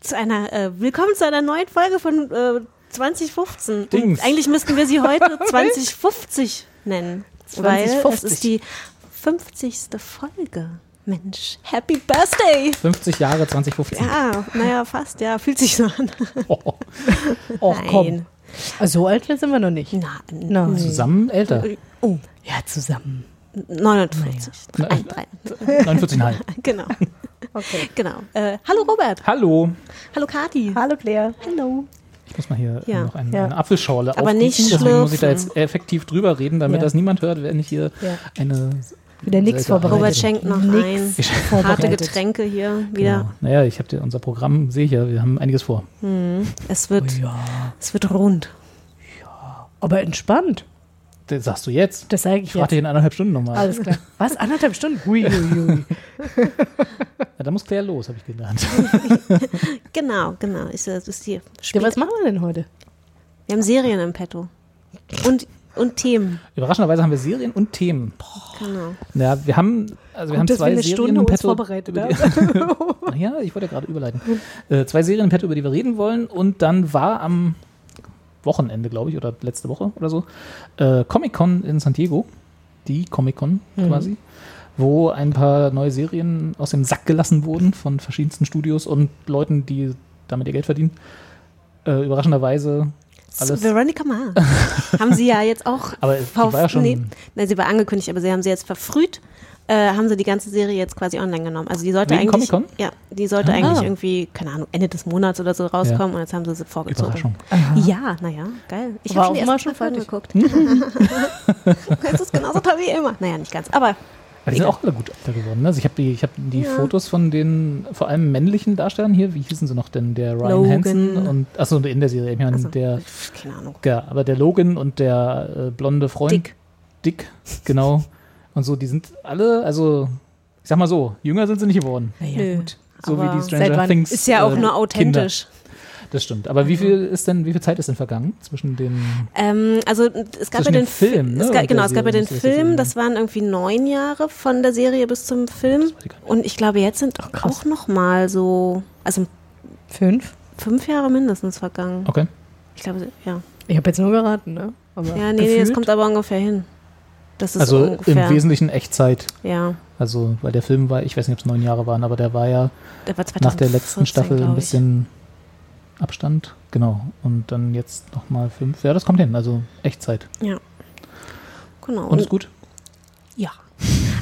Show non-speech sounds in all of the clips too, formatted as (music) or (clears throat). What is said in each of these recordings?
zu einer, äh, willkommen zu einer neuen Folge von äh, 2015. Dings. Und eigentlich müssten wir sie heute 2050 nennen. Weil es 2050. ist die 50. Folge. Mensch, Happy Birthday! 50 Jahre 2015. Ja, naja, fast, ja, fühlt sich so an. Oh, oh komm. Nein. Also So alt sind wir noch nicht. Na, Na, Zusammen älter. oh, Ja, zusammen. 49. Naja. Ein, drei, (laughs) 49,5. genau. Genau. Äh, hallo Robert. Hallo. Hallo Kati. Hallo Claire. Hallo. Ich muss mal hier äh, Ja. noch eine, Ja. eine Apfelschorle Aber aufgießen, nicht Deswegen muss ich da schlürfen. jetzt effektiv drüber reden, damit Ja. das niemand hört, wenn ich hier Ja. eine. Wieder nichts Sehr geil. Robert vorbereitet. schenkt noch ein. Nix Harte vorbereitet. Getränke hier wieder. Ja. oh, Naja, ich habe dir unser Programm, sehe ich ja, wir haben einiges vor. Es wird, es wird rund. Aber entspannt. Das sagst du jetzt. Das sage ich Ich rate jetzt. Also. dich in anderthalb Stunden nochmal. Alles klar. Was? Anderthalb Stunden? Hui, hui, (laughs) hui. Ja, da muss Claire los, habe ich gelernt. (laughs) Genau, genau. Ist, das ist die Ja, Spät was machen wir denn heute? Wir haben Serien im Petto. Und, und Themen. Überraschenderweise haben wir Serien und Themen. Genau. Ja, wir haben, also wir haben dass zwei wir eine Serien Stunde im uns Petto, vorbereitet über (laughs) die- ja, ich wollte gerade überleiten. Äh, zwei Serien im Petto, über die wir reden wollen. Und dann war am Wochenende, glaube ich, oder letzte Woche oder so, äh, Comic-Con in San Diego. Die Comic-Con Mhm. quasi. Wo ein paar neue Serien aus dem Sack gelassen wurden von verschiedensten Studios und Leuten, die damit ihr Geld verdienen. Äh, überraschenderweise alles. Veronica (laughs) Mars. haben sie ja jetzt auch. Aber die verf- war ja schon- Nee, nein, sie war angekündigt, aber sie haben sie jetzt verfrüht. Äh, haben sie die ganze Serie jetzt quasi online genommen. Also die sollte Wegen eigentlich. Comic-Con? Ja, die sollte Ah. eigentlich irgendwie, keine Ahnung, Ende des Monats oder so rauskommen Ja. und jetzt haben sie sie vorgezogen. Überraschung. Ja, naja, geil. Ich habe War schon die auch mal ersten schon schon Folgen geguckt. Jetzt ist genauso toll wie immer. Naja, nicht ganz. Aber Aber die sind auch alle gut älter geworden. Ne? Also ich habe die, ich hab die Fotos von den vor allem männlichen Darstellern hier, wie hießen sie noch denn? Der Ryan Logan. Hansen und achso, in der Serie, ich meine, der, keine Ahnung. ja, aber der Logan und der äh, blonde Freund. Dick. Dick, genau. und so, die sind alle, also ich sag mal so, jünger sind sie nicht geworden. Naja, gut. So wie aber die Stranger seit wann- Things. Ist ja auch nur äh, Kinder. authentisch. Also. Das stimmt. Aber wie viel ist denn, wie viel Zeit ist denn vergangen zwischen den Ähm, also es gab ja Zwischen den dem Film, Fi- ne, es und gab, der genau, es gab ja Serie, den muss ich das jetzt Film, irgendwie- das waren irgendwie neun Jahre von der Serie bis zum Film. weiß ich gar nicht. Und ich glaube, jetzt sind auch noch mal so, also Fünf? fünf Jahre mindestens vergangen. Okay. Ich glaube, ja. Ich habe jetzt nur geraten, ne? Aber Ja, nee, nee, das gefühlt- kommt aber ungefähr hin. Das ist also ungefähr. im Wesentlichen Echtzeit. ja, Also, weil der Film war, ich weiß nicht, ob es neun Jahre waren, aber der war ja der war 2014, nach der letzten Staffel glaub ein ich. bisschen Abstand. Genau. Und dann jetzt nochmal fünf. Ja, das kommt hin. Also Echtzeit. Ja. Genau. Und ist gut. ja.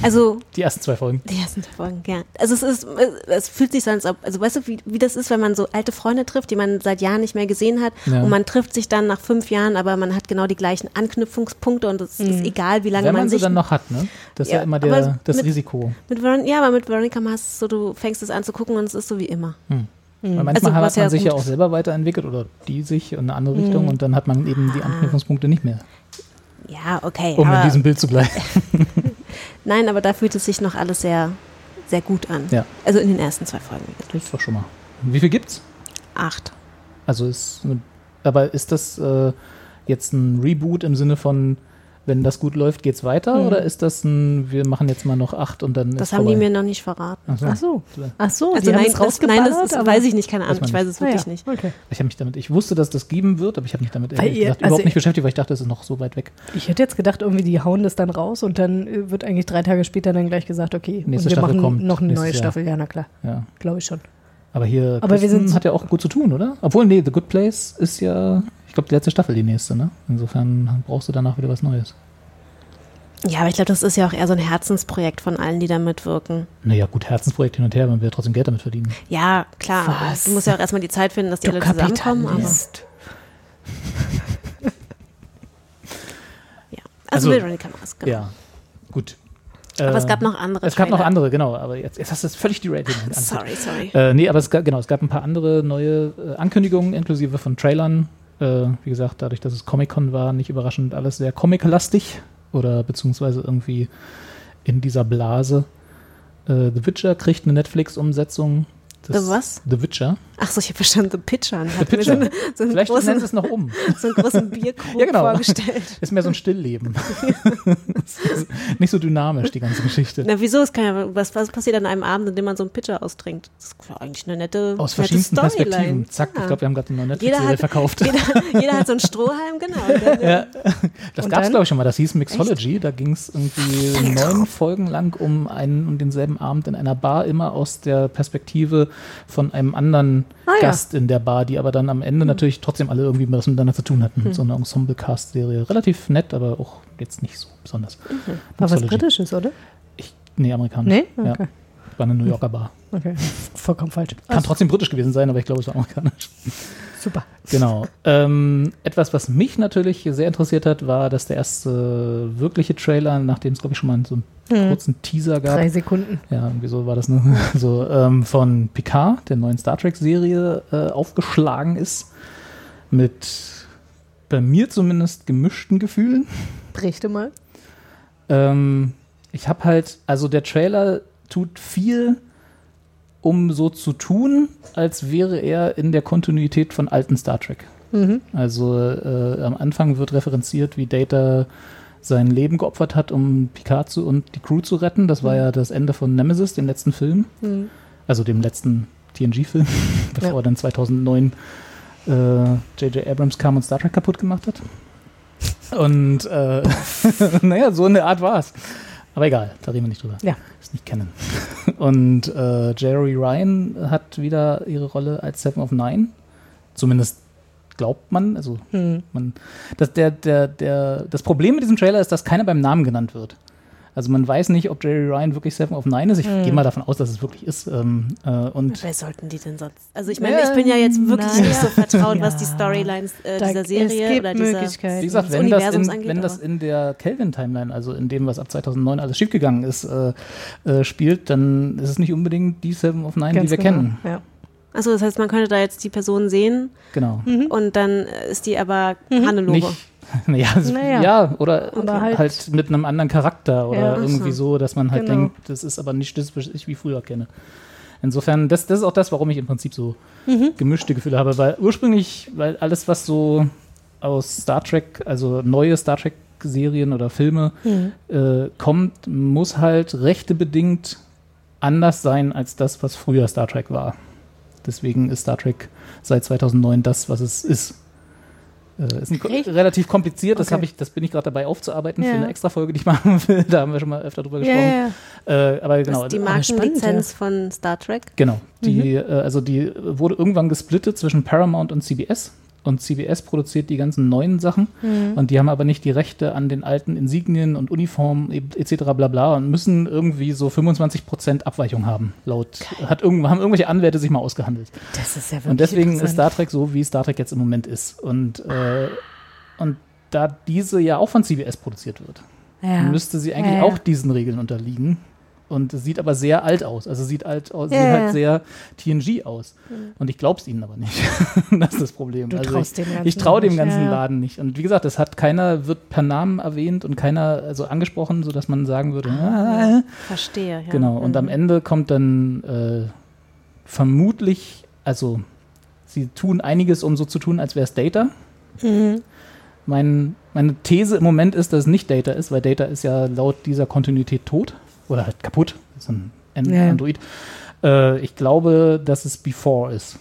Also Die ersten zwei Folgen. Die ersten zwei Folgen, ja. Also es ist, es fühlt sich so an, als ob, also weißt du, wie, wie das ist, wenn man so alte Freunde trifft, die man seit Jahren nicht mehr gesehen hat Ja. und man trifft sich dann nach fünf Jahren, aber man hat genau die gleichen Anknüpfungspunkte und es ist egal, wie lange Wenn man sie sich dann noch hat, ne? Das ist ja, Ja, immer aber der, das mit- Risiko. mit Veron ja, aber mit Veronica Mars ist es so, du fängst es an zu gucken und es ist so wie immer. Weil Also, manchmal was hat man ja sich gut ja Hm. auch ist. selber weiterentwickelt oder die sich in eine andere Richtung und dann hat man eben die Anknüpfungspunkte nicht mehr, Ah. Ja, okay. um in aber, diesem Bild zu (laughs) bleiben. nein, aber da fühlt es sich noch alles sehr, sehr gut an. Ja. Also in den ersten zwei Folgen. wie gesagt. Das ist doch schon mal. Wie viel gibt's? Acht. Also ist, aber ist das äh, jetzt ein Reboot im Sinne von, wenn das gut läuft, geht's weiter? Oder ist das ein, wir machen jetzt mal noch acht und dann Hm. Das ist haben vorbei? die mir noch nicht verraten. Ach so. Ach so. Ach so, Also die haben nein, es das, nein, das ist, rausgeballert, Ah weiß ich nicht, keine Ahnung, man ich weiß es wirklich ja. nicht. Okay. Ich habe mich damit, ich wusste, dass das geben wird, aber ich habe mich damit Weil ehrlich ihr- gesagt also- überhaupt nicht beschäftigt, weil ich dachte, es ist noch so weit weg. Ich hätte jetzt gedacht, irgendwie die hauen das dann raus und dann äh, wird eigentlich drei Tage später dann gleich gesagt, okay, Nächste und wir Staffel machen kommt noch eine neue nächstes Jahr. Staffel. Ja, na klar, Ja. glaube ich schon. Aber hier Aber wir Kristen sind so- hat ja auch gut zu tun, oder? Obwohl, nee, The Good Place ist ja, ich glaube, die letzte Staffel, die nächste, ne? Insofern brauchst du danach wieder was Neues. Ja, aber ich glaube, das ist ja auch eher so ein Herzensprojekt von allen, die da mitwirken. Naja, gut, Herzensprojekt hin und her, man will ja trotzdem Geld damit verdienen. Ja, klar. Was? Du musst ja auch erstmal die Zeit finden, dass die alle zusammenkommen. Aber, ja. Kapitalist. Also, Also, Also- Veronica Mars, genau. Ja. Gut. Ähm, Aber es gab noch andere. äh, Es gab noch Trailer. andere, genau. Aber jetzt, jetzt hast du es völlig deratet. Sorry, sorry. Äh, nee, aber es gab, genau, es gab ein paar andere neue äh, Ankündigungen, inklusive von Trailern. Äh, wie gesagt, dadurch, dass es Comic-Con war, nicht überraschend alles sehr Comic-lastig oder beziehungsweise irgendwie in dieser Blase. Äh, The Witcher kriegt eine Netflix-Umsetzung. des- The was? The Witcher. Ach so, ich habe verstanden, The Pitcher. The Pitcher. So, eine- so einen Vielleicht nennen sie großen, es noch um. so einen großen Bierkrug (laughs) Ja, genau. vorgestellt. Ist mehr so (laughs) ein Stillleben. Das ist nicht so dynamisch, die ganze Geschichte. Na, wieso? Es kann ja, was, was passiert an einem Abend, in dem man so einen Pitcher austrinkt? Das ist klar, eigentlich eine nette Aus nette verschiedensten Storyline. Perspektiven. Zack, ich Ja. glaube, wir haben gerade eine neue jeder Netflix-Serie hat, verkauft. Jeder, jeder hat so einen Strohhalm, (laughs) genau. Der- Das Und gab es, dann? glaube ich, schon mal. Das hieß Mixology. Da ging es irgendwie neun Folgen lang um einen und denselben Abend in einer Bar, immer aus der Perspektive von einem anderen Ah, ja. Hm. Gast in der Bar, die aber dann am Ende natürlich trotzdem alle irgendwie was miteinander zu tun hatten. So eine Ensemble-Cast-Serie. Relativ nett, aber auch jetzt nicht so besonders. War Mhm. was Mixology. Britisches, oder? Ich, nee, amerikanisch. Nee? Ja. Okay. War eine New Yorker Bar. Okay. Vollkommen falsch. Kann Also, trotzdem britisch gewesen sein, aber ich glaube, es war amerikanisch. super. Genau. Ähm, etwas, was mich natürlich sehr interessiert hat, war, dass der erste wirkliche Trailer, nachdem es, glaube ich, schon mal so einen kurzen Teaser gab. Drei Sekunden. Ja, irgendwie so war das, ne? (laughs) So, ähm, von Picard, der neuen Star Trek-Serie, äh, aufgeschlagen ist. Mit bei mir zumindest gemischten Gefühlen. Berichte mal. Ähm, ich habe halt, also der Trailer tut viel, um so zu tun, als wäre er in der Kontinuität von alten Star Trek. Also äh, am Anfang wird referenziert, wie Data sein Leben geopfert hat, um Picard zu, und die Crew zu retten. Das war ja das Ende von Nemesis, dem letzten Film. Also dem letzten TNG-Film, (laughs) bevor dann 2009 äh, J.J. Abrams kam und Star Trek kaputt gemacht hat. Und äh, (laughs) naja, so eine Art war's. Aber egal, da reden wir nicht drüber. Ja. Ich nicht kennen. Und äh, Jerry Ryan hat wieder ihre Rolle als Seven of Nine. Zumindest glaubt man. Also man. Das, der, der, der, das Problem mit diesem Trailer ist, dass keiner beim Namen genannt wird. Also man weiß nicht, ob Jerry Ryan wirklich Seven of Nine ist. Ich gehe mal davon aus, dass es wirklich ist. Ähm, äh, und Wer sollten die denn sonst? Also ich meine, ich bin ja jetzt wirklich Ähm, nicht so vertraut, was die Ja. Storylines äh, Da- dieser Serie es gibt oder dieser Möglichkeiten. Wie gesagt, des wenn das, in, Universums angeht, wenn das aber- in der Kelvin-Timeline, also in dem, was ab 2009 alles schiefgegangen ist, äh, äh, spielt, dann ist es nicht unbedingt die Seven of Nine, die wir genau. kennen. Ja. Achso, das heißt, man könnte da jetzt die Person sehen Genau. und dann äh, ist die aber Hannelore. Nicht, (laughs) naja, also, Naja. ja, oder Aber halt, halt- mit einem anderen Charakter oder Ja. Ach so. irgendwie so, dass man halt Genau. denkt, das ist aber nicht das, was ich wie früher kenne. Insofern, das, das ist auch das, warum ich im Prinzip so Mhm. gemischte Gefühle habe, weil ursprünglich, weil alles, was so aus Star Trek, also neue Star Trek Serien oder Filme Mhm. äh, kommt, muss halt rechtebedingt anders sein als das, was früher Star Trek war. Deswegen ist Star Trek seit 2009 das, was es ist. Äh, ist ein, ko- relativ kompliziert, das, Okay. hab ich, das bin ich gerade dabei aufzuarbeiten Ja. für eine extra Folge, die ich (laughs) machen will. Da haben wir schon mal öfter drüber gesprochen. ja. Äh, aber genau, Das ist die aber spannend, Markenlizenz von Star Trek. Genau. Mhm. Die, äh, also die wurde irgendwann gesplittet zwischen Paramount und CBS. Und CBS produziert die ganzen neuen Sachen. Mhm. Und die haben aber nicht die Rechte an den alten Insignien und Uniformen e- etc. bla bla und müssen irgendwie so 25% Abweichung haben. Laut hat irgend, haben irgendwelche Anwälte sich mal ausgehandelt. Das ist ja wirklich Und deswegen ist interessant. Star Trek so, wie Star Trek jetzt im Moment ist. Und, äh, und da diese ja auch von CBS produziert wird, ja. müsste sie eigentlich Ja, ja. auch diesen Regeln unterliegen. Und es sieht aber sehr alt aus. Also sieht alt aus, sieht Ja, halt ja. Hm. sehr TNG aus. Und ich glaub's ihnen aber nicht. (laughs) das ist das Problem. Du also traust ich, dem Ganzen ich trau dem nicht. ganzen Ja, ja. Laden nicht. Und wie gesagt, das hat keiner wird per Namen erwähnt und keiner also angesprochen, sodass man sagen würde, ah, Verstehe. Ja. Genau, und am Ende kommt dann äh, vermutlich, also sie tun einiges, um so zu tun, als wäre es Data. Mein, meine These im Moment ist, dass es nicht Data ist, weil Data ist ja laut dieser Kontinuität tot oder halt kaputt. Ist ein An- Ja, ja. Android. Äh, ich glaube, dass es Before ist.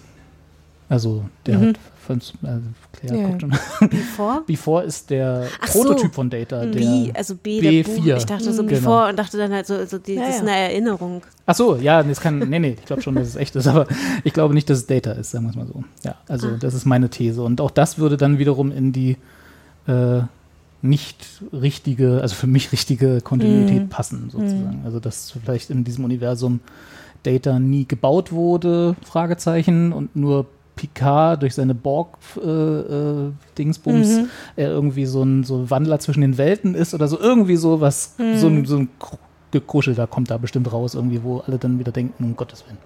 Also der hat fünf, also, Claire Ja. guckt schon. (laughs) Before? Before ist der Ach so. Prototyp von Data. Der, B, also B, der Buch. B4. Ich dachte so Mhm. Before und dachte dann halt so, so die, Ja, das ist ja. eine Erinnerung. Ach so, ja, das kann, nee, nee, ich glaube schon, dass es echt ist, aber ich glaube nicht, dass es Data ist, sagen wir es mal so. Ja, also das ist meine These. Und auch das würde dann wiederum in die äh, nicht richtige, also für mich richtige Kontinuität passen, sozusagen. Also dass vielleicht in diesem Universum Data nie gebaut wurde, Fragezeichen, und nur Picard durch seine Borg-Dingsbums äh, Dingsbums, er irgendwie so ein so ein Wandler zwischen den Welten ist oder so, irgendwie so was, so ein, so ein Gekuschel da kommt da bestimmt raus, irgendwie, wo alle dann wieder denken, um Gottes Willen.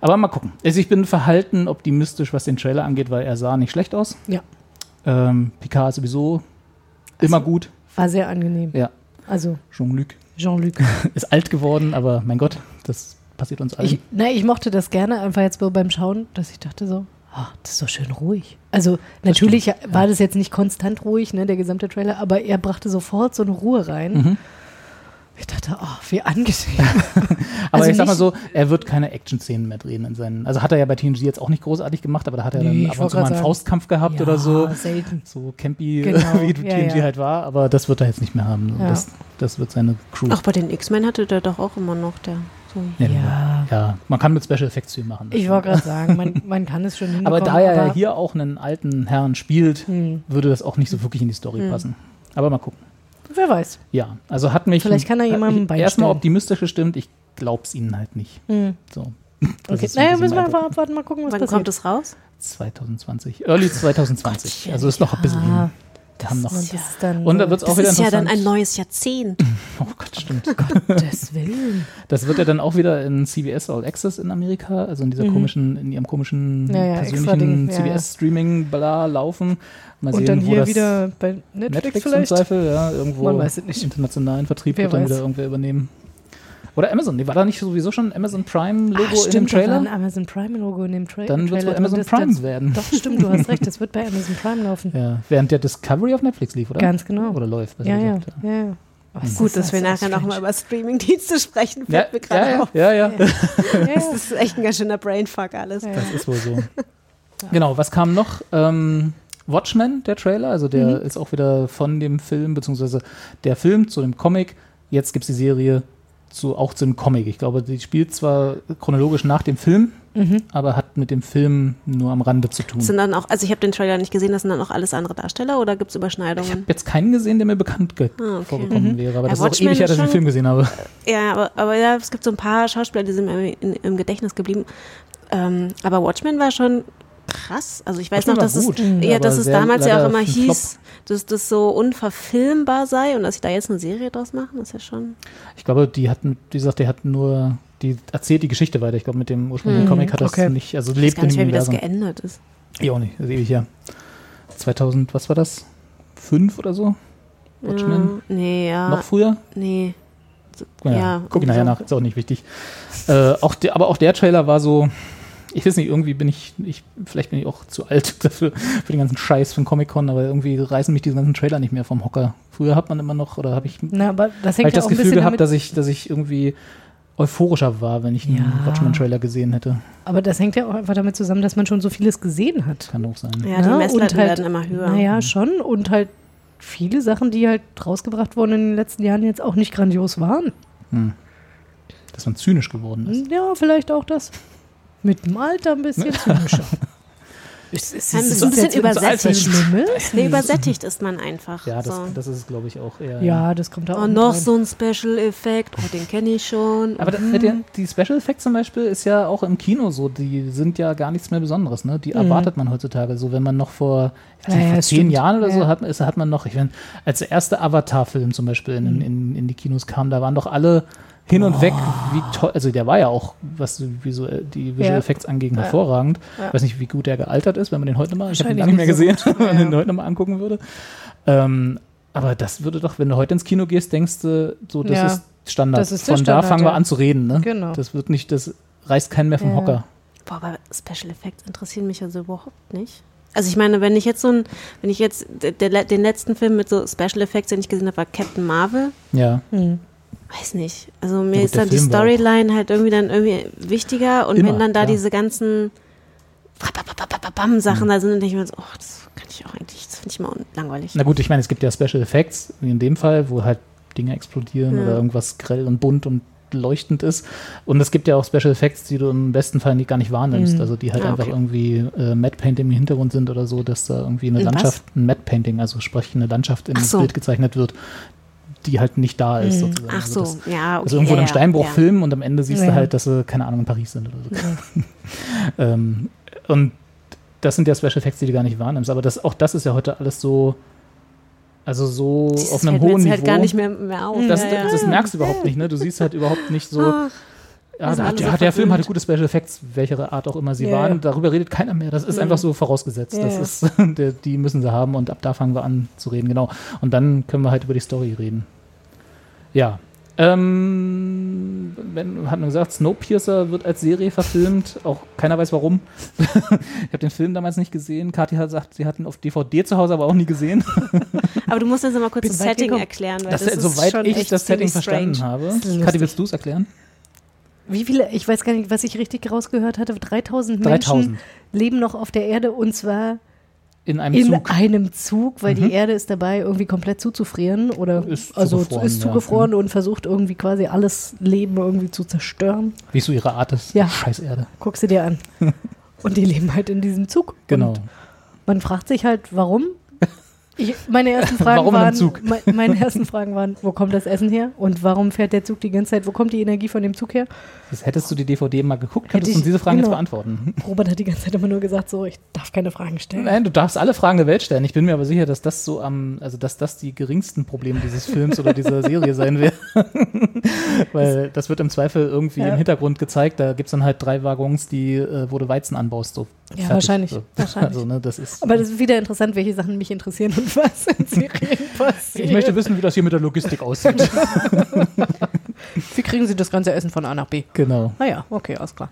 Aber mal gucken. Also ich bin verhalten optimistisch, was den Trailer angeht, weil er sah nicht schlecht aus. Ja, Ähm, Picard ist sowieso immer gut. war sehr angenehm. Ja, Also Jean-Luc (laughs) Jean-Luc. ist alt geworden, aber mein Gott, das passiert uns allen. Ich, nein, ich mochte das gerne, einfach jetzt so beim Schauen, dass ich dachte so, ah, das ist so schön ruhig. Also natürlich war das jetzt nicht konstant ruhig, ne, der gesamte Trailer, aber er brachte sofort so eine Ruhe rein. Mhm. Ich dachte, ah, wie angenehm. aber also ich sag mal nicht- so, er wird keine Action-Szenen mehr drehen in seinen. Also hat er ja bei TNG jetzt auch nicht großartig gemacht, aber da hat er Nee, dann ich ab und wollt zu mal einen grad sagen. Faustkampf gehabt oder so. Ja, Selten. So campy, (laughs) Genau, wie ja, TNG ja. halt war, aber das wird er jetzt nicht mehr haben. Ja. Das, das wird seine Crew. Auch bei den X-Men hatte der doch auch immer noch der. So. Ja. Ja. ja, man kann mit Special Effects viel machen. Ich wollte gerade sagen, man, man kann es schon hinbekommen. aber da er ja hier auch einen alten Herrn spielt, Hm. würde das auch nicht so wirklich in die Story passen. Aber mal gucken. Wer weiß. Ja, also hat mich. Vielleicht kann er hat jemandem mich Erstmal beistehen. optimistisch gestimmt, ich glaub's ihnen halt nicht. So. (laughs) Das Hm. Okay. ist so ein Naja, bisschen müssen wir mein einfach abwarten, mal gucken, was Wann passiert. kommt es raus? 2020. Early 2020. also ist noch ein bisschen. hin. Wir haben noch. Und das ist dann, Und da wird's auch Das wieder ist ja interessant. dann ein neues Jahrzehnt. oh Gott, stimmt. Gottes Willen. Das wird ja dann auch wieder in CBS All Access in Amerika, also in dieser komischen, in ihrem komischen Mhm. Ja, ja, persönlichen extra Ding, ja, ja. CBS-Streaming bla laufen. Mal Und sehen, dann wo hier das wieder bei Netflix, Netflix im vielleicht. Zweifel, ja, irgendwo Man weiß es nicht. internationalen Vertrieb Wer wird dann weiß. wieder irgendwer übernehmen. Oder Amazon, nee, war da nicht sowieso schon ein Amazon Prime-Logo Ach, in dem stimmt, da war Trailer? ein Amazon Prime-Logo in dem Tra Dann wird's Trailer. wohl Amazon das, Prime das, werden. Doch, stimmt, du hast recht. Das wird bei Amazon Prime laufen. Ja, während der Discovery auf Netflix lief, oder? Ganz genau. Oder läuft, besser Ja, ja, gesagt. ja. ja. Oh, es Gut, ist dass wir alles nachher nochmal strange. über Streamingdienste (laughs) sprechen, Ja, fällt mir ja, gerade ja, auf. ja, ja, Das ist echt ein ganz schöner Brainfuck alles. Ja. Das ist wohl (laughs) so. Genau, was kam noch? Ähm, Watchmen, der Trailer, also der Mhm. ist auch wieder von dem Film, beziehungsweise der Film zu dem Comic. Jetzt gibt es die Serie zu, auch zu dem Comic. Ich glaube, die spielt zwar chronologisch nach dem Film, Mhm. aber hat mit dem Film nur am Rande zu tun. Sind dann auch, also ich habe den Trailer nicht gesehen, das sind dann auch alles andere Darsteller oder gibt es Ich habe Überschneidungen? jetzt keinen gesehen, der mir bekannt ge Ah, okay. vorgekommen wäre, aber Ja, das ist auch Watchmen ewig her, ist dass ich den schon- Film gesehen habe. Ja, aber, aber ja, es gibt so ein paar Schauspieler, die sind mir im, im Gedächtnis geblieben. Ähm, aber Watchmen war schon krass. Also ich weiß Watchmen noch, dass war es, gut, ja, aber dass es sehr- damals ja leider auch immer ein Flop. hieß, dass das so unverfilmbar sei und dass sie da jetzt eine Serie draus machen, ist ja schon. Ich glaube, die hatten, wie gesagt, die hatten nur, die erzählt die Geschichte weiter. Ich glaube, mit dem ursprünglichen Comic hat das okay. nicht, also Mhm. Ich weiß lebt gar nicht im mehr, wie das Universum. geändert ist. Ich auch nicht, das ist ewig her. 2000, was war das? Fünf oder so? Watchmen? Mm, Ja, nee, ja. Noch früher? nee. So- Ja, ja, guck ich nachher so. nach, ist auch nicht wichtig. Äh, auch der, aber auch der Trailer war so, ich weiß nicht, irgendwie bin ich, ich vielleicht bin ich auch zu alt (laughs) dafür, für den ganzen Scheiß von Comic-Con, aber irgendwie reißen mich diese ganzen Trailer nicht mehr vom Hocker. Früher hat man immer noch, oder habe ich, hab Na, aber das hängt ich ja das auch ein Gefühl bisschen gehabt, damit, dass ich, dass ich irgendwie euphorischer war, wenn ich einen Ja. Watchmen-Trailer gesehen hätte. aber das hängt ja auch einfach damit zusammen, dass man schon so vieles gesehen hat. Kann auch sein. Ja, die Ne? Messlatten Und halt- werden immer höher. Naja, schon. Und halt viele Sachen, die halt rausgebracht wurden in den letzten Jahren, jetzt auch nicht grandios waren. Dass man zynisch geworden ist. Ja, vielleicht auch das. Mit dem Alter ein bisschen zynischer. Es ist, Ein ist bisschen das jetzt übersättigt. was Schlimmes? Nee, übersättigt ist man einfach. Hm. Ja, das, so. das ist, glaube ich, auch eher. Ja, das kommt da auch Oh, mit noch rein. so ein Special Effekt. Oh, den kenne ich schon. Aber da, die, die Special Effects zum Beispiel ist ja auch im Kino so, die sind ja gar nichts mehr Besonderes, ne? Die erwartet man heutzutage so, wenn man noch vor, also Mhm. Ja, ja, vor das zehn stimmt. Jahren oder so Ja. hat, ist, hat man noch, ich meine, als der erste Avatar-Film zum Beispiel in, Mhm. in, in die Kinos kam, da waren doch alle hin und weg, wie toll, also der war ja auch, was wie so äh, die Visual Ja. Effects anging, hervorragend. Ich weiß nicht, wie gut der gealtert ist, wenn man den heute mal, ich habe ihn lange nicht Wahrscheinlich mehr gesehen, (laughs) nicht wenn man den heute noch mal angucken würde. Ähm, aber das würde doch, wenn du heute ins Kino gehst, denkst du, so, das Ja. ist Standard. Das ist der Von da Standard, fangen wir ja. an zu reden, ne? Genau. Das wird nicht, das reißt keinen mehr vom Ja. Hocker. Boah, aber Special Effects interessieren mich also überhaupt nicht. Also ich meine, wenn ich jetzt so ein, wenn ich jetzt der, der, den letzten Film mit so Special Effects, den ich gesehen habe, war Captain Marvel. Ja. Hm. Weiß nicht. Also mir gut, ist der dann die Film war auch- Storyline halt irgendwie dann irgendwie wichtiger und Immer, wenn dann da ja. diese ganzen Bam Hm. Sachen da sind, dann denke ich mir so, oh, das kann ich auch eigentlich, das finde ich mal un- langweilig. Na gut, ich meine, es gibt ja Special Effects, wie in dem Fall, wo halt Dinge explodieren Ja. oder irgendwas grell und bunt und leuchtend ist. Und es gibt ja auch Special Effects, die du im besten Fall nie, gar nicht wahrnimmst. Also die halt Ah, einfach okay. irgendwie äh, Matte Painting im Hintergrund sind oder so, dass da irgendwie eine Ein was? Landschaft, ein Matte Painting, also sprich eine Landschaft in Ach das so. Hm. Bild gezeichnet wird, die halt nicht da ist sozusagen. Ach Also so, das- ja, okay. Also irgendwo in Genau. ja, einem Steinbruch ja. filmen und am Ende siehst du Ja. halt, dass sie, keine Ahnung, in Paris sind oder so. (laughs) ähm, und das sind ja Special Effects, die du gar nicht wahrnimmst. Aber das, auch das ist ja heute alles so Also so Dieses auf einem fällt mir jetzt hohen Niveau. Hm. halt gar nicht mehr, mehr auf. das, äh, ja, ja. das merkst du überhaupt nicht, ne? Du siehst halt überhaupt nicht so. Ach, Ja, da, alle so der, der Film verwöhnt. hatte gute Special Effects, welcher Art auch immer sie Ja, waren. ja. Darüber redet keiner mehr. Das ist einfach so vorausgesetzt. Ja, das ja. ist, (laughs) der, die müssen sie haben und ab da fangen wir an zu reden, genau. Und dann können wir halt über die Story reden. Ja. Ähm, wenn, hat man gesagt, Snowpiercer wird als Serie verfilmt. Auch keiner weiß warum. (laughs) ich habe den Film damals nicht gesehen. Kathi hat gesagt, sie hat ihn auf DVD zu Hause, aber auch nie gesehen. Aber du musst jetzt nochmal kurz Bin das weit Setting gekommen. erklären, weil Das, das, ist, ist soweit schon ich echt das Setting ziemlich verstanden strange. habe. Das ist lustig. Kathi, willst du es erklären? Wie viele, ich weiß gar nicht, was ich richtig rausgehört hatte, 3000. 3000, Menschen leben noch auf der Erde und zwar In einem in Zug. einem Zug, weil die Erde ist dabei, irgendwie komplett zuzufrieren oder Ist also zugefroren, ist ja. zugefroren und versucht irgendwie quasi alles Leben irgendwie zu zerstören. Wie ist so ihre Art ist? Ja. Scheiß Erde. Guckst du dir an. Und die leben halt in diesem Zug. Genau. Und man fragt sich halt, (laughs) warum? Ich, meine ersten Fragen Warum in einem waren, Zug? me- meine ersten Fragen waren, wo kommt das Essen her? Und warum fährt der Zug die ganze Zeit? Wo kommt die Energie von dem Zug her? Das hättest du die DVD mal geguckt, könntest ich- du diese Fragen jetzt genau. beantworten. (laughs) Robert hat die ganze Zeit immer nur gesagt, so, ich darf keine Fragen stellen. Nein, du darfst alle Fragen der Welt stellen. Ich bin mir aber sicher, dass das so am, also dass das die geringsten Probleme dieses Films oder (laughs) dieser Serie sein wird. Weil das wird im Zweifel irgendwie im Hintergrund gezeigt. Da gibt es dann halt drei Waggons, die, äh, wo du Weizen anbaust. So. Ja, wahrscheinlich, So. (laughs) wahrscheinlich. Also, ne, das ist. Aber das ist wieder interessant, welche Sachen mich interessieren und was in (laughs) Serien passiert. ich möchte wissen, wie das hier mit der Logistik (laughs) aussieht. Wie kriegen Sie das ganze Essen von A nach B? genau. Naja, Ah okay, alles klar.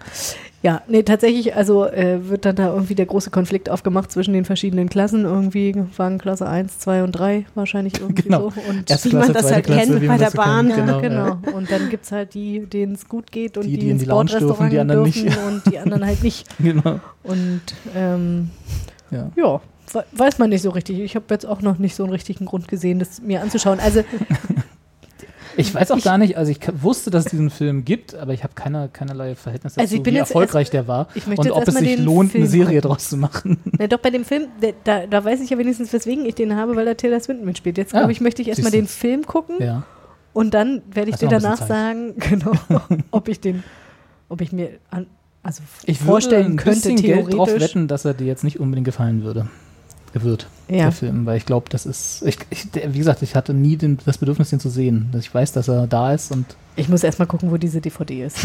Ja, nee, tatsächlich, also äh, wird dann da irgendwie der große Konflikt aufgemacht zwischen den verschiedenen Klassen. Irgendwie waren Klasse 1, 2 und 3 wahrscheinlich irgendwie Genau. so. Und Erste wie man das zweite halt kennt wie bei man das der so kennt. Bahn, ja, Genau. ja. genau. Und dann gibt es halt die, denen es gut geht und Die, die, die in ins die Lounge dürfen, Bordrestaurant die anderen nicht. und die anderen halt nicht. (laughs) genau. Und ähm, Ja. ja, we- weiß man nicht so richtig. Ich habe jetzt auch noch nicht so einen richtigen Grund gesehen, das mir anzuschauen. (laughs) Also Ich weiß auch gar nicht, also ich k- wusste, dass es diesen Film gibt, aber ich habe keiner, keinerlei Verhältnis dazu, Also ich bin wie jetzt erfolgreich der war ich möchte und jetzt ob es erst mal sich den lohnt, Film eine Serie gucken. draus zu machen. (laughs) Na doch, bei dem Film, der, da, da weiß ich ja wenigstens, weswegen ich den habe, weil da Taylor Swinton mitspielt. Jetzt, Ah, glaube ich, möchte ich erstmal siehste. den Film gucken Ja. und dann werde ich Hast du dir noch ein bisschen Zeit. danach sagen, (laughs) genau, (laughs) ob ich den, ob ich mir an, also Ich würde vorstellen ein könnte, bisschen Geld drauf theoretisch. wetten, dass er dir jetzt nicht unbedingt gefallen würde. Wird, ja. der Film, weil ich glaube, das ist, ich, ich, der, wie gesagt, ich hatte nie den, das Bedürfnis, den zu sehen. Ich weiß, dass er da ist und Ich muss erstmal gucken, wo diese DVD ist. (laughs)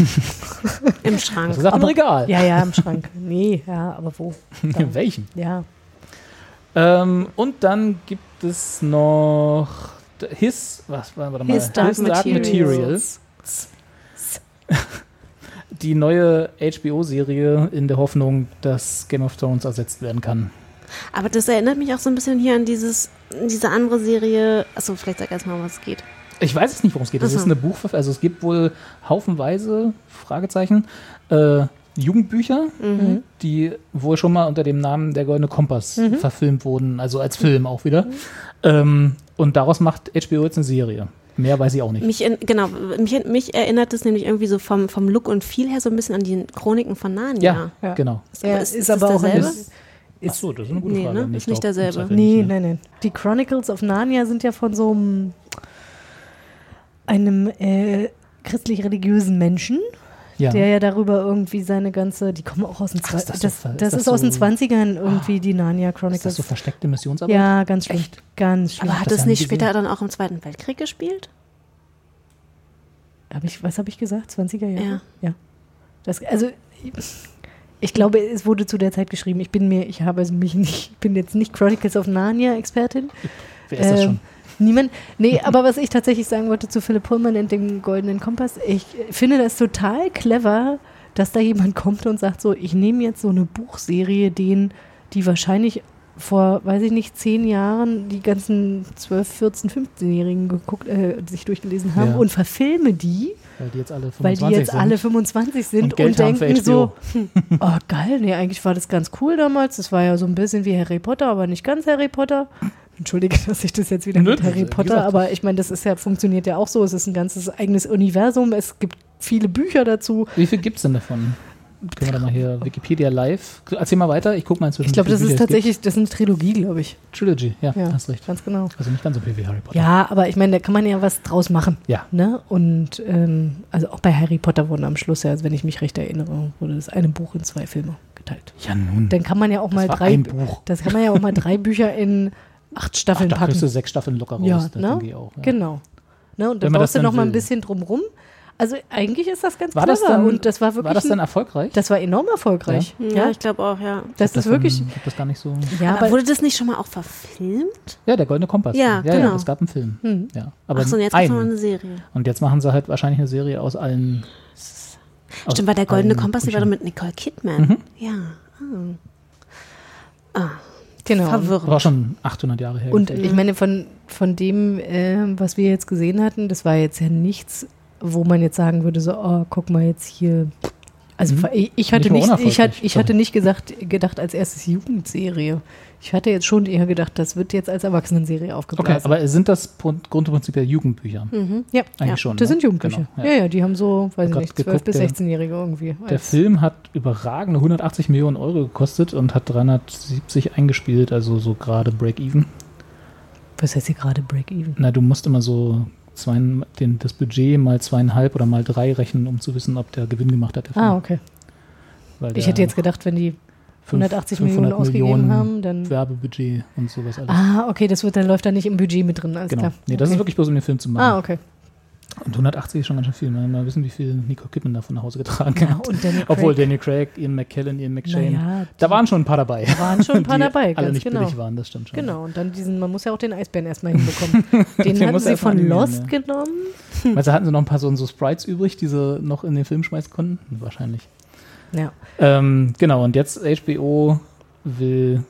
Im also Schrank. sagt im Regal. (laughs) ja, ja, im Schrank. Nee, ja, aber wo? In welchem? Ja. Ähm, und dann gibt es noch His, was war warte mal? His Dark Materials. Die neue HBO-Serie in der Hoffnung, dass Game of Thrones ersetzt werden kann. Aber das erinnert mich auch so ein bisschen hier an dieses, diese andere Serie. Achso, vielleicht sag erstmal, was es geht. Ich weiß es nicht, worum es geht. Es Ach so. ist eine Buchverfilmung. Also es gibt wohl haufenweise Fragezeichen äh, Jugendbücher, Mhm. die wohl schon mal unter dem Namen Der Goldene Kompass verfilmt wurden, also als Mhm. Film auch wieder. Ähm, und daraus macht HBO jetzt eine Serie. Mehr weiß ich auch nicht. Mich in, genau, mich, mich erinnert es nämlich irgendwie so vom, vom Look und Feel her so ein bisschen an die Chroniken von Narnia. Ja, Ja. genau. Ja, ist- ist, ist aber das auch ein derselbe? bisschen- ist- Achso, das ist eine gute Nee, Frage. ne? Nee, Ist nicht ich glaub, im derselbe. Zweifel Nee, nicht, ne? nein, nein. Die Chronicles of Narnia sind ja von so einem, einem äh, christlich-religiösen Menschen, Ja. ne? der ja darüber irgendwie seine ganze, die kommen auch aus den Ach, ist das so 20ern. Das, ver- ist das das ist aus den so- Ah. 20ern irgendwie die Narnia ist das Chronicles. so versteckte Missionsarbeit? ja, ganz schlimm. Ganz schlimm. Aber hat das es ja nicht nie gesehen. später dann auch im Zweiten Weltkrieg gespielt? Hab ich, was habe ich gesagt? 20er Jahre? Ja. Ja. Das, also ich- ich glaube, es wurde zu der Zeit geschrieben. Ich bin mir, ich habe es mich nicht, ich bin jetzt nicht Chronicles of Narnia Expertin. Wer ist das Ähm, schon? Niemand. Nee, aber was ich tatsächlich sagen wollte zu Philipp Pullman und dem Goldenen Kompass, ich äh, finde das total clever, dass da jemand kommt und sagt so, ich nehme jetzt so eine Buchserie, den, die wahrscheinlich vor, weiß ich nicht, zehn Jahren die ganzen 12, 14, 15-Jährigen geguckt, äh, sich durchgelesen haben Ja. und verfilme die, Weil die jetzt alle 25 weil die jetzt sind. alle 25 sind Und und, Geld haben für denken so, HBO. hm, oh geil, nee, eigentlich war das ganz cool damals, das war ja so ein bisschen wie Harry Potter, aber nicht ganz Harry Potter. Entschuldige, (laughs) dass ich das jetzt wieder Nö, mit wie Harry gesagt, Potter, das- aber ich meine, das ist ja, funktioniert ja auch so, es ist ein ganzes eigenes Universum, es gibt viele Bücher dazu. Wie viel gibt's denn davon? Können wir da mal hier Wikipedia live. Erzähl mal weiter, ich guck mal inzwischen. Ich glaube, wie das viele ist es gibt. tatsächlich, das ist eine Trilogie, glaube ich. Trilogy, ja, Ja, hast recht. ganz genau. Also nicht ganz so viel wie Harry Potter. Ja, aber ich meine, da kann man ja was draus machen. Ja. Ne? Und ähm, also auch bei Harry Potter wurden am Schluss ja, also wenn ich mich recht erinnere, wurde das eine Buch in zwei Filme geteilt. Ja, nun. Dann kann man ja auch mal war drei ein Buch. (laughs) Das kann man ja auch mal drei Bücher in acht Ach, Staffeln da kriegst du packen. sechs Staffeln locker raus. Ja, das ne? denke ich auch. Ja. Genau. Ne? Und dann Wenn man das brauchst du dann noch mal ein will. bisschen drumrum. Also eigentlich ist das ganz War clever. das dann, und das war wirklich war das dann ein, erfolgreich? das war enorm erfolgreich. Ja, Ja, ich glaube auch, ja. das, ist wirklich Dann, hab das gar nicht so. ja, aber aber, wurde das nicht schon mal auch verfilmt? Ja, der goldene Kompass. Ja, ja, genau. ja es gab einen Film. Hm. Ja, aber Achso, und jetzt gibt einen. es noch eine Serie. Und jetzt machen sie halt wahrscheinlich eine Serie aus allen. aus Stimmt, war der Goldene allen Mhm. Kompass, die war doch mit Nicole Kidman. Ja. genau. Verwirrend. War schon 800 Jahre her. Und gefühlt. ich meine, von, von dem, ähm, was wir jetzt gesehen hatten, das war jetzt ja nichts, wo man jetzt sagen würde, so, oh, guck mal jetzt hier. Also ich, ich hatte Mhm. Nicht nicht, mal ich, hatte, unerfolgreich, ich hatte nicht gesagt, gedacht als erstes Jugendserie. Ich hatte jetzt schon eher gedacht, das wird jetzt als Erwachsenenserie Okay, aufgeblasen. aber sind das Pro- Grundprinzip der Jugendbücher? Mhm, ja, Eigentlich ja, schon, das ne? sind Jugendbücher. Genau, ja. ja. ja, die haben so, weiß ich grad nicht, 12- geguckt, bis der- 16-Jährige irgendwie. Der als- Film hat überragende 180 Millionen Euro gekostet und hat 370 eingespielt, also so gerade Break-Even. Was heißt hier gerade Break-Even? Na, du musst immer so zwei, den, das Budget mal zweieinhalb oder mal drei rechnen, um zu wissen, ob der Gewinn gemacht hat. Der Film. Ah, okay. Weil Ich der hätte jetzt gedacht, wenn die Mhm. fünf- 180 Millionen ausgegeben Millionen haben, dann- Werbebudget und sowas alles. Ah, okay, das wird dann läuft da nicht im Budget mit drin, alles genau. klar. Nee, das okay. ist wirklich bloß, um den Film zu machen. Ah, okay. Und 180 ist schon ganz schön viel. Man mal wissen, wie viel Nico Kidman davon nach Hause getragen hat. Genau, und Daniel Genau, Obwohl Craig. Daniel Craig, Ian McKellen, Ian McShane. Naja, da waren schon ein paar dabei. Da (laughs) waren schon ein paar die dabei, Alle ganz nicht genau. billig waren, das stimmt schon. Genau, und dann diesen, man muss ja auch den Eisbären erstmal (laughs) hinbekommen. Den hatten muss sie erst mal von animieren, Lost ja. genommen. Also hatten sie noch ein paar so, so Sprites übrig, die sie noch in den Film schmeißen konnten? Wahrscheinlich. Ja. Ähm, genau, und jetzt HBO will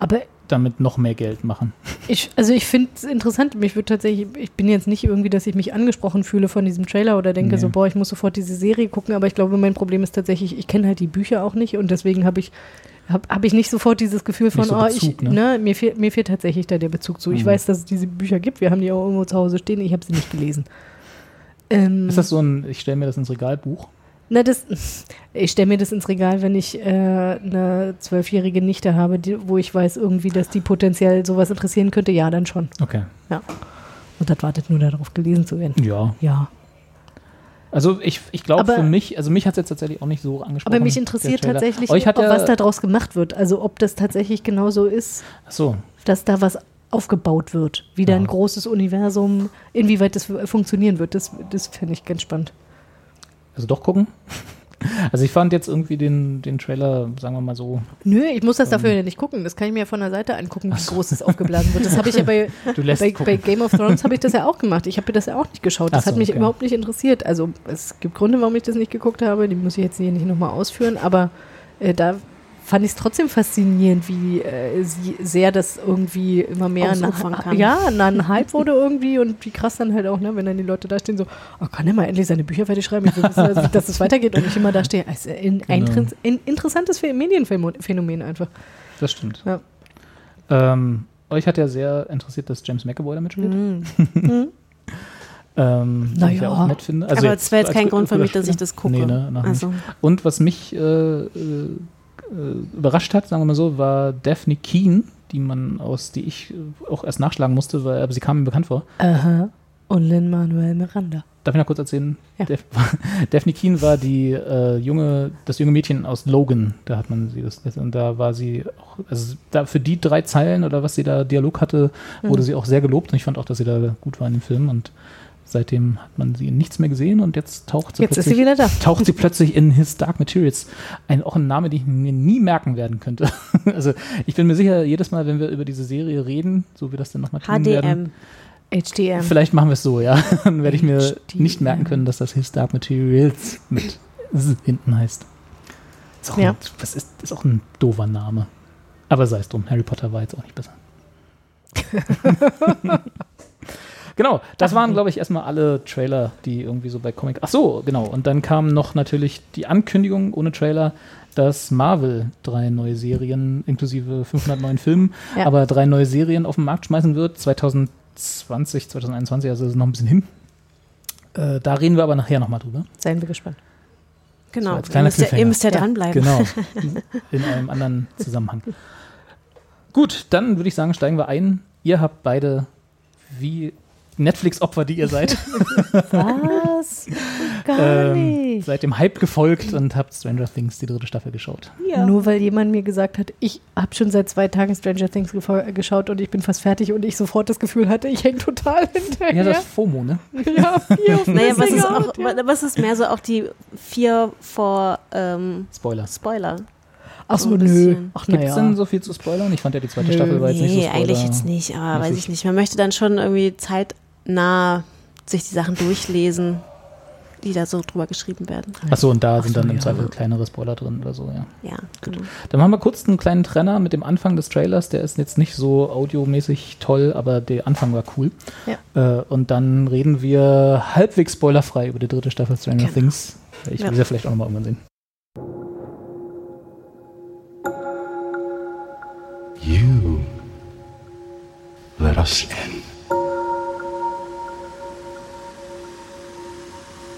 Aber damit noch mehr Geld machen. ich, also ich finde es interessant, mich wird tatsächlich, ich bin jetzt nicht irgendwie, dass ich mich angesprochen fühle von diesem Trailer oder denke Nee. so, boah, ich muss sofort diese Serie gucken, aber ich glaube, mein Problem ist tatsächlich, ich kenne halt die Bücher auch nicht und deswegen habe ich habe hab ich nicht sofort dieses Gefühl von, so oh, Bezug, ich, ne? Mhm. ne? mir, fehlt, mir fehlt tatsächlich da der Bezug zu. Ich weiß, dass es diese Bücher gibt, wir haben die auch irgendwo zu Hause stehen, ich habe sie nicht gelesen. Ähm, Ist das so ein, ich stelle mir das ins Regalbuch? Na, das, ich stelle mir das ins Regal, wenn ich äh, eine zwölfjährige Nichte habe, die, wo ich weiß irgendwie, dass die potenziell sowas interessieren könnte. Ja, dann schon. Okay. Ja. Und das wartet nur darauf, gelesen zu werden. Ja. Ja. Also ich, ich glaube Aber- für mich, also mich hat es jetzt tatsächlich auch nicht so angesprochen. Aber mich der interessiert Trailer. tatsächlich, Euch hat ob ja, was daraus gemacht wird. Also ob das tatsächlich genau so ist, Achso, dass da was aufgebaut wird. Wieder ein großes Universum, inwieweit das funktionieren wird. Das, das finde ich ganz spannend. also doch gucken. (laughs) Also ich fand jetzt irgendwie den, den Trailer, sagen wir mal so, Nö, ich muss das dafür Ähm. ja nicht gucken. Das kann ich mir ja von der Seite angucken, wie groß es aufgeblasen wird. Das habe (laughs) ich ja bei, Du lässt bei, gucken. bei Game of Thrones habe ich das ja auch gemacht. Ich habe mir das ja auch nicht geschaut. Das Ach so, hat mich okay. überhaupt nicht interessiert. Also es gibt Gründe, warum ich das nicht geguckt habe. Die muss ich jetzt hier nicht nochmal ausführen. Aber äh, da fand ich es trotzdem faszinierend, wie äh, sie, sehr das irgendwie immer mehr ein- Ausufern kann. Ja, na, ein Hype wurde irgendwie und wie krass dann halt auch, ne, wenn dann die Leute da stehen so, oh, kann er mal endlich seine Bücher fertig schreiben, ich will wissen, dass- dass es weitergeht und ich immer da stehe. Also, in, ein, Genau. Trans- ein interessantes Phän- Medienphänomen einfach. das stimmt. Ja. Ähm, euch hat ja sehr interessiert, dass James McAvoy da mitspielt. Mhm. (laughs) ähm, was ich ja Naja. auch nett finde. Also Aber es wäre jetzt als kein Ge- Grund für mich, dass ich Schauspieler- das gucke. Nee, ne, noch Also. nicht. Und was mich äh, äh, äh, überrascht hat, sagen wir mal so, war Daphne Keen, die man aus, die ich äh, auch erst nachschlagen musste, weil aber sie kam mir bekannt vor. Aha. Und Lin-Manuel Miranda. Darf ich noch kurz erzählen? Ja. Daph- (laughs) Daphne Keen war die äh, junge, das junge Mädchen aus Logan. Da hat man sie das, das- und da war sie auch, also da für die drei Zeilen oder was sie da Dialog hatte, Mhm. wurde sie auch sehr gelobt und ich fand auch, dass sie da gut war in dem Film und seitdem hat man sie in nichts mehr gesehen und jetzt taucht sie Jetzt ist plötzlich sie wieder da. (laughs) taucht sie plötzlich in His Dark Materials. Ein, auch ein Name, den ich mir nie merken werden könnte. (laughs) also ich bin mir sicher, jedes Mal, wenn wir über diese Serie reden, so wie das dann nochmal tun werden, HDM. HDM. Vielleicht machen wir es so, ja. (laughs) Dann werde ich mir HDM. nicht merken können, dass das His Dark Materials mit S hinten heißt. Ist auch, Ja. ein, das ist, ist auch ein doofer Name. Aber sei es drum, Harry Potter war jetzt auch nicht besser. genau, das waren, glaube ich, erstmal alle Trailer, die irgendwie so bei Comic. Ach so, genau. Und dann kam noch natürlich die Ankündigung ohne Trailer, dass Marvel drei neue Serien inklusive 509 Filmen, Ja. aber drei neue Serien auf den Markt schmeißen wird. 2020, 2021, also ist noch ein bisschen hin. Äh, da reden wir aber nachher nochmal drüber. Seien (laughs) wir gespannt. So, Genau. als ihr kleiner müsst ja, ihr Cliffhanger. müsst ja Ja, dranbleiben. (laughs) Genau. In einem anderen Zusammenhang. Gut, dann würde ich sagen, steigen wir ein. Ihr habt beide wie Netflix-Opfer, die ihr seid. Was? Ähm, Gar nicht. Seid dem Hype gefolgt und habt Stranger Things die dritte Staffel geschaut. Nur weil jemand mir gesagt hat, ich habe schon seit zwei Tagen Stranger Things gefo- geschaut und ich bin fast fertig und ich sofort das Gefühl hatte, ich hänge total Ja, hinterher. das FOMO, ne? Ja, (laughs) vier auf Naja, was Missing ist, auch, Out, ja. was ist mehr so auch die vier vor ähm, Spoiler. Spoiler? Ach so, ein nö. bisschen. Ach, Gibt es naja. denn so viel zu spoilern? Ich fand ja die zweite Nö. Staffel war jetzt nicht so Nee, Spoiler. eigentlich jetzt nicht, aber weiß ich nicht. Man möchte dann schon irgendwie zeitnah sich die Sachen durchlesen, die da so drüber geschrieben werden. Achso, und da sind dann im ja. Zweifel kleinere Spoiler drin oder so, ja. Ja, genau. Dann machen wir kurz einen kleinen Trenner mit dem Anfang des Trailers. Der ist jetzt nicht so audiomäßig toll, aber der Anfang war cool. Äh, und dann reden wir halbwegs spoilerfrei über die dritte Staffel Stranger Things. Ich will Genau. Ja. sie ja vielleicht auch nochmal irgendwann sehen. You let us in.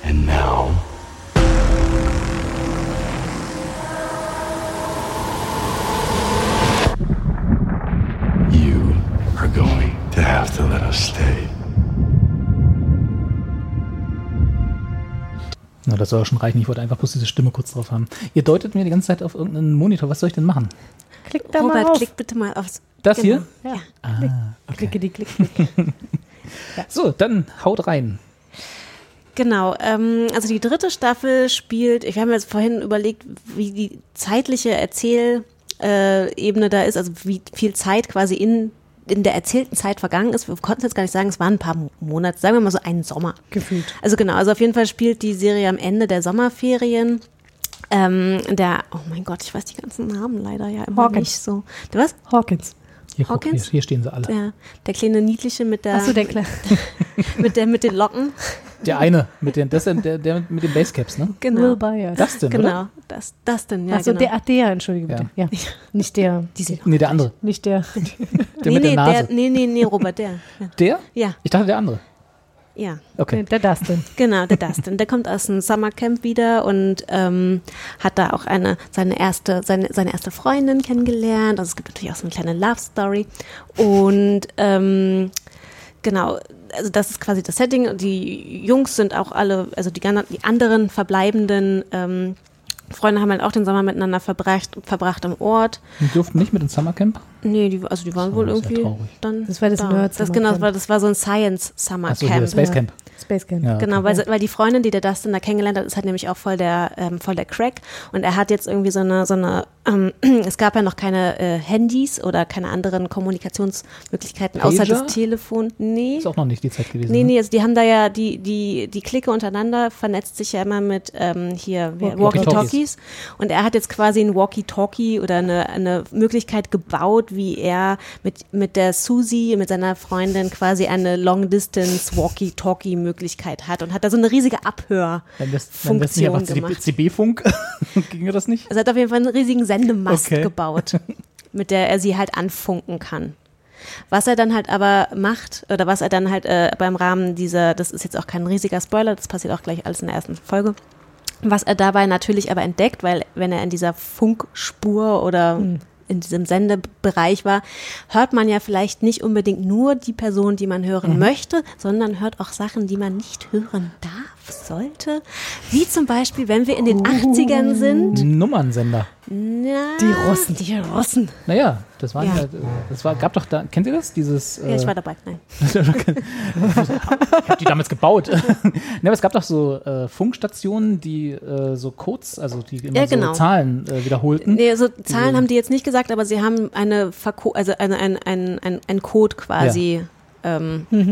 And now you are going to have to let us stay. Na, das soll ja schon reichen. Ich wollte einfach bloß diese Stimme kurz drauf haben. Ihr deutet mir die ganze Zeit auf irgendeinen Monitor. Was soll ich denn machen? Klick da mal Robert, auf. klick bitte mal aufs. Das Genau. hier? Ja. Klicke die Klick. klick. So, dann haut rein. Genau, ähm, also die dritte Staffel spielt, ich habe mir jetzt vorhin überlegt, wie die zeitliche Erzähl äh, Ebene da ist, also wie viel Zeit quasi in, in der erzählten Zeit vergangen ist. Wir konnten es jetzt gar nicht sagen, es waren ein paar Mo- Monate, sagen wir mal so einen Sommer. Gefühlt. Also genau, also auf jeden Fall spielt die Serie am Ende der Sommerferien. Ähm, der, oh mein Gott, ich weiß die ganzen Namen leider ja immer Hawkins. nicht so. Der was? Hawkins. Hier, guck, hier, Hawkins? hier stehen sie alle. Der, der kleine Niedliche mit der, Achso, der Kleine. (laughs) (laughs) mit der, mit den Locken. Der eine mit den, das, ist der, der mit den Basecaps, ne? Genau. Will Byers. Das denn, oder? Genau, das, das denn, ja. Achso, genau. der, ach, der, entschuldige bitte. Ja. Nicht (laughs) der, Die sind Nee, der andere. nicht (laughs) der. Der nee, mit der nee, Nase. nee, nee, nee, Robert, der. Ja, Der? ja. Ich dachte, der andere. ja. Okay. (laughs) Der Dustin. genau, der Dustin. Der kommt aus dem Summercamp wieder und ähm, hat da auch eine, seine, erste, seine, seine erste Freundin kennengelernt. Also es gibt natürlich auch so eine kleine Love Story. Und ähm, genau, also das ist quasi das Setting. Und Die Jungs sind auch alle, also die, gan- die anderen verbleibenden ähm, Freunde haben halt auch den Sommer miteinander verbracht, verbracht im Ort. Die durften nicht mit ins Summercamp. Nee, die, also die waren Das wohl ist ja irgendwie traurig. dann. Das war das da. Nerds Das, genau, das Summercamp. war, das war so ein Science Summer Achso, hier, Camp. ne? das Basecamp. Space Camp. Ja. Genau, weil, weil die Freundin, die der Dustin da kennengelernt hat, ist halt nämlich auch voll der, ähm, voll der Crack. Und er hat jetzt irgendwie so eine, so eine ähm, (clears throat) es gab ja noch keine äh, Handys oder keine anderen Kommunikationsmöglichkeiten außer Pager? das Telefon. Nee. Ist auch noch nicht die Zeit gewesen. Nee, ne? nee, also die haben da ja, die, die, die Clique untereinander vernetzt sich ja immer mit ähm, hier wer- Walkie-Talkies. Walkie-Talkies. Und er hat jetzt quasi ein Walkie-Talkie oder eine, eine Möglichkeit gebaut, wie er mit, mit der Susie, mit seiner Freundin quasi eine Long-Distance-Walkie-Talkie-Möglichkeit hat und hat da so eine riesige Abhör. Wenn das, wenn das nicht einfach Funktion CB CB-Funk, (laughs) ginge das nicht? Also er hat auf jeden Fall einen riesigen Sendemast Okay. gebaut, (laughs) mit der er sie halt anfunken kann. Was er dann halt aber macht, oder was er dann halt äh, beim Rahmen dieser, das ist jetzt auch kein riesiger Spoiler, das passiert auch gleich alles in der ersten Folge, was er dabei natürlich aber entdeckt, weil wenn er in dieser Funkspur oder in diesem Sendebereich war, hört man ja vielleicht nicht unbedingt nur die Person, die man hören möchte, sondern hört auch Sachen, die man nicht hören darf, sollte. Wie zum Beispiel, wenn wir in den 80ern sind. Nummernsender. Na, Die Russen. Die Russen. Naja, das waren ja, Ja. das war, gab doch da, kennt ihr das? Dieses, Ja, ich äh, war dabei. Nein. ich hab die (laughs) damals gebaut. ne, aber es gab doch so äh, Funkstationen, die äh, so Codes, also die immer Ja, genau. so Zahlen äh, wiederholten. Nee, also Zahlen haben die jetzt nicht gesagt, aber sie haben eine Verko also eine, ein, ein, ein, ein Code quasi ähm, äh,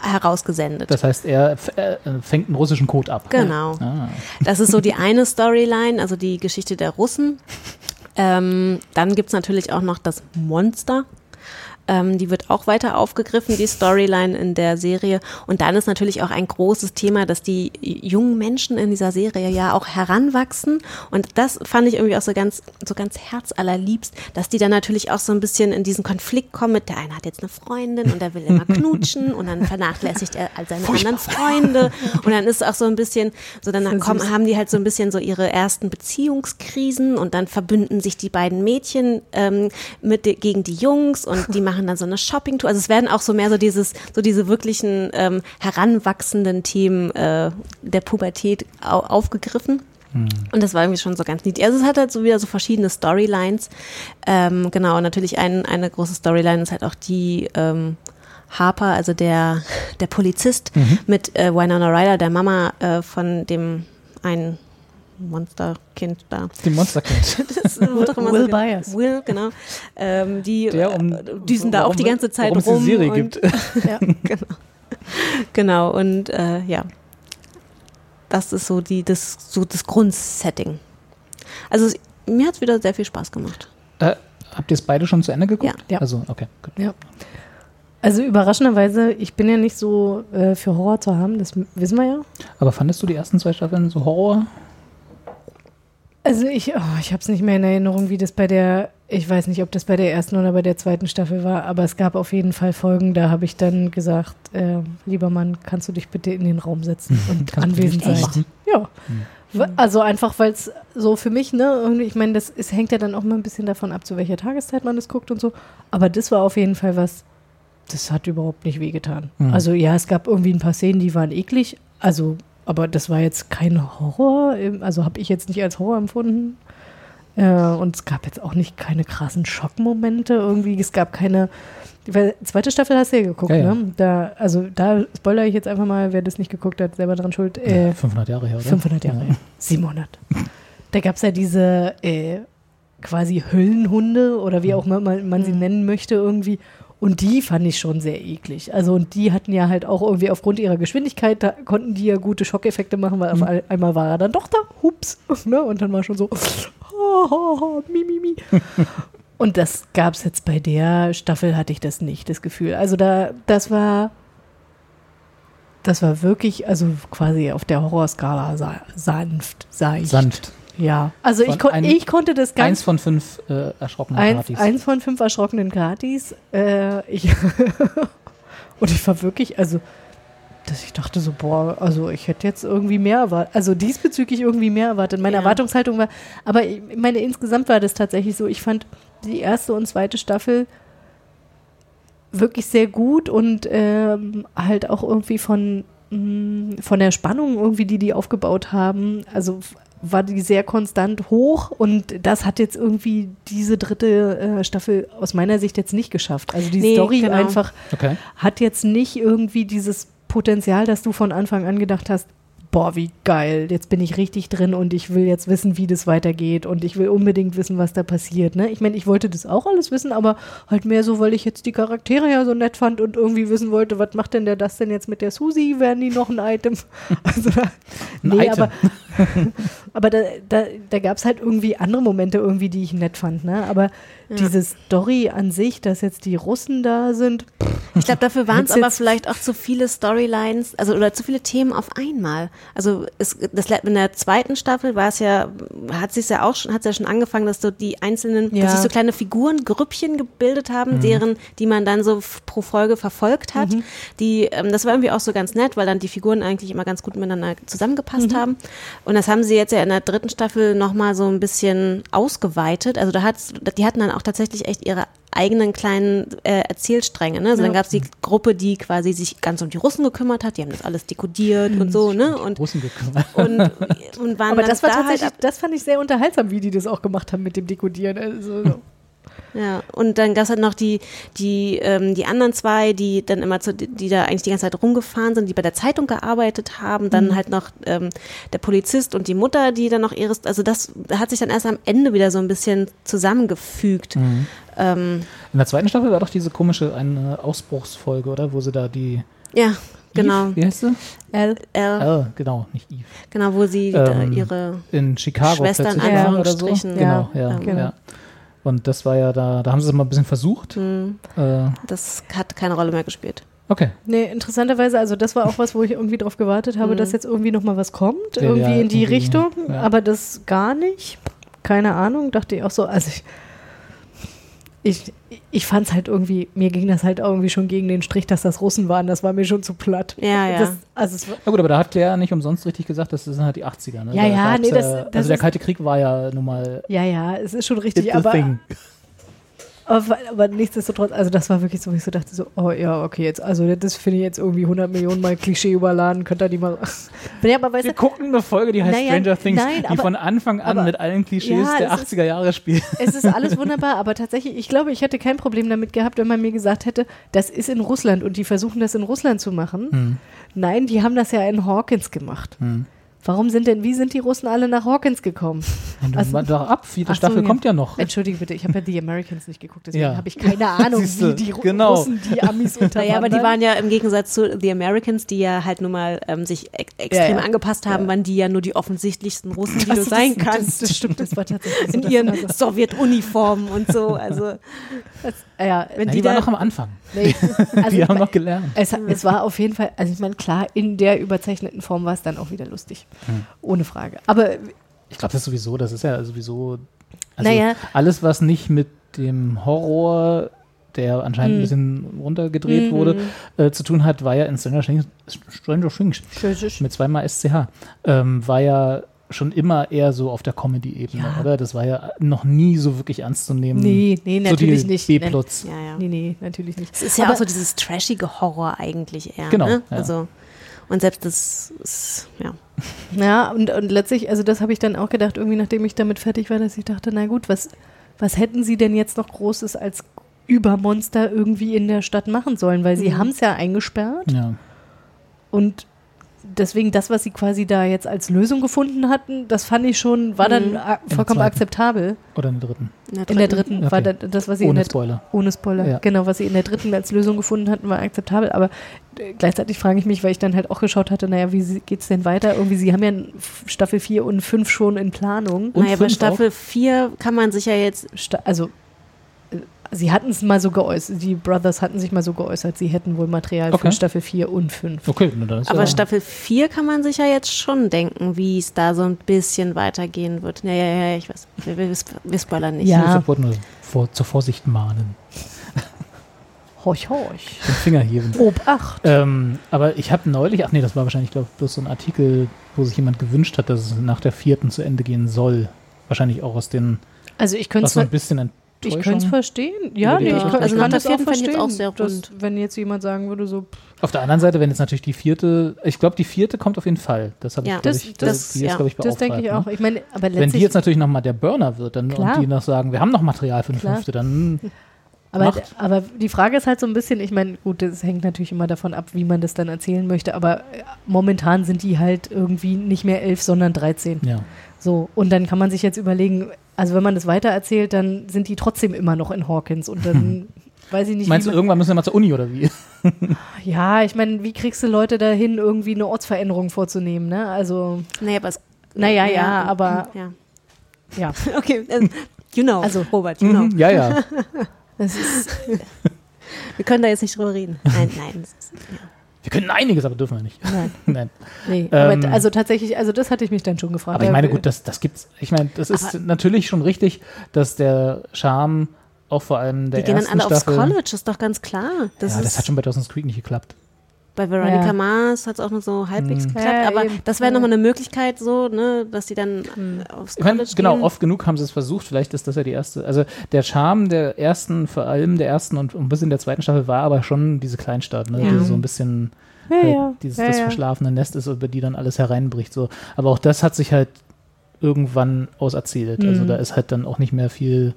herausgesendet. Das heißt, er f- äh, fängt einen russischen Code ab. genau. Ah. Das ist so die eine Storyline, also die Geschichte der Russen. Ähm, dann gibt's natürlich auch noch das Monster. Ähm, die wird auch weiter aufgegriffen, die Storyline in der Serie. Und dann ist natürlich auch ein großes Thema, dass die jungen Menschen in dieser Serie ja auch heranwachsen. Und das fand ich irgendwie auch so ganz, so ganz herzallerliebst, dass die dann natürlich auch so ein bisschen in diesen Konflikt kommen mit, der eine hat jetzt eine Freundin und der will immer knutschen und dann vernachlässigt er all seine anderen Freunde. Und dann ist auch so ein bisschen, so dann kommen, haben die halt so ein bisschen so ihre ersten Beziehungskrisen und dann verbünden sich die beiden Mädchen ähm, mit, de- gegen die Jungs und die machen machen dann so eine Shopping-Tour. Also es werden auch so mehr so dieses, so diese wirklichen ähm, heranwachsenden Themen äh, der Pubertät au aufgegriffen. Und das war irgendwie schon so ganz niedlich. Also es hat halt so wieder so verschiedene Storylines. Ähm, genau, und natürlich ein, eine große Storyline ist halt auch die ähm, Harper, also der, der Polizist Mhm. mit äh, Winona Ryder, der Mama äh, von dem einen Monsterkind da. (laughs) Die Monsterkind. Das wird doch immer Will so ge- Byers. Will, genau. Ähm, die Der, um- äh, düsen da auch warum- die ganze Zeit warum es die rum. Serie und, gibt. Ja. Genau, und äh, ja. Das ist so die, das, so das Grundsetting. Also es, mir hat es wieder sehr viel Spaß gemacht. Äh, habt ihr es beide schon zu Ende geguckt? Ja. Ja. Also, okay, gut. Ja. Also überraschenderweise, ich bin ja nicht so äh, für Horror zu haben, das m- wissen wir ja. Aber fandest du die ersten zwei Staffeln so Horror? Also ich, oh, ich habe es nicht mehr in Erinnerung, wie das bei der, ich weiß nicht, ob das bei der ersten oder bei der zweiten Staffel war, aber es gab auf jeden Fall Folgen, da habe ich dann gesagt, äh, lieber Mann, kannst du dich bitte in den Raum setzen und Kannst du anwesend bitte nicht sein. Ja. W- Hm. Also einfach, weil es so für mich, ne, irgendwie, ich meine, das es hängt ja dann auch mal ein bisschen davon ab, zu welcher Tageszeit man es guckt und so. Aber das war auf jeden Fall was, das hat überhaupt nicht wehgetan. Hm. Also ja, es gab irgendwie ein paar Szenen, die waren eklig. Also, aber das war jetzt kein Horror. ähm, Also habe ich jetzt nicht als Horror empfunden. Äh, und es gab jetzt auch nicht keine krassen Schockmomente irgendwie. Es gab keine. Weil, zweite Staffel hast du ja geguckt, Ja, ja. ne? Da, also da spoilere ich jetzt einfach mal, wer das nicht geguckt hat, selber dran schuld. Äh, 500 Jahre her, oder? 500 Jahre, Ja. 700. Da gab es ja diese äh, quasi Hüllenhunde oder wie auch immer man, man sie nennen möchte irgendwie. Und die fand ich schon sehr eklig. Also und die hatten ja halt auch irgendwie aufgrund ihrer Geschwindigkeit, da konnten die ja gute Schockeffekte machen, weil auf ein- einmal war er dann doch da, hups, (laughs) ne? Und dann war schon so, (laughs) oh, oh, oh, mi, mi, mi. Und das gab es jetzt bei der Staffel, hatte ich das nicht, das Gefühl. Also da, das war, das war wirklich, also quasi auf der Horrorskala sa sanft, seicht. Sanft. Ja. Also ich, Von kon ein- ich konnte das ganz Eins von fünf äh, erschrockenen Eins, Partys. eins von fünf erschrockenen Katis. Äh, ich (laughs) und ich war wirklich, also, dass ich dachte so, boah, also ich hätte jetzt irgendwie mehr erwartet, also diesbezüglich irgendwie mehr erwartet. Meine Ja. Erwartungshaltung war, aber ich meine, insgesamt war das tatsächlich so. Ich fand die erste und zweite Staffel wirklich sehr gut und ähm, halt auch irgendwie von, mh, von der Spannung irgendwie, die die aufgebaut haben, also f- war die sehr konstant hoch und das hat jetzt irgendwie diese dritte äh, Staffel aus meiner Sicht jetzt nicht geschafft. Also die Nee, Story genau. einfach Okay. hat jetzt nicht irgendwie dieses Potenzial, dass du von Anfang an gedacht hast, boah, wie geil, jetzt bin ich richtig drin und ich will jetzt wissen, wie das weitergeht und ich will unbedingt wissen, was da passiert. Ne? Ich meine, ich wollte das auch alles wissen, aber halt mehr so, weil ich jetzt die Charaktere ja so nett fand und irgendwie wissen wollte, was macht denn der das denn jetzt mit der Susi? Werden die noch ein Item? Also, nee, Item. aber aber da, da, da gab es halt irgendwie andere Momente irgendwie, die ich nett fand. Ne? Aber diese Story an sich, dass jetzt die Russen da sind, Ich glaube, dafür waren es Hätt's aber jetzt- vielleicht auch zu viele Storylines, also oder zu viele Themen auf einmal. Also es, das, le- in der zweiten Staffel war es ja, hat sich ja auch schon, hat ja schon angefangen, dass so die einzelnen, Ja. dass sich so kleine Figuren, Grüppchen gebildet haben, deren, die man dann so f- pro Folge verfolgt hat. Die, ähm, das war irgendwie auch so ganz nett, weil dann die Figuren eigentlich immer ganz gut miteinander zusammengepasst haben. Und das haben sie jetzt ja in der dritten Staffel nochmal so ein bisschen ausgeweitet. Also da hat's, die hatten dann auch tatsächlich echt ihre eigenen kleinen äh, Erzählstränge. Ne? Also dann gab es die Gruppe, die quasi sich ganz um die Russen gekümmert hat. Die haben das alles dekodiert und so, ne? Und, Russen gekümmert. und, und waren Aber dann das war da tatsächlich, halt ab, das fand ich sehr unterhaltsam, wie die das auch gemacht haben mit dem Dekodieren. Also, so. Ja, und dann gab's halt noch die, die, ähm, die anderen zwei, die dann immer zu, die da eigentlich die ganze Zeit rumgefahren sind, die bei der Zeitung gearbeitet haben, dann Mhm. halt noch ähm, der Polizist und die Mutter, die dann noch ihres, also das hat sich dann erst am Ende wieder so ein bisschen zusammengefügt. Mhm. Ähm, In der zweiten Staffel war doch diese komische eine Ausbruchsfolge, oder? Wo sie da die. ja, genau. Eve, wie heißt sie? L, L, Ah, genau, nicht Eve. genau, wo sie da Ähm, ihre In Chicago Schwestern, plötzlich in waren oder so. Anführungsstrichen. Genau, ja. Ja, ja, genau. Und das war ja da, da haben sie es mal ein bisschen versucht. Hm. Äh, das hat keine Rolle mehr gespielt. okay. Nee, interessanterweise, also das war auch was, wo ich irgendwie drauf gewartet habe, dass jetzt irgendwie nochmal was kommt, Ja, irgendwie ja, in die irgendwie, Richtung, ja. aber das gar nicht. Keine Ahnung, dachte ich auch so, also ich, ich, ich fand es halt irgendwie, mir ging das halt auch irgendwie schon gegen den Strich, dass das Russen waren, das war mir schon zu platt. Ja, ja. Das, also es war, Na gut, aber da hat Claire nicht umsonst richtig gesagt, das sind halt die 80er. Ne? Ja, da ja, gab's nee, das- ja- das also der ist- Kalte Krieg war ja nun mal ja, ja, es ist schon it (laughs) richtig, the aber thing. Aber, Äh, aber nichtsdestotrotz, also das war wirklich so, wie ich so dachte, so, oh ja, okay, jetzt, also das finde ich jetzt irgendwie 100 Millionen Mal Klischee überladen, könnt ihr die mal. (laughs) Ja, aber weißt Wir gucken eine Folge, die heißt Naja, Stranger Things, nein, die aber- von Anfang an aber- mit allen Klischees Ja, der es ist- 80er Jahre spielt. Es ist alles wunderbar, aber tatsächlich, ich glaube, ich hätte kein Problem damit gehabt, wenn man mir gesagt hätte, das ist in Russland und die versuchen das in Russland zu machen. Hm. Nein, die haben das ja in Hawkins gemacht. Warum sind denn, wie sind die Russen alle nach (laughs) Hawkins gekommen? Und Also- also, doch ab, Ach vierte so, Staffel kommt ja noch. Entschuldige bitte, ich habe ja die Americans nicht geguckt, (laughs) deswegen Ja. habe ich keine Ahnung, wie Siehste, die Ru genau. Russen (laughs) die Amis untereinander. Naja, aber die waren ja im Gegensatz zu The Americans, die ja halt nun mal ähm, sich ex extrem Ja, ja. angepasst haben, waren die ja nur die offensichtlichsten (laughs) Russen, die du Also sein das, Das, kannst. das stimmt, das war tatsächlich (laughs) so. in das war ihren so. Sowjetuniformen und so. Also ja, wenn Na, die, die waren da noch am Anfang. nee, also die haben noch gelernt. Es, es war auf jeden Fall, also ich meine, klar, in der überzeichneten Form war es dann auch wieder lustig. Hm. Ohne Frage. Aber äh, Ich glaube, das sowieso, das ist ja sowieso. Also Naja. alles, was nicht mit dem Horror, der anscheinend ein Hm. bisschen runtergedreht wurde, äh, zu tun hat, war ja in Stranger Things, Stranger Things mit zweimal SCH, ähm, war ja schon immer eher so auf der Comedy-Ebene, oder? Das war ja noch nie so wirklich ernst zu nehmen. Nee, nee, Hm. so natürlich die nicht. B-Plots. ja, ja. nee, nee, natürlich nicht. Es ist ja Aber auch so dieses trashige Horror eigentlich eher. Genau, Ne? ja. Also und selbst das ist, ja. Ja, und, und letztlich, also das habe ich dann auch gedacht, irgendwie nachdem ich damit fertig war, dass ich dachte, na gut, was, was hätten sie denn jetzt noch Großes als Übermonster irgendwie in der Stadt machen sollen? Weil sie Mhm. haben es ja eingesperrt Ja. und deswegen das, was sie quasi da jetzt als Lösung gefunden hatten, das fand ich schon, war dann äh, der vollkommen zweiten. akzeptabel. Oder in der dritten. In der dritten war Okay. dann das, was sie in Ohne der Spoiler. Ohne Spoiler. Ja. Genau, was sie in der dritten als Lösung gefunden hatten, war akzeptabel. Aber äh, gleichzeitig frage ich mich, weil ich dann halt auch geschaut hatte, naja, wie geht es denn weiter? Irgendwie, sie haben ja in F- Staffel 4 und 5 schon in Planung. Und naja, bei fünf Staffel 4 kann man sich ja jetzt, Sta also, äh, sie hatten es mal so geäußert, die Brothers hatten sich mal so geäußert, sie hätten wohl Material Okay. für Staffel 4 und 5. Okay, na, dann ist aber ja, Staffel 4 kann man sich ja jetzt schon denken, wie es da so ein bisschen weitergehen wird. Ja, ja, ja, ich weiß. Wir, wir, wir spoilern nicht. Ja. Ich wollte nur vor, zur Vorsicht mahnen. Horch, horch. Den Finger heben. Obacht. Ähm, aber ich habe neulich, ach nee, das war wahrscheinlich, glaube ich, bloß so ein Artikel, wo sich jemand gewünscht hat, dass es nach der vierten zu Ende gehen soll. Wahrscheinlich auch aus den, Also, ich könnte was es so ein bisschen Enttäuschung. ich könnte es verstehen. Ja, Über die nee, ich, Richtung. kann- Also ich nach kann der das auch vierten fand ich verstehen, jetzt auch sehr dass, wenn jetzt jemand sagen würde, so, pff, Auf der anderen Seite, wenn jetzt natürlich die vierte, ich glaube, die vierte kommt auf jeden Fall. Das habe Ja. ich, glaub Das- ich, das- die ja. ist, glaube ich, das beauftragt. denke ich auch. Ne? Ich meine, aber letztlich. Wenn die jetzt natürlich nochmal der Burner wird dann, Klar. und die noch sagen, wir haben noch Material für eine Klar. fünfte, dann Aber, macht. aber die Frage ist halt so ein bisschen, ich meine, gut, das hängt natürlich immer davon ab, wie man das dann erzählen möchte, aber äh, momentan sind die halt irgendwie nicht mehr elf, sondern 13. ja. So, und dann kann man sich jetzt überlegen, also wenn man das weitererzählt, dann sind die trotzdem immer noch in Hawkins und dann weiß ich nicht, Hm. Meinst du, wie man, irgendwann müssen wir mal zur Uni oder wie? Ja, ich meine, wie kriegst du Leute dahin, irgendwie eine Ortsveränderung vorzunehmen, ne? Also, Naja, aber es, Äh, naja, ja, aber Ja. (laughs) ja. Okay, äh, you know, also, Robert, you Genau. (laughs) know. Mhm, (laughs) ja, ja. Es ist, (laughs) Wir können da jetzt nicht drüber reden. Nein, nein. es ist- Wir können einiges, aber dürfen wir nicht. nein, (laughs) Nein. nee, Ähm. aber also tatsächlich, also das hatte ich mich dann schon gefragt. Aber ich meine, Äh, gut, das, das gibt's. Ich meine, das ist natürlich schon richtig, dass der Charme auch vor allem der Die gehen dann ersten alle aufs Staffel. College, ist doch ganz klar. Das ja, ist das hat schon bei Dawson's Creek nicht geklappt. Bei Veronica Ja. Mars hat es auch nur so Mhm. halbwegs geklappt, Ja, aber eben. das wäre Ja. Mhm. nochmal eine Möglichkeit, so, ne, dass die dann äh, aufs Ich meine, College genau, gehen. oft genug haben sie es versucht. Vielleicht ist das ja die erste. Also der Charme der ersten, vor allem der ersten und ein bisschen der zweiten Staffel war aber schon diese Kleinstadt, ne? Ja. die so ein bisschen ja, halt ja. dieses ja, das ja. verschlafene Nest ist, über die dann alles hereinbricht. So. Aber auch das hat sich halt irgendwann auserzählt. Mhm. Also da ist halt dann auch nicht mehr viel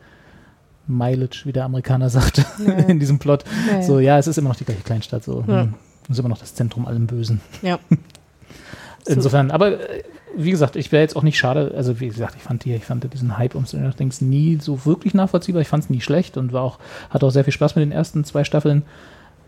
Mileage, wie der Amerikaner (laughs) sagt, in diesem Plot. Ja, ja. So, ja, es ist immer noch die gleiche Kleinstadt. So. Ja. Hm. Es ist immer noch das Zentrum allem Bösen. Ja. (laughs) Insofern, aber äh, wie gesagt, ich wäre jetzt auch nicht schade, also wie gesagt, ich fand, die, ich fand diesen Hype um Stranger Things nie so wirklich nachvollziehbar. Ich fand es nie schlecht und war auch, hatte auch sehr viel Spaß mit den ersten zwei Staffeln.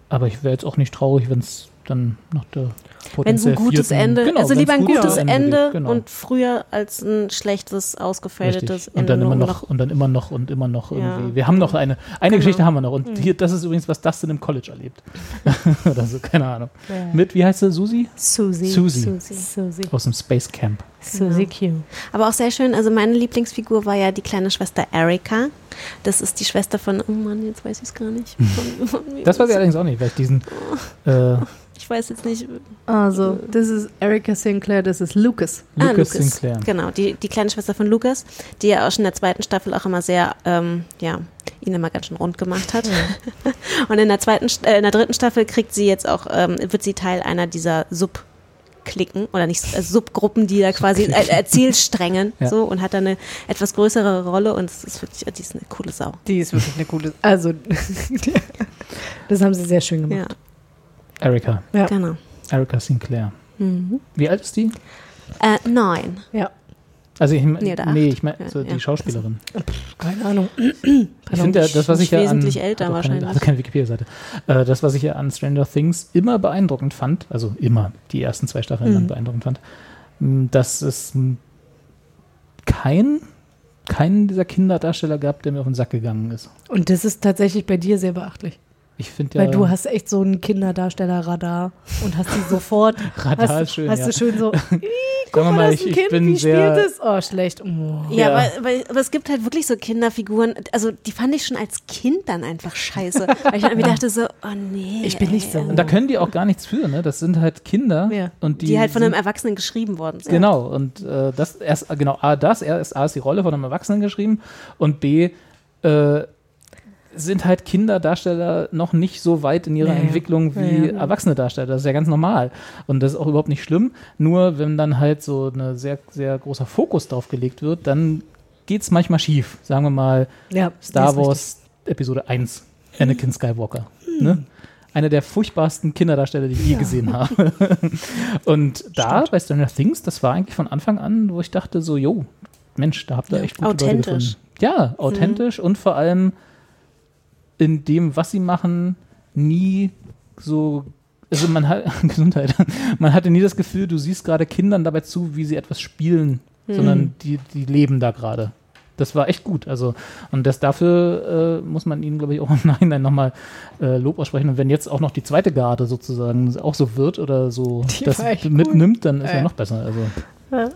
Aber ich wäre jetzt auch nicht traurig, wenn es dann nach der Wenn so ein potenziell gutes vierten- Ende, Genau, also wenn's lieber ein gut gutes zu Ende geht, genau. und früher als ein schlechtes, ausgefädeltes Richtig. Und dann Ende, immer wo noch, und dann immer noch und immer noch Ja. Genau. Mhm. irgendwie. Wir haben noch eine, eine Geschichte haben wir noch. Und hier, das ist übrigens, was Dustin im College erlebt. (laughs) Oder so, keine Ahnung. Mit, Oh. wie heißt sie, Susi? Susie. Susie. Susie. Aus dem Space Camp. Susie Genau. Q. Aber auch sehr schön, also meine Lieblingsfigur war ja die kleine Schwester Erika. Das ist die Schwester von, oh Mann, jetzt weiß ich es gar nicht. Von, (laughs) von Das weiß ich allerdings auch nicht, weil ich diesen, Ah, äh, Ich weiß jetzt nicht. Also, das ist Erika Sinclair, das ist Lucas. Ah, Lucas, Sinclair. Genau, die, die kleine Schwester von Lucas, die ja auch schon in der zweiten Staffel auch immer sehr, ähm, ja, ihn immer ganz schön rund gemacht hat. (laughs) Und in der zweiten, St- äh, in der dritten Staffel kriegt sie jetzt auch, ähm, wird sie Teil einer dieser Sub- Klicken oder nicht äh, Subgruppen, die da quasi äh, Erzählsträngen Ja. so und hat da eine etwas größere Rolle und es ist wirklich, die ist eine coole Sau. Die ist wirklich eine coole. (laughs) (laughs) Also, das haben sie sehr schön Ja, gemacht. Erika. Ja. genau. Erika Sinclair. Wie alt ist die? Äh, nein. Ja. Also ich, Nee, nee, oder nee, acht. ich meine so Ja, die ja. Schauspielerin. Keine Ahnung. Ich finde ja, das, was nicht ich ja an, wesentlich älter hat auch wahrscheinlich. Keine, also keine Wikipedia-Seite. Äh, das, was ich ja an Stranger Things immer beeindruckend fand, also immer die ersten zwei Staffeln dann beeindruckend fand, mh, dass es mh, kein keinen dieser Kinderdarsteller gab, der mir auf den Sack gegangen ist. Und das ist tatsächlich bei dir sehr beachtlich. Ich finde ja, Weil du hast echt so einen Kinderdarsteller-Radar und hast die sofort. (laughs) Radar hast, ist schön, Hast ja. du schön (laughs) so. guck Oh, das ich, ist ein ich Kind, bin wie spielt sehr, es? Oh, schlecht. Oh. Ja, Ja. Aber, aber, aber es gibt halt wirklich so Kinderfiguren, also die fand ich schon als Kind dann einfach scheiße, weil ich dann irgendwie dachte so, oh nee. Ich bin nicht ey, so. und da können die auch gar nichts für, ne? Das sind halt Kinder Ja. und die, Die halt von sind- einem Erwachsenen geschrieben worden sind. Genau, und äh, das erst, genau, A, das, erst A ist die Rolle von einem Erwachsenen geschrieben und B, äh, sind halt Kinderdarsteller noch nicht so weit in ihrer Ja, ja. Entwicklung Ja, wie ja. erwachsene Darsteller. Das ist ja ganz normal. Und das ist auch überhaupt nicht schlimm. Nur wenn dann halt so ein sehr, sehr großer Fokus drauf gelegt wird, dann geht es manchmal schief. Sagen wir mal, Ja, das Star ist Wars Episode 1, Anakin Skywalker. Ne? Eine der furchtbarsten Kinderdarsteller, die ich je gesehen habe. Und da bei Stranger Things, das war eigentlich von Anfang an, wo ich dachte so, jo, Mensch, da habt ihr echt gute Leute Authentisch. gefunden. Ja, authentisch und vor allem in dem, was sie machen, nie so also man hat (laughs) Gesundheit. Man hatte nie das Gefühl, du siehst gerade Kindern dabei zu, wie sie etwas spielen, sondern die, die leben da gerade. Das war echt gut. Also, und das dafür äh, muss man ihnen, glaube ich, auch im Nachhinein nochmal äh, Lob aussprechen. Und wenn jetzt auch noch die zweite Garde sozusagen auch so wird oder so (laughs) Die das war echt gut. mitnimmt, dann ist ja. Ja. noch besser. Also Ja.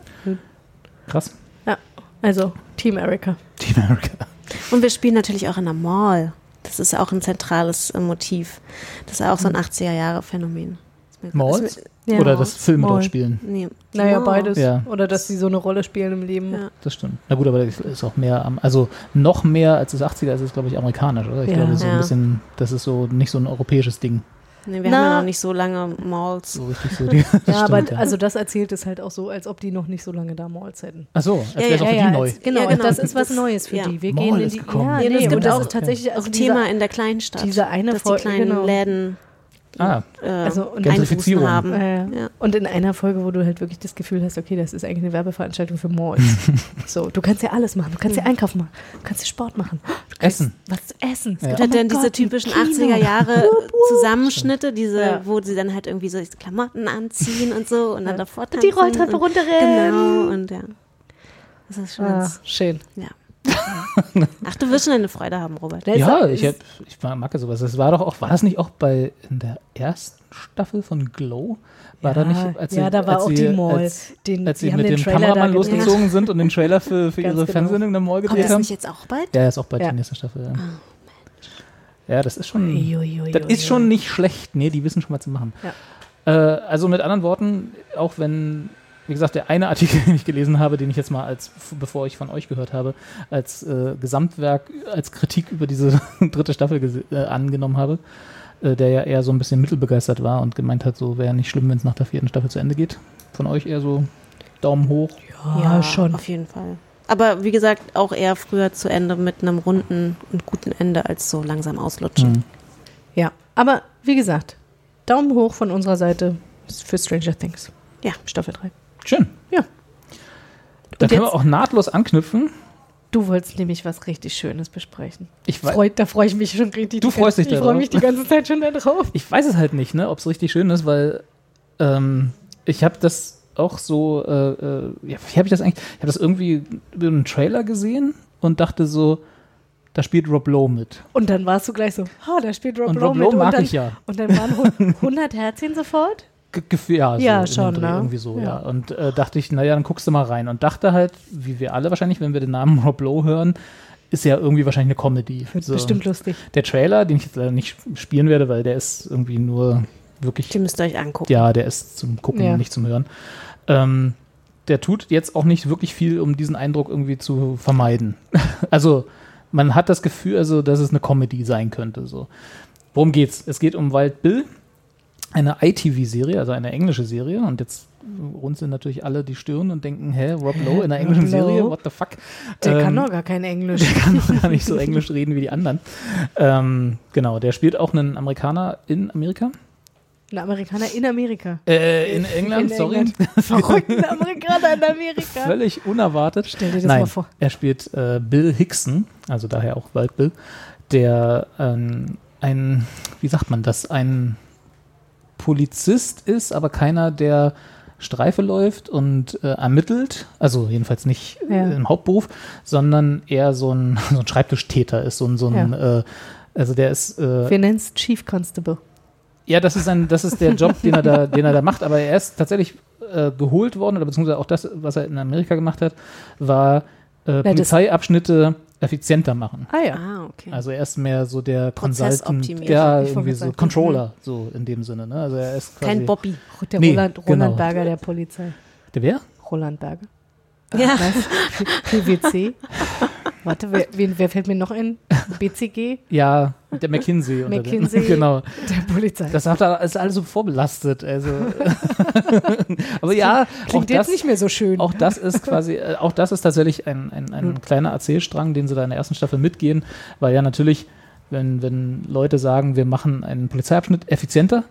krass. Ja. Also, Team Erika. Team America. Und wir spielen natürlich auch in der Mall. Das ist auch ein zentrales äh, Motiv. Das ist auch so ein Hm. 80er-Jahre-Phänomen. Ist mir- ist Malls? mir- Ja, oder das Film dort Malls. spielen. Nee. Naja, Mall. beides. Ja. Oder dass sie so eine Rolle spielen im Leben. Ja. Das stimmt. Na gut, aber das ist auch mehr am, also noch mehr als das 80er ist es, glaube ich, amerikanisch, oder? Ich Ja. glaube, so ein Ja. bisschen, das ist so nicht so ein europäisches Ding. Nee, wir Na. haben ja noch nicht so lange Malls. So richtig so die. (laughs) das Ja, stimmt, aber also das erzählt es halt auch so, als ob die noch nicht so lange da Malls hätten. Ach so, als wäre es auch für die neu. Genau, Ja, genau. das ist was Das- Neues für ja. die. Wir Mall gehen in ist die. gekommen. Ja, Nee, nee, das und gibt das auch ist tatsächlich also Auch dieser- Thema in der Kleinstadt. diese eine dass die Folge, kleinen genau. Läden Ah, äh, Also, und Gentrifizierung. Einbußen haben. Ja, ja. Ja. Und in einer Folge, wo du halt wirklich das Gefühl hast, okay, das ist eigentlich eine Werbeveranstaltung (laughs) für Malls. so, du kannst ja alles machen. Du kannst ja Einkauf machen. Du kannst ja Sport machen. Du kannst Essen. Was zu essen. Es Ja. gibt Und hat mein dann diese Gott, ein typischen Kino. 80er Jahre Zusammenschnitte, diese, Ja. wo sie dann halt irgendwie so Klamotten anziehen und so und dann davor tanzen. Die Rolltreppe und, runterrennen. Genau, und ja. Das ist schon Ah, ganz, schön. ja. Ach, du wirst schon eine Freude haben, Robert. Da ist Ja, auch- ich, hab, ich mag mag ja sowas. Das war doch auch, war das nicht auch bei in der ersten Staffel von Glow? War da nicht, als ja, sie, da war als auch sie, die Mall. Als, Den- als die sie haben mit den dem Trailer da Kameramann gedreht. losgezogen sind und den Trailer für, für (laughs) Ganz ihre genau. Fernsehsendung in der Mall Kommt gedreht das haben. nicht jetzt auch bald? Ja, ist auch bald Ja. Oh, die nächste Staffel. Ja, ja das ist schon. Uiuiui. Das ist schon nicht schlecht. Nee, die wissen schon mal zu machen. Ja. Äh, also mit anderen Worten, auch wenn, wie gesagt, der eine Artikel, (laughs) den ich gelesen habe, den ich jetzt mal als, bevor ich von euch gehört habe, als äh, Gesamtwerk, als Kritik über diese (laughs) dritte Staffel gese- äh, angenommen habe, äh, der ja eher so ein bisschen mittelbegeistert war und gemeint hat, so wäre nicht schlimm, wenn es nach der vierten Staffel zu Ende geht. Von euch eher so Daumen hoch. Ja, schon. Auf jeden Fall. Aber wie gesagt, auch eher früher zu Ende mit einem runden und guten Ende als so langsam Mhm. auslutschen. Ja, aber wie gesagt, Daumen hoch von unserer Seite für Stranger Things. Ja. Staffel 3. Schön. Ja. Da Und können wir jetzt- auch nahtlos anknüpfen. Du wolltest nämlich was richtig Schönes besprechen. Ich wei- Freu, da freue ich mich schon richtig. Du die ganze- freust dich Ich freue darauf. mich die ganze Zeit schon darauf. ich weiß es halt nicht, ne, ob es richtig schön ist, weil ähm, ich habe das auch so, äh, äh, ja, wie habe ich das eigentlich? Ich habe das irgendwie über einen Trailer gesehen und dachte so, da spielt Rob Lowe mit. Und dann warst du gleich so, ha, da spielt Rob Und Lowe Rob mit. Lowe mag und dann, ich ja. Und dann waren hu- (laughs) 100 Herzchen sofort. Ge- Gefühl, ja, so Ja, in dem schon, Dreh, ne? irgendwie so, ja. Ja. Und äh, dachte ich, naja, dann guckst du mal rein. Und dachte halt, wie wir alle wahrscheinlich, wenn wir den Namen (laughs) Rob Lowe hören, ist ja irgendwie wahrscheinlich eine Comedy. Wird So. bestimmt lustig. Der Trailer, den ich jetzt leider nicht spielen werde, weil der ist irgendwie nur wirklich Die müsst ihr euch angucken. Ja, der ist zum Gucken, Ja. nicht zum Hören. Ähm, der tut jetzt auch nicht wirklich viel, um diesen Eindruck irgendwie zu vermeiden. (laughs) also man hat das Gefühl, also, dass es eine Comedy sein könnte. So. Worum geht's? Es geht um Wild Bill, eine ITV-Serie, also eine englische Serie. Und jetzt runzeln natürlich alle die Stirn und denken, hä, Rob Lowe in einer englischen Lowe? Serie? What the fuck? Der Ähm, kann doch gar kein Englisch. (laughs) kann noch gar nicht so Englisch reden wie die anderen. Ähm, genau, der spielt auch einen Amerikaner in Amerika. Ein Amerikaner (laughs) in Amerika. Äh, in England, In sorry. England. (laughs) Verrückten Amerikaner in Amerika. Völlig unerwartet. Stell dir das Nein, mal vor. Er spielt äh, Bill Hickson, also daher auch Wald Bill, der ähm, ein, wie sagt man das, ein Polizist ist, aber keiner, der Streife läuft und äh, ermittelt, also jedenfalls nicht äh, Ja. im Hauptberuf, sondern eher so ein, (laughs) so ein Schreibtischtäter ist, so ein, so ein äh, also der ist äh, Wir nennen es Chief Constable. ja, das ist ein, das ist der Job, den er da, den er da macht, aber er ist tatsächlich äh, geholt worden, oder beziehungsweise auch das, was er in Amerika gemacht hat, war äh, Polizeiabschnitte effizienter machen. Ah ja. Ah, okay. Also er ist mehr so der Consultant, Prozessoptimierer. ja, Ich Mhm. irgendwie wollte gerade so sagen. Controller, so in dem Sinne. Ne? Also er ist quasi Kein Bobby. Der Nee, Roland, Roland genau. Berger der Polizei. Der wer? Roland Berger. Ja. Was? (laughs) PwC? Warte, wer, wen, wer fällt mir noch ein? BCG? Ja, der McKinsey. oder der- McKinsey. (laughs) genau. Der Polizei. Das hat er, ist alles so vorbelastet. (laughs) Also. (laughs) aber ja, auch Klingt das, jetzt nicht mehr so schön. Auch das ist quasi, äh, auch das ist tatsächlich ein, ein, Hm. ein kleiner Erzählstrang, den sie da in der ersten Staffel mitgehen, weil ja natürlich, wenn, wenn Leute sagen, wir machen einen Polizeiabschnitt effizienter,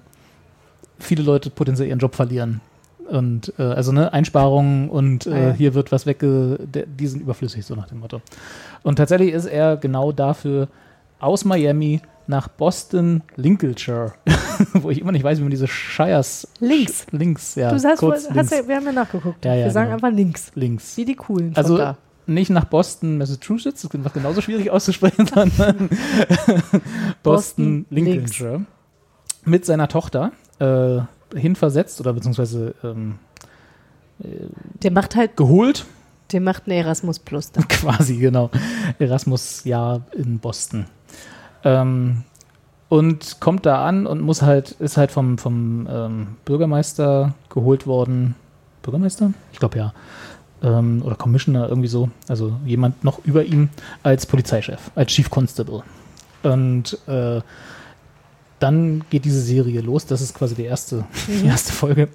viele Leute potenziell ihren Job verlieren. Und äh, also ne, Einsparungen und äh, Ah ja. hier wird was wegge, der- die sind überflüssig, so nach dem Motto. Und tatsächlich ist er genau dafür aus Miami nach Boston, Lincolnshire, (laughs) wo ich immer nicht weiß, wie man diese Shires Links. links, ja, du sagst, kurz wohl- links, hast ja, wir haben ja nachgeguckt. Ja, ja, wir sagen genau. einfach links. links. Wie die coolen. Also von da. nicht nach Boston, Massachusetts, das war genauso schwierig (laughs) auszusprechen, sondern Boston, Boston, Lincolnshire. Mit seiner Tochter äh, hinversetzt oder beziehungsweise ähm, der macht halt, geholt, der macht einen Erasmus (laughs) Plus da. quasi, genau. Erasmus-Jahr in Boston. Ähm, und kommt da an und muss halt, ist halt vom, vom ähm, Bürgermeister geholt worden. Bürgermeister? Ich glaube ja. Ähm, oder Commissioner, irgendwie so. Also jemand noch über ihm als Polizeichef, als Chief Constable. Und äh, dann geht diese Serie los. Das ist quasi die erste, die erste Folge.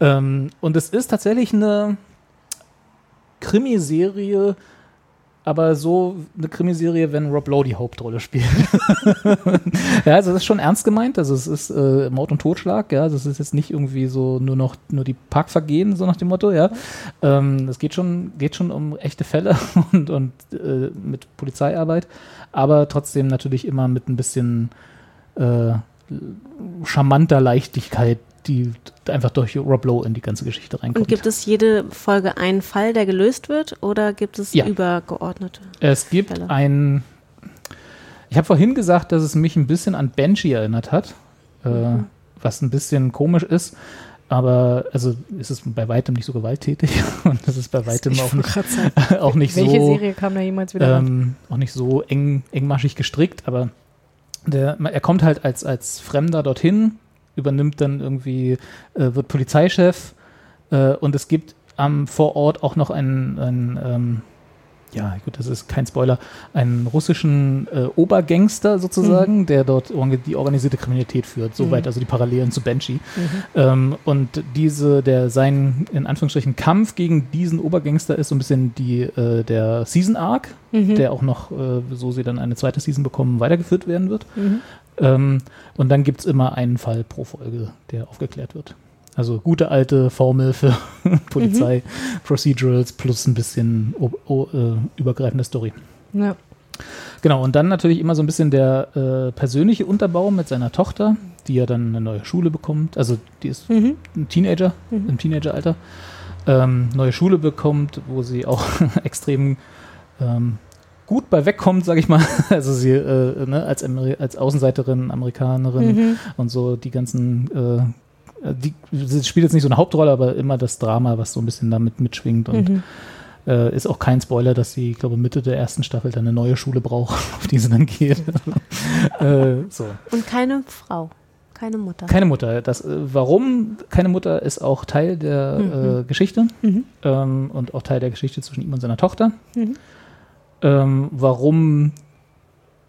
Ähm, und es ist tatsächlich eine Krimiserie, aber so eine Krimiserie, wenn Rob Lowe die Hauptrolle spielt. (laughs) ja, also das ist schon ernst gemeint. Also es ist äh, Mord und Totschlag, ja. Also es ist jetzt nicht irgendwie so nur noch nur die Parkvergehen, so nach dem Motto, ja. Ähm, es geht schon, geht schon um echte Fälle (laughs) und, und äh, mit Polizeiarbeit, aber trotzdem natürlich immer mit ein bisschen äh, charmanter Leichtigkeit, die einfach durch Rob Lowe in die ganze Geschichte reinkommt. Und gibt es jede Folge einen Fall, der gelöst wird, oder gibt es Ja. übergeordnete? Es gibt Fälle. ein. Ich habe vorhin gesagt, dass es mich ein bisschen an Banshee erinnert hat, äh, was ein bisschen komisch ist. Aber also es ist bei weitem nicht so gewalttätig (laughs) und es ist bei weitem auch nicht, grad (laughs) sagen, auch nicht so. Welche Serie kam da jemals wieder raus? Ähm, auch nicht so eng, engmaschig gestrickt, aber der, er kommt halt als, als Fremder dorthin, übernimmt dann irgendwie, äh, wird Polizeichef äh, und es gibt am Vorort auch noch einen, einen ähm, ja gut, das ist kein Spoiler, einen russischen äh, Obergangster sozusagen, der dort orga- die organisierte Kriminalität führt, soweit also die Parallelen zu Banshee. Ähm, und diese, der sein, in Anführungsstrichen, Kampf gegen diesen Obergangster ist so ein bisschen die, äh, der Season Arc, der auch noch, äh, so sie dann eine zweite Season bekommen, weitergeführt werden wird. Ähm, und dann gibt es immer einen Fall pro Folge, der aufgeklärt wird. Also gute alte Formel (laughs) für Polizei, Procedurals plus ein bisschen o- o- äh, übergreifende Story. Ja. Genau, und dann natürlich immer so ein bisschen der äh, persönliche Unterbau mit seiner Tochter, die ja dann eine neue Schule bekommt. Also die ist ein Teenager, im Teenageralter. Ähm, neue Schule bekommt, wo sie auch (laughs) extrem ähm, gut bei wegkommt, sage ich mal. (laughs) Also sie äh, ne, als, Ameri- als Außenseiterin, Amerikanerin und so die ganzen... Äh, die, sie spielt jetzt nicht so eine Hauptrolle, aber immer das Drama, was so ein bisschen damit mitschwingt und äh, ist auch kein Spoiler, dass sie, ich glaube, Mitte der ersten Staffel dann eine neue Schule braucht, (laughs) auf die sie dann geht. (laughs) äh, so. Und keine Frau, keine Mutter. Keine Mutter. Das, äh, warum keine Mutter ist auch Teil der äh, Geschichte ähm, und auch Teil der Geschichte zwischen ihm und seiner Tochter. ähm, warum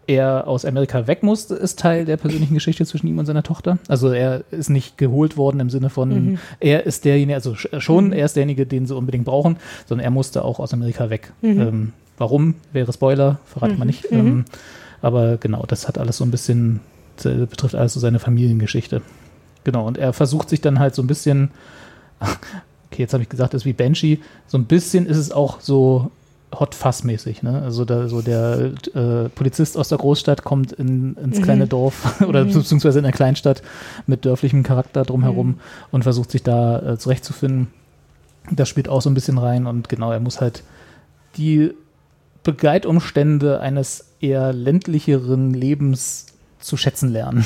er aus Amerika weg musste, ist Teil der persönlichen Geschichte zwischen ihm und seiner Tochter. Also er ist nicht geholt worden im Sinne von, er ist derjenige, also sch- schon, er ist derjenige, den sie unbedingt brauchen, sondern er musste auch aus Amerika weg. Ähm, warum, wäre Spoiler, verrate man nicht. Ähm, aber genau, das hat alles so ein bisschen, äh, betrifft alles so seine Familiengeschichte. Genau, und er versucht sich dann halt so ein bisschen, (laughs) okay, jetzt habe ich gesagt, das ist wie Banshee, so ein bisschen ist es auch so Hot Fuss mäßig, ne? Also da, so der äh, Polizist aus der Großstadt kommt in, ins kleine Dorf (laughs) oder beziehungsweise in der Kleinstadt mit dörflichem Charakter drumherum und versucht sich da äh, zurechtzufinden. Das spielt auch so ein bisschen rein und genau, er muss halt die Begleitumstände eines eher ländlicheren Lebens zu schätzen lernen.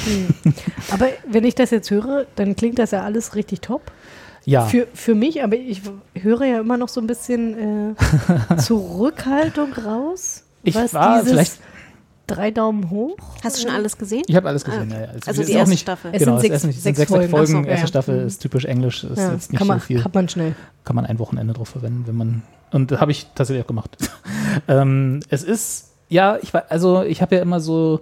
Aber wenn ich das jetzt höre, dann klingt das ja alles richtig top. Ja. Für, für mich, aber ich höre ja immer noch so ein bisschen (laughs) äh, Zurückhaltung raus. Ich war vielleicht- Drei Daumen hoch. Hast du schon alles gesehen? Hm? Ich habe alles Ah, gesehen, ja. ja. Also es die ist auch erste nicht- Staffel. Es Genau, sind es sechs- ist nicht- es sind sechs sechs, Folgen. Folgen. Ach so, Erste ja. Staffel ist typisch Englisch, ist Ja, jetzt nicht kann man, so viel. Hat man schnell. Kann man ein Wochenende drauf verwenden, wenn man. Und das habe ich tatsächlich auch gemacht. (laughs) ähm, es ist, ja, ich war, also ich habe ja immer so,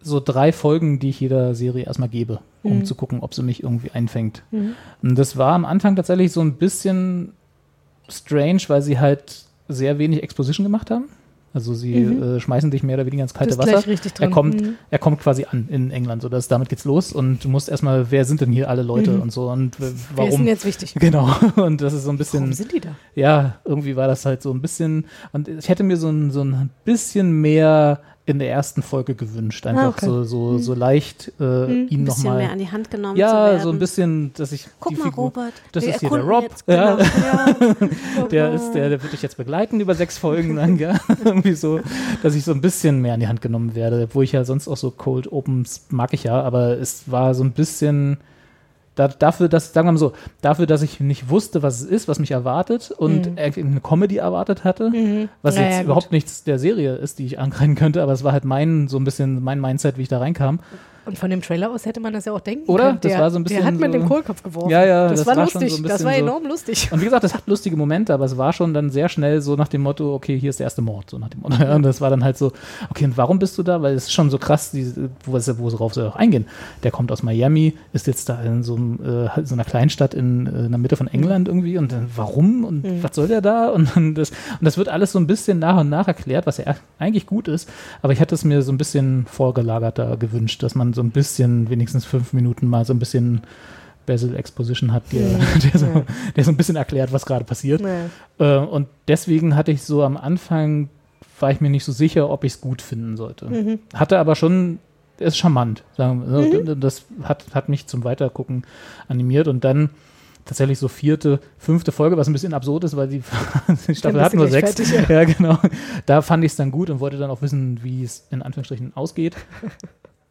so drei Folgen, die ich jeder Serie erstmal gebe, um Mhm. zu gucken, ob sie mich irgendwie einfängt. Und das war am Anfang tatsächlich so ein bisschen strange, weil sie halt sehr wenig Exposition gemacht haben. Also sie äh, schmeißen dich mehr oder weniger ins kalte Bist Mhm. gleich Wasser. richtig Er drin. kommt, Mhm. er kommt quasi an in England, so dass damit geht's los und du musst erstmal, wer sind denn hier alle Leute und so und w- Mhm. Wer ist denn warum? (laughs) jetzt wichtig? Genau. Und das ist so ein bisschen Warum sind die da? ja, irgendwie war das halt so ein bisschen, und ich hätte mir so ein, so ein bisschen mehr in der ersten Folge gewünscht, einfach Ah, okay. so, so, so leicht äh, ihn Hm. ein bisschen mehr nochmal. an die Hand genommen zu Ja, werden. so ein bisschen, dass ich. Guck die mal, Figur- Robert. Das wir ist hier der erkunden Rob. Jetzt, genau. Ja, (laughs) der ist, der, der wird dich jetzt begleiten über sechs Folgen lang, ja. (laughs) Irgendwie so, dass ich so ein bisschen mehr an die Hand genommen werde, wo ich ja sonst auch so Cold Opens mag ich ja, aber es war so ein bisschen da, dafür, dass, sagen wir mal so, dafür, dass ich nicht wusste, was es ist, was mich erwartet und eigentlich eine Comedy erwartet hatte, was Naja, jetzt gut. überhaupt nichts der Serie ist, die ich angreifen könnte, aber es war halt mein, so ein bisschen mein Mindset, wie ich da reinkam. Und von dem Trailer aus hätte man das ja auch denken Oder? können. Das war so ein bisschen der hat mit so- dem Kohlkopf geworfen. Ja, ja, Das, das war war schon lustig. so ein das bisschen war so- enorm lustig. Und wie gesagt, das hat lustige Momente, aber es war schon dann sehr schnell so nach dem Motto, okay, hier ist der erste Mord, so nach dem Motto. (laughs) Ja, und das war dann halt so, okay, und warum bist du da? Weil es ist schon so krass, diese, wo es, worauf sie auch eingehen. Der kommt aus Miami, ist jetzt da in so, einem, äh, so einer Kleinstadt in, äh, in der Mitte von England irgendwie und dann warum und was soll der da? (laughs) Und, dann das, und das wird alles so ein bisschen nach und nach erklärt, was ja eigentlich gut ist, aber ich hätte es mir so ein bisschen vorgelagerter gewünscht, dass man so ein bisschen, wenigstens fünf Minuten mal so ein bisschen Basil Exposition hat, der, Mhm. (laughs) der, so, der so ein bisschen erklärt, was gerade passiert. Ja. Äh, und deswegen hatte ich so am Anfang, war ich mir nicht so sicher, ob ich es gut finden sollte. Mhm. Hatte aber schon, er ist charmant. Sagen wir, so. Das hat, hat mich zum Weitergucken animiert und dann tatsächlich so vierte, fünfte Folge, was ein bisschen absurd ist, weil die, (laughs) die Staffel bist hat du nur gleich sechs. ja. genau. Da fand ich es dann gut und wollte dann auch wissen, wie es in Anführungsstrichen (laughs) ausgeht.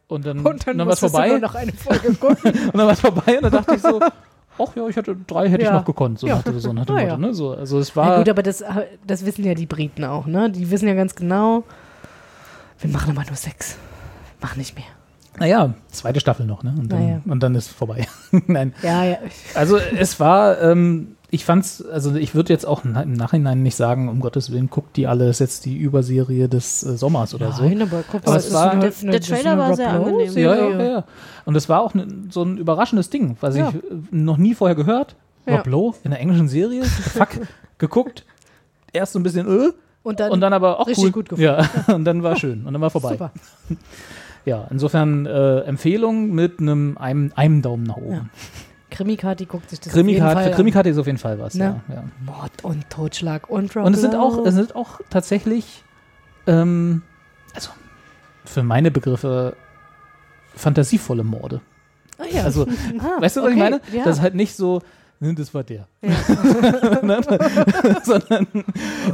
Und dann, (laughs) Und dann dann war es musstest du vorbei. nur noch eine Folge (laughs) gucken. Und dann war es vorbei und dann dachte ich (laughs) so, ach ja, ich hatte drei hätte Ja. ich noch gekonnt. So Ja. hatte so nach dem Na Motto, ja. ne? So, also es ja, war gut, aber das, das wissen ja die Briten auch, ne? Die wissen ja ganz genau, wir machen aber nur sechs. Mach nicht mehr. naja, zweite Staffel noch, ne? Und dann, Naja. und dann ist vorbei. (laughs) Nein. Ja, ja. Also es war, ähm, ich fand's, also ich würde jetzt auch na- im Nachhinein nicht sagen, um Gottes Willen, guckt die alle, ist jetzt die Überserie des äh, Sommers oder so. Nein, aber guck Aber mal, es war- halt eine- Der- eine- der das ist Trailer eine war Rob sehr Lowe angenehm. Ja, Serie. ja, ja. Und das war auch ne, so ein überraschendes Ding, was Ja. ich äh, noch nie vorher gehört. Ja. Rob Lowe in der englischen Serie, fuck, (laughs) geguckt, erst so ein bisschen, äh, Und dann, und dann aber auch richtig cool. gut gefunden. ja, (laughs) und dann war schön und dann war vorbei. super. (laughs) Ja, insofern äh, Empfehlung mit einem, einem einem Daumen nach oben. Krimi-Kati guckt sich das Krimikarte, auf jeden Fall Krimikarte ist auf jeden Fall was. Ne? Ja, ja. an. Mord und Totschlag und Rob Und es sind auch Lowe. es sind auch tatsächlich ähm, also für meine Begriffe fantasievolle Morde. Ah, ja. Also, (laughs) Ah, weißt du, was okay, ich meine? Ja. Das ist halt nicht so, ne, das war der. (laughs) (laughs) Sondern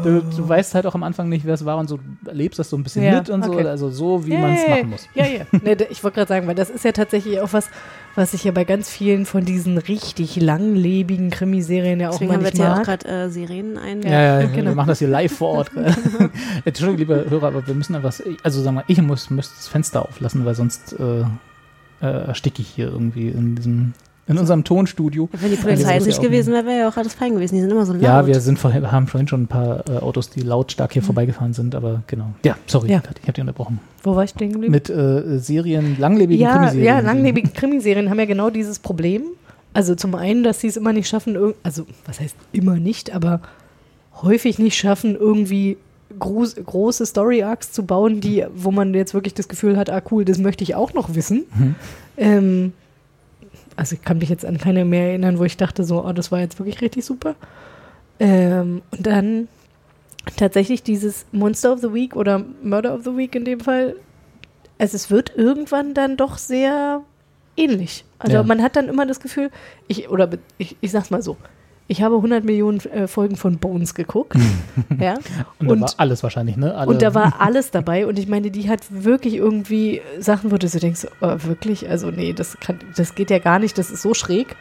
du, du weißt halt auch am Anfang nicht, wer es war und so erlebst das so ein bisschen Oh. Ja, mit und okay. so, also so, wie Ja, man es ja, ja. machen muss. Ja, ja. Nee, da- ich wollte gerade sagen, weil das ist ja tatsächlich auch was, was ich ja bei ganz vielen von diesen richtig langlebigen Krimiserien ja auch Deswegen mal haben wir nicht jetzt ja auch mag. gerade äh, Sirenen ein. Ja, ja, genau. wir machen das hier live vor (laughs) Ort. (laughs) Entschuldigung, liebe Hörer, aber wir müssen einfach, also sagen wir, ich muss, muss das Fenster auflassen, weil sonst äh, äh, ersticke ich hier irgendwie in diesem in unserem Tonstudio. Wenn die Polizei jetzt nicht gewesen wäre, wäre ja auch alles fein gewesen. Die sind immer so laut. Ja, wir sind vorher, haben vorhin schon ein paar äh, Autos, die lautstark hier vorbeigefahren sind, aber genau. Ja, sorry, Mhm. Ja. Kathi, ich habe dich unterbrochen. Wo war ich stehen geblieben? Mit äh, Serien, langlebigen ja, Krimiserien. ja, langlebige Krimiserien haben ja genau dieses Problem. Also zum einen, dass sie es immer nicht schaffen, irg- also was heißt immer nicht, aber häufig nicht schaffen, irgendwie groß, große Story-Arcs zu bauen, die, wo man jetzt wirklich das Gefühl hat, ah cool, das möchte ich auch noch wissen. Mhm. Ähm, also ich kann mich jetzt an keine mehr erinnern, wo ich dachte so, oh, das war jetzt wirklich richtig super. Ähm, und dann tatsächlich dieses Monster of the Week oder Murder of the Week in dem Fall, also es wird irgendwann dann doch sehr ähnlich. Also Ja. man hat dann immer das Gefühl, ich, oder be- ich, ich sag's mal so, ich habe 100 Millionen äh, Folgen von Bones geguckt. ja, Und, da war alles wahrscheinlich, ne? Alle, und da war alles dabei. Und ich meine, die hat wirklich irgendwie Sachen, wo du so denkst, oh, wirklich? Also nee, das, kann, das geht ja gar nicht, das ist so schräg.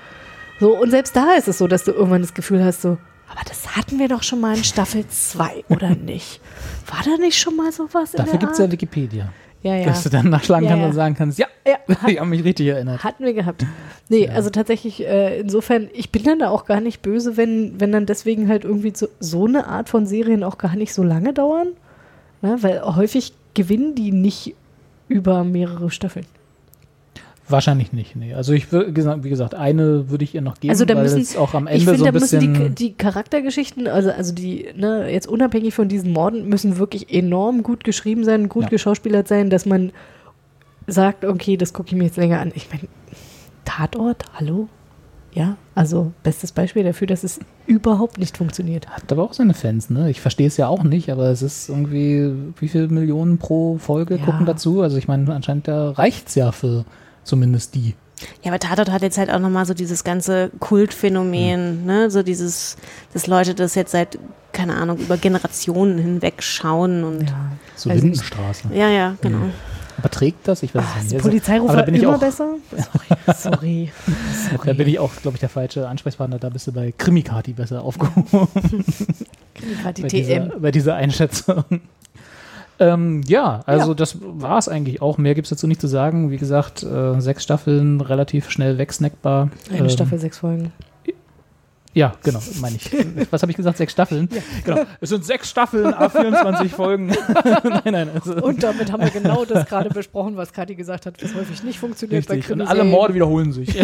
So, und selbst da ist es so, dass du irgendwann das Gefühl hast, so, aber das hatten wir doch schon mal in Staffel 2, (laughs) oder nicht? War da nicht schon mal sowas Dafür in der gibt es ja Art? Wikipedia, ja, ja. dass du dann nachschlagen Ja, kannst ja. und sagen kannst, ja, Ja. (laughs) ich habe mich richtig erinnert. Hatten wir gehabt. Nee, also tatsächlich, äh, insofern, ich bin dann da auch gar nicht böse, wenn, wenn dann deswegen halt irgendwie so, so eine Art von Serien auch gar nicht so lange dauern. Ne? Weil häufig gewinnen die nicht über mehrere Staffeln. Wahrscheinlich nicht, nee. Also ich würde, gesa- wie gesagt, eine würde ich ihr noch geben, Also da weil müssen es auch am ich Ende finde, so da ein bisschen... müssen die, die Charaktergeschichten, also, also die, ne, jetzt unabhängig von diesen Morden, müssen wirklich enorm gut geschrieben sein, gut Ja. geschauspielert sein, dass man sagt, okay, das gucke ich mir jetzt länger an. Ich meine, Tatort, hallo? Ja, also bestes Beispiel dafür, dass es überhaupt nicht funktioniert. Hat aber auch seine Fans, ne? Ich verstehe es ja auch nicht, aber es ist irgendwie, wie viele Millionen pro Folge Ja. gucken dazu? Also ich meine, anscheinend da reicht's ja für zumindest die. Ja, aber Tatort hat jetzt halt auch nochmal so dieses ganze Mhm. Kultphänomen, ne? So dieses, dass Leute das jetzt seit, keine Ahnung, über Generationen hinweg schauen und. Ja, So Also ich- Lindenstraße. ja, genau. Mhm. Aber trägt das? Ich weiß Ach, es ist nicht. die Also- Polizei ruft aber da bin ich immer auch, besser? (laughs) Sorry. Sorry. Da bin ich auch, glaube ich, der falsche Ansprechpartner. Da bist du bei Krimikati besser aufgehoben. Gerade die bei, TM. dieser, bei dieser Einschätzung. Ähm, ja, also das war es eigentlich auch. Mehr gibt es dazu nicht zu sagen. Wie gesagt, äh, sechs Staffeln, relativ schnell wegsnackbar. Eine ähm, Staffel, sechs Folgen. Ja, genau, meine (laughs) ich. Was habe ich gesagt? Sechs Staffeln? Genau. Es sind sechs Staffeln, (laughs) A24 Folgen. (laughs) nein, nein. Also Und damit haben wir genau das gerade besprochen, was Kathi gesagt hat, was häufig nicht funktioniert bei richtig. Und Krimiserien. alle Morde wiederholen sich.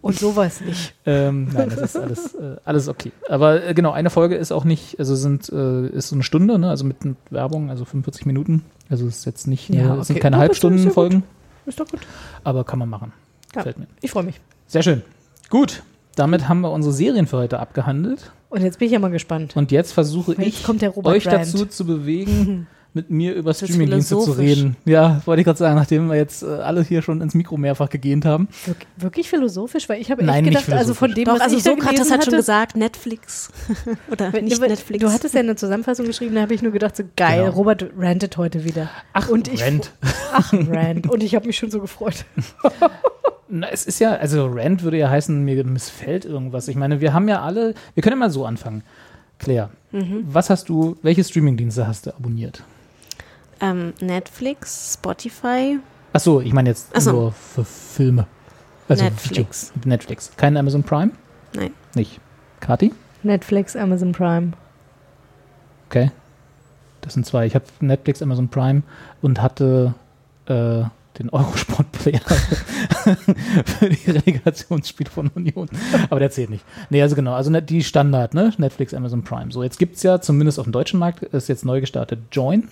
Und sowas nicht. (laughs) ähm, nein, das ist alles, äh, alles okay. Aber äh, genau, eine Folge ist auch nicht, also sind, äh, ist so eine Stunde, ne? also mit mit Werbung, also 45 Minuten. Also es ist jetzt nicht, ne, Ja, es sind okay. keine Ja, das ist ja gut. Halbstundenfolgen, Ist doch gut. aber kann man machen. Ja. Fällt mir. Ich freue mich. Sehr schön. Gut. Damit haben wir unsere Serien für heute abgehandelt. Und jetzt bin ich ja mal gespannt. Und jetzt versuche Jetzt ich, kommt der Robert euch Brandt. dazu zu (laughs) bewegen, mit mir über ist Streamingdienste zu philosophisch. reden. Ja, wollte ich gerade sagen, nachdem wir jetzt äh, alle hier schon ins Mikro mehrfach gegähnt haben. Wirk wirklich philosophisch, weil ich habe Nein, echt nicht gedacht, also von dem, Doch, was also ich da Sokrates gelesen hat schon hatte- gesagt, Netflix. (laughs) Oder Wenn- nicht du, Netflix. Du hattest ja eine Zusammenfassung geschrieben, da habe ich nur gedacht, so geil, Genau. Robert rantet (laughs) heute wieder. Ach, und ich, Rant. Ach, rant. Und ich habe mich schon (laughs) so gefreut. Na, es ist ja, also Rant würde ja heißen, mir missfällt irgendwas. Ich meine, wir haben ja alle, wir können ja mal so anfangen. Claire, Mhm. was hast du, welche Streamingdienste hast du abonniert? ähm, Netflix, Spotify, Ach so, ich meine jetzt Ach so. nur für Filme. Also Netflix. Video. Netflix. Kein Amazon Prime? Nein. Nicht. Kati? Netflix, Amazon Prime. Okay. Das sind zwei. Ich habe Netflix, Amazon Prime und hatte äh, den Eurosport-Player (laughs) für die Relegationsspiel von Union. Aber der zählt nicht. Nee, also genau. Also net- die Standard, ne? Netflix, Amazon Prime. So, jetzt gibt's ja, zumindest auf dem deutschen Markt, ist jetzt neu gestartet Join.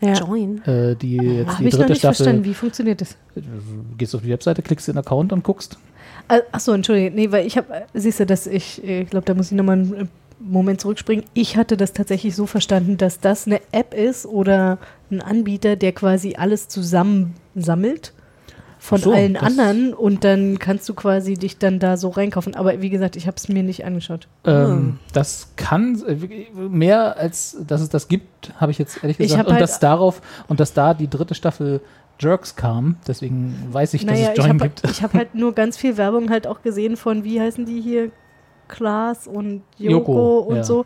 Ja. Join. Äh, die jetzt Habe die ich noch dritte nicht verstanden, Staffel. wie funktioniert das? Gehst auf die Webseite, klickst den Account und guckst. Achso, Äh, entschuldige. Nee, weil ich habe, siehst du, dass ich, äh, ich glaube, da muss ich nochmal einen äh, Moment zurückspringen. Ich hatte das tatsächlich so verstanden, dass das eine App ist oder ein Anbieter, der quasi alles zusammensammelt von Ach so, allen das- anderen und dann kannst du quasi dich dann da so reinkaufen. Aber wie gesagt, ich habe es mir nicht angeschaut. Hm. Ähm, Das kann äh, mehr als dass es das gibt, habe ich jetzt ehrlich Ich gesagt. hab Und halt- dass darauf und dass da die dritte Staffel Jerks kam, deswegen weiß ich, dass naja, es ich Join habe gibt. ich hab halt nur ganz viel Werbung halt auch gesehen von, wie heißen die hier? Klaas und Joko, Joko, und ja. Mhm. so.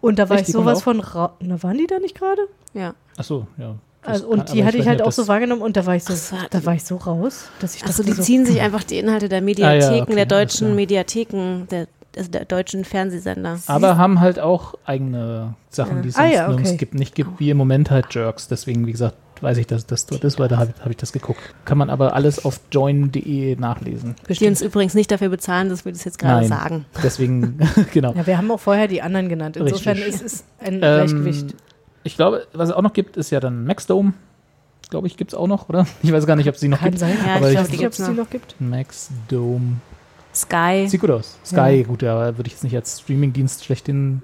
Und da war Echt, die ich kommen sowas auch? von. Ra Na, waren die da nicht gerade? Ja. Ach so, ja. Also, kann- und aber die hatte weiß ich halt nicht, ob auch das- so wahrgenommen und da war ich so, Ach so, da war ich so raus, dass ich Achso, dachte die ziehen (laughs) sich einfach die Inhalte der Mediatheken, Ah ja, okay, der alles deutschen klar. Mediatheken, der, also der deutschen Fernsehsender. Aber haben halt auch eigene Sachen, die es Ah, sonst ja, okay. nirgends gibt, nicht gibt, wie im Moment halt Jerks. Deswegen, wie gesagt, weiß ich, dass das dort ist, weil da habe hab ich das geguckt. Kann man aber alles auf join.de nachlesen. Die uns übrigens nicht dafür bezahlen, dass wir das jetzt gerade Nein. sagen. Deswegen, (laughs) genau. Ja, wir haben auch vorher die anderen genannt. Insofern Richtig. ist es ein Ähm, Gleichgewicht. Ich glaube, was es auch noch gibt, ist ja dann Maxdome. Glaube ich, gibt es auch noch, oder? Ich weiß gar nicht, ob es die noch Kann gibt. sein. Ja, Aber ich glaube, ich- die Ich weiß nicht, ob es gibt's die noch. noch gibt. Maxdome. Sky. Sieht gut aus. Sky, gut, ja, würde ich jetzt nicht als Streamingdienst schlechthin.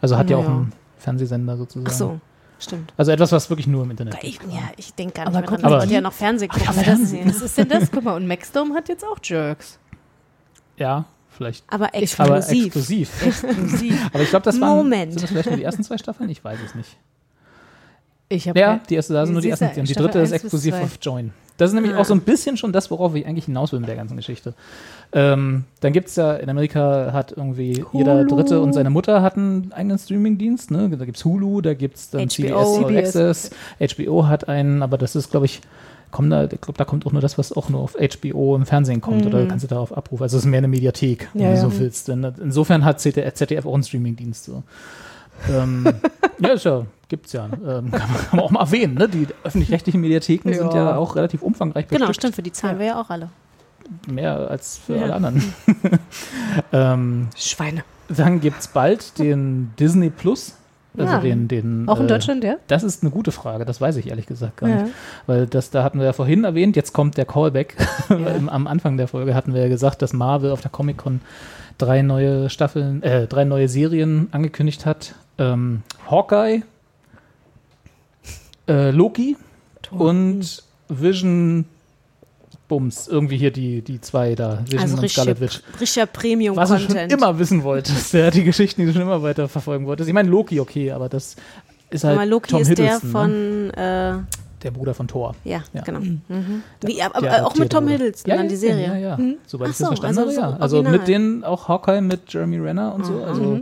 Also hat ja, auch Naja. einen Fernsehsender sozusagen. Ach so, stimmt. Also etwas, was wirklich nur im Internet. Ich, ja, ich denke gar Aber nicht guck mehr dran. mal, Ich wollte die- ja noch Fernsehen gucken. Aber das, was ist denn das? Guck mal, und Maxdome hat jetzt auch Jerks. Ja, vielleicht. aber Aber exklusiv. exklusiv. Exklusiv. Aber ich glaube, das waren Moment. sind das vielleicht nur die ersten zwei Staffeln. Ich weiß es nicht. Ich habe Ja, die erste, da sind nur die Siehst du, ersten. Und die Staffel dritte ist eins bis exklusiv zwei. Ah. auf Join. Das ist nämlich auch so ein bisschen schon das, worauf ich eigentlich hinaus will mit der ganzen Geschichte. Ähm, dann gibt es ja, in Amerika hat irgendwie jeder Dritte und seine Mutter hat einen eigenen Streamingdienst. Ne? Da gibt es Hulu, da gibt es dann HBO. CBS, All CBS. Access. HBO hat einen, aber das ist, glaube ich, kommen da, ich glaube, da kommt auch nur das, was auch nur auf HBO im Fernsehen kommt oder kannst du darauf abrufen. Also es ist mehr eine Mediathek, wenn Mhm. Ja, du ja. so willst. Denn insofern hat ZDF, ZDF auch einen Streamingdienst. So. ähm, (laughs) ja, ist ja, gibt's ja. Ähm, kann, man, kann man auch mal erwähnen, ne? Die öffentlich-rechtlichen Mediatheken sind ja Ja. auch relativ umfangreich Genau, bestückt. stimmt, für die zahlen wir ja auch alle. Mehr als für alle anderen. ähm, Schweine. dann gibt's bald den Disney Plus. Also Ja. den, den, Auch in äh, Deutschland, ja? Das ist eine gute Frage, das weiß ich ehrlich gesagt gar Ja. nicht. Weil das, da hatten wir ja vorhin erwähnt, jetzt kommt der Callback. (laughs) Im, am Anfang der Folge hatten wir ja gesagt, dass Marvel auf der Comic-Con drei neue Staffeln, äh, drei neue Serien angekündigt hat. Ähm, Hawkeye, äh, Loki und Vision Bums. Irgendwie hier die, die zwei da, Vision Also und richtiger Scarlet Witch. richtiger Was du schon Premium-Content. immer wissen wolltest, ja, die Geschichten, die du schon immer weiter verfolgen wolltest. Ich meine, Loki, okay, aber das ist halt Aber Loki Tom ist der Hiddleston, ne? von, äh, der Bruder von Thor. ja, Ja. genau. Mhm. Wie, aber aber Der auch mit adoptierte Tom Bruder. Hiddleston dann die Serie. Hm? Ja, ja. Soweit Ach ich das so, verstanden also habe, ja. so Also original. Hm, mhm. mit denen auch Hawkeye, mit Jeremy Renner und so. Also,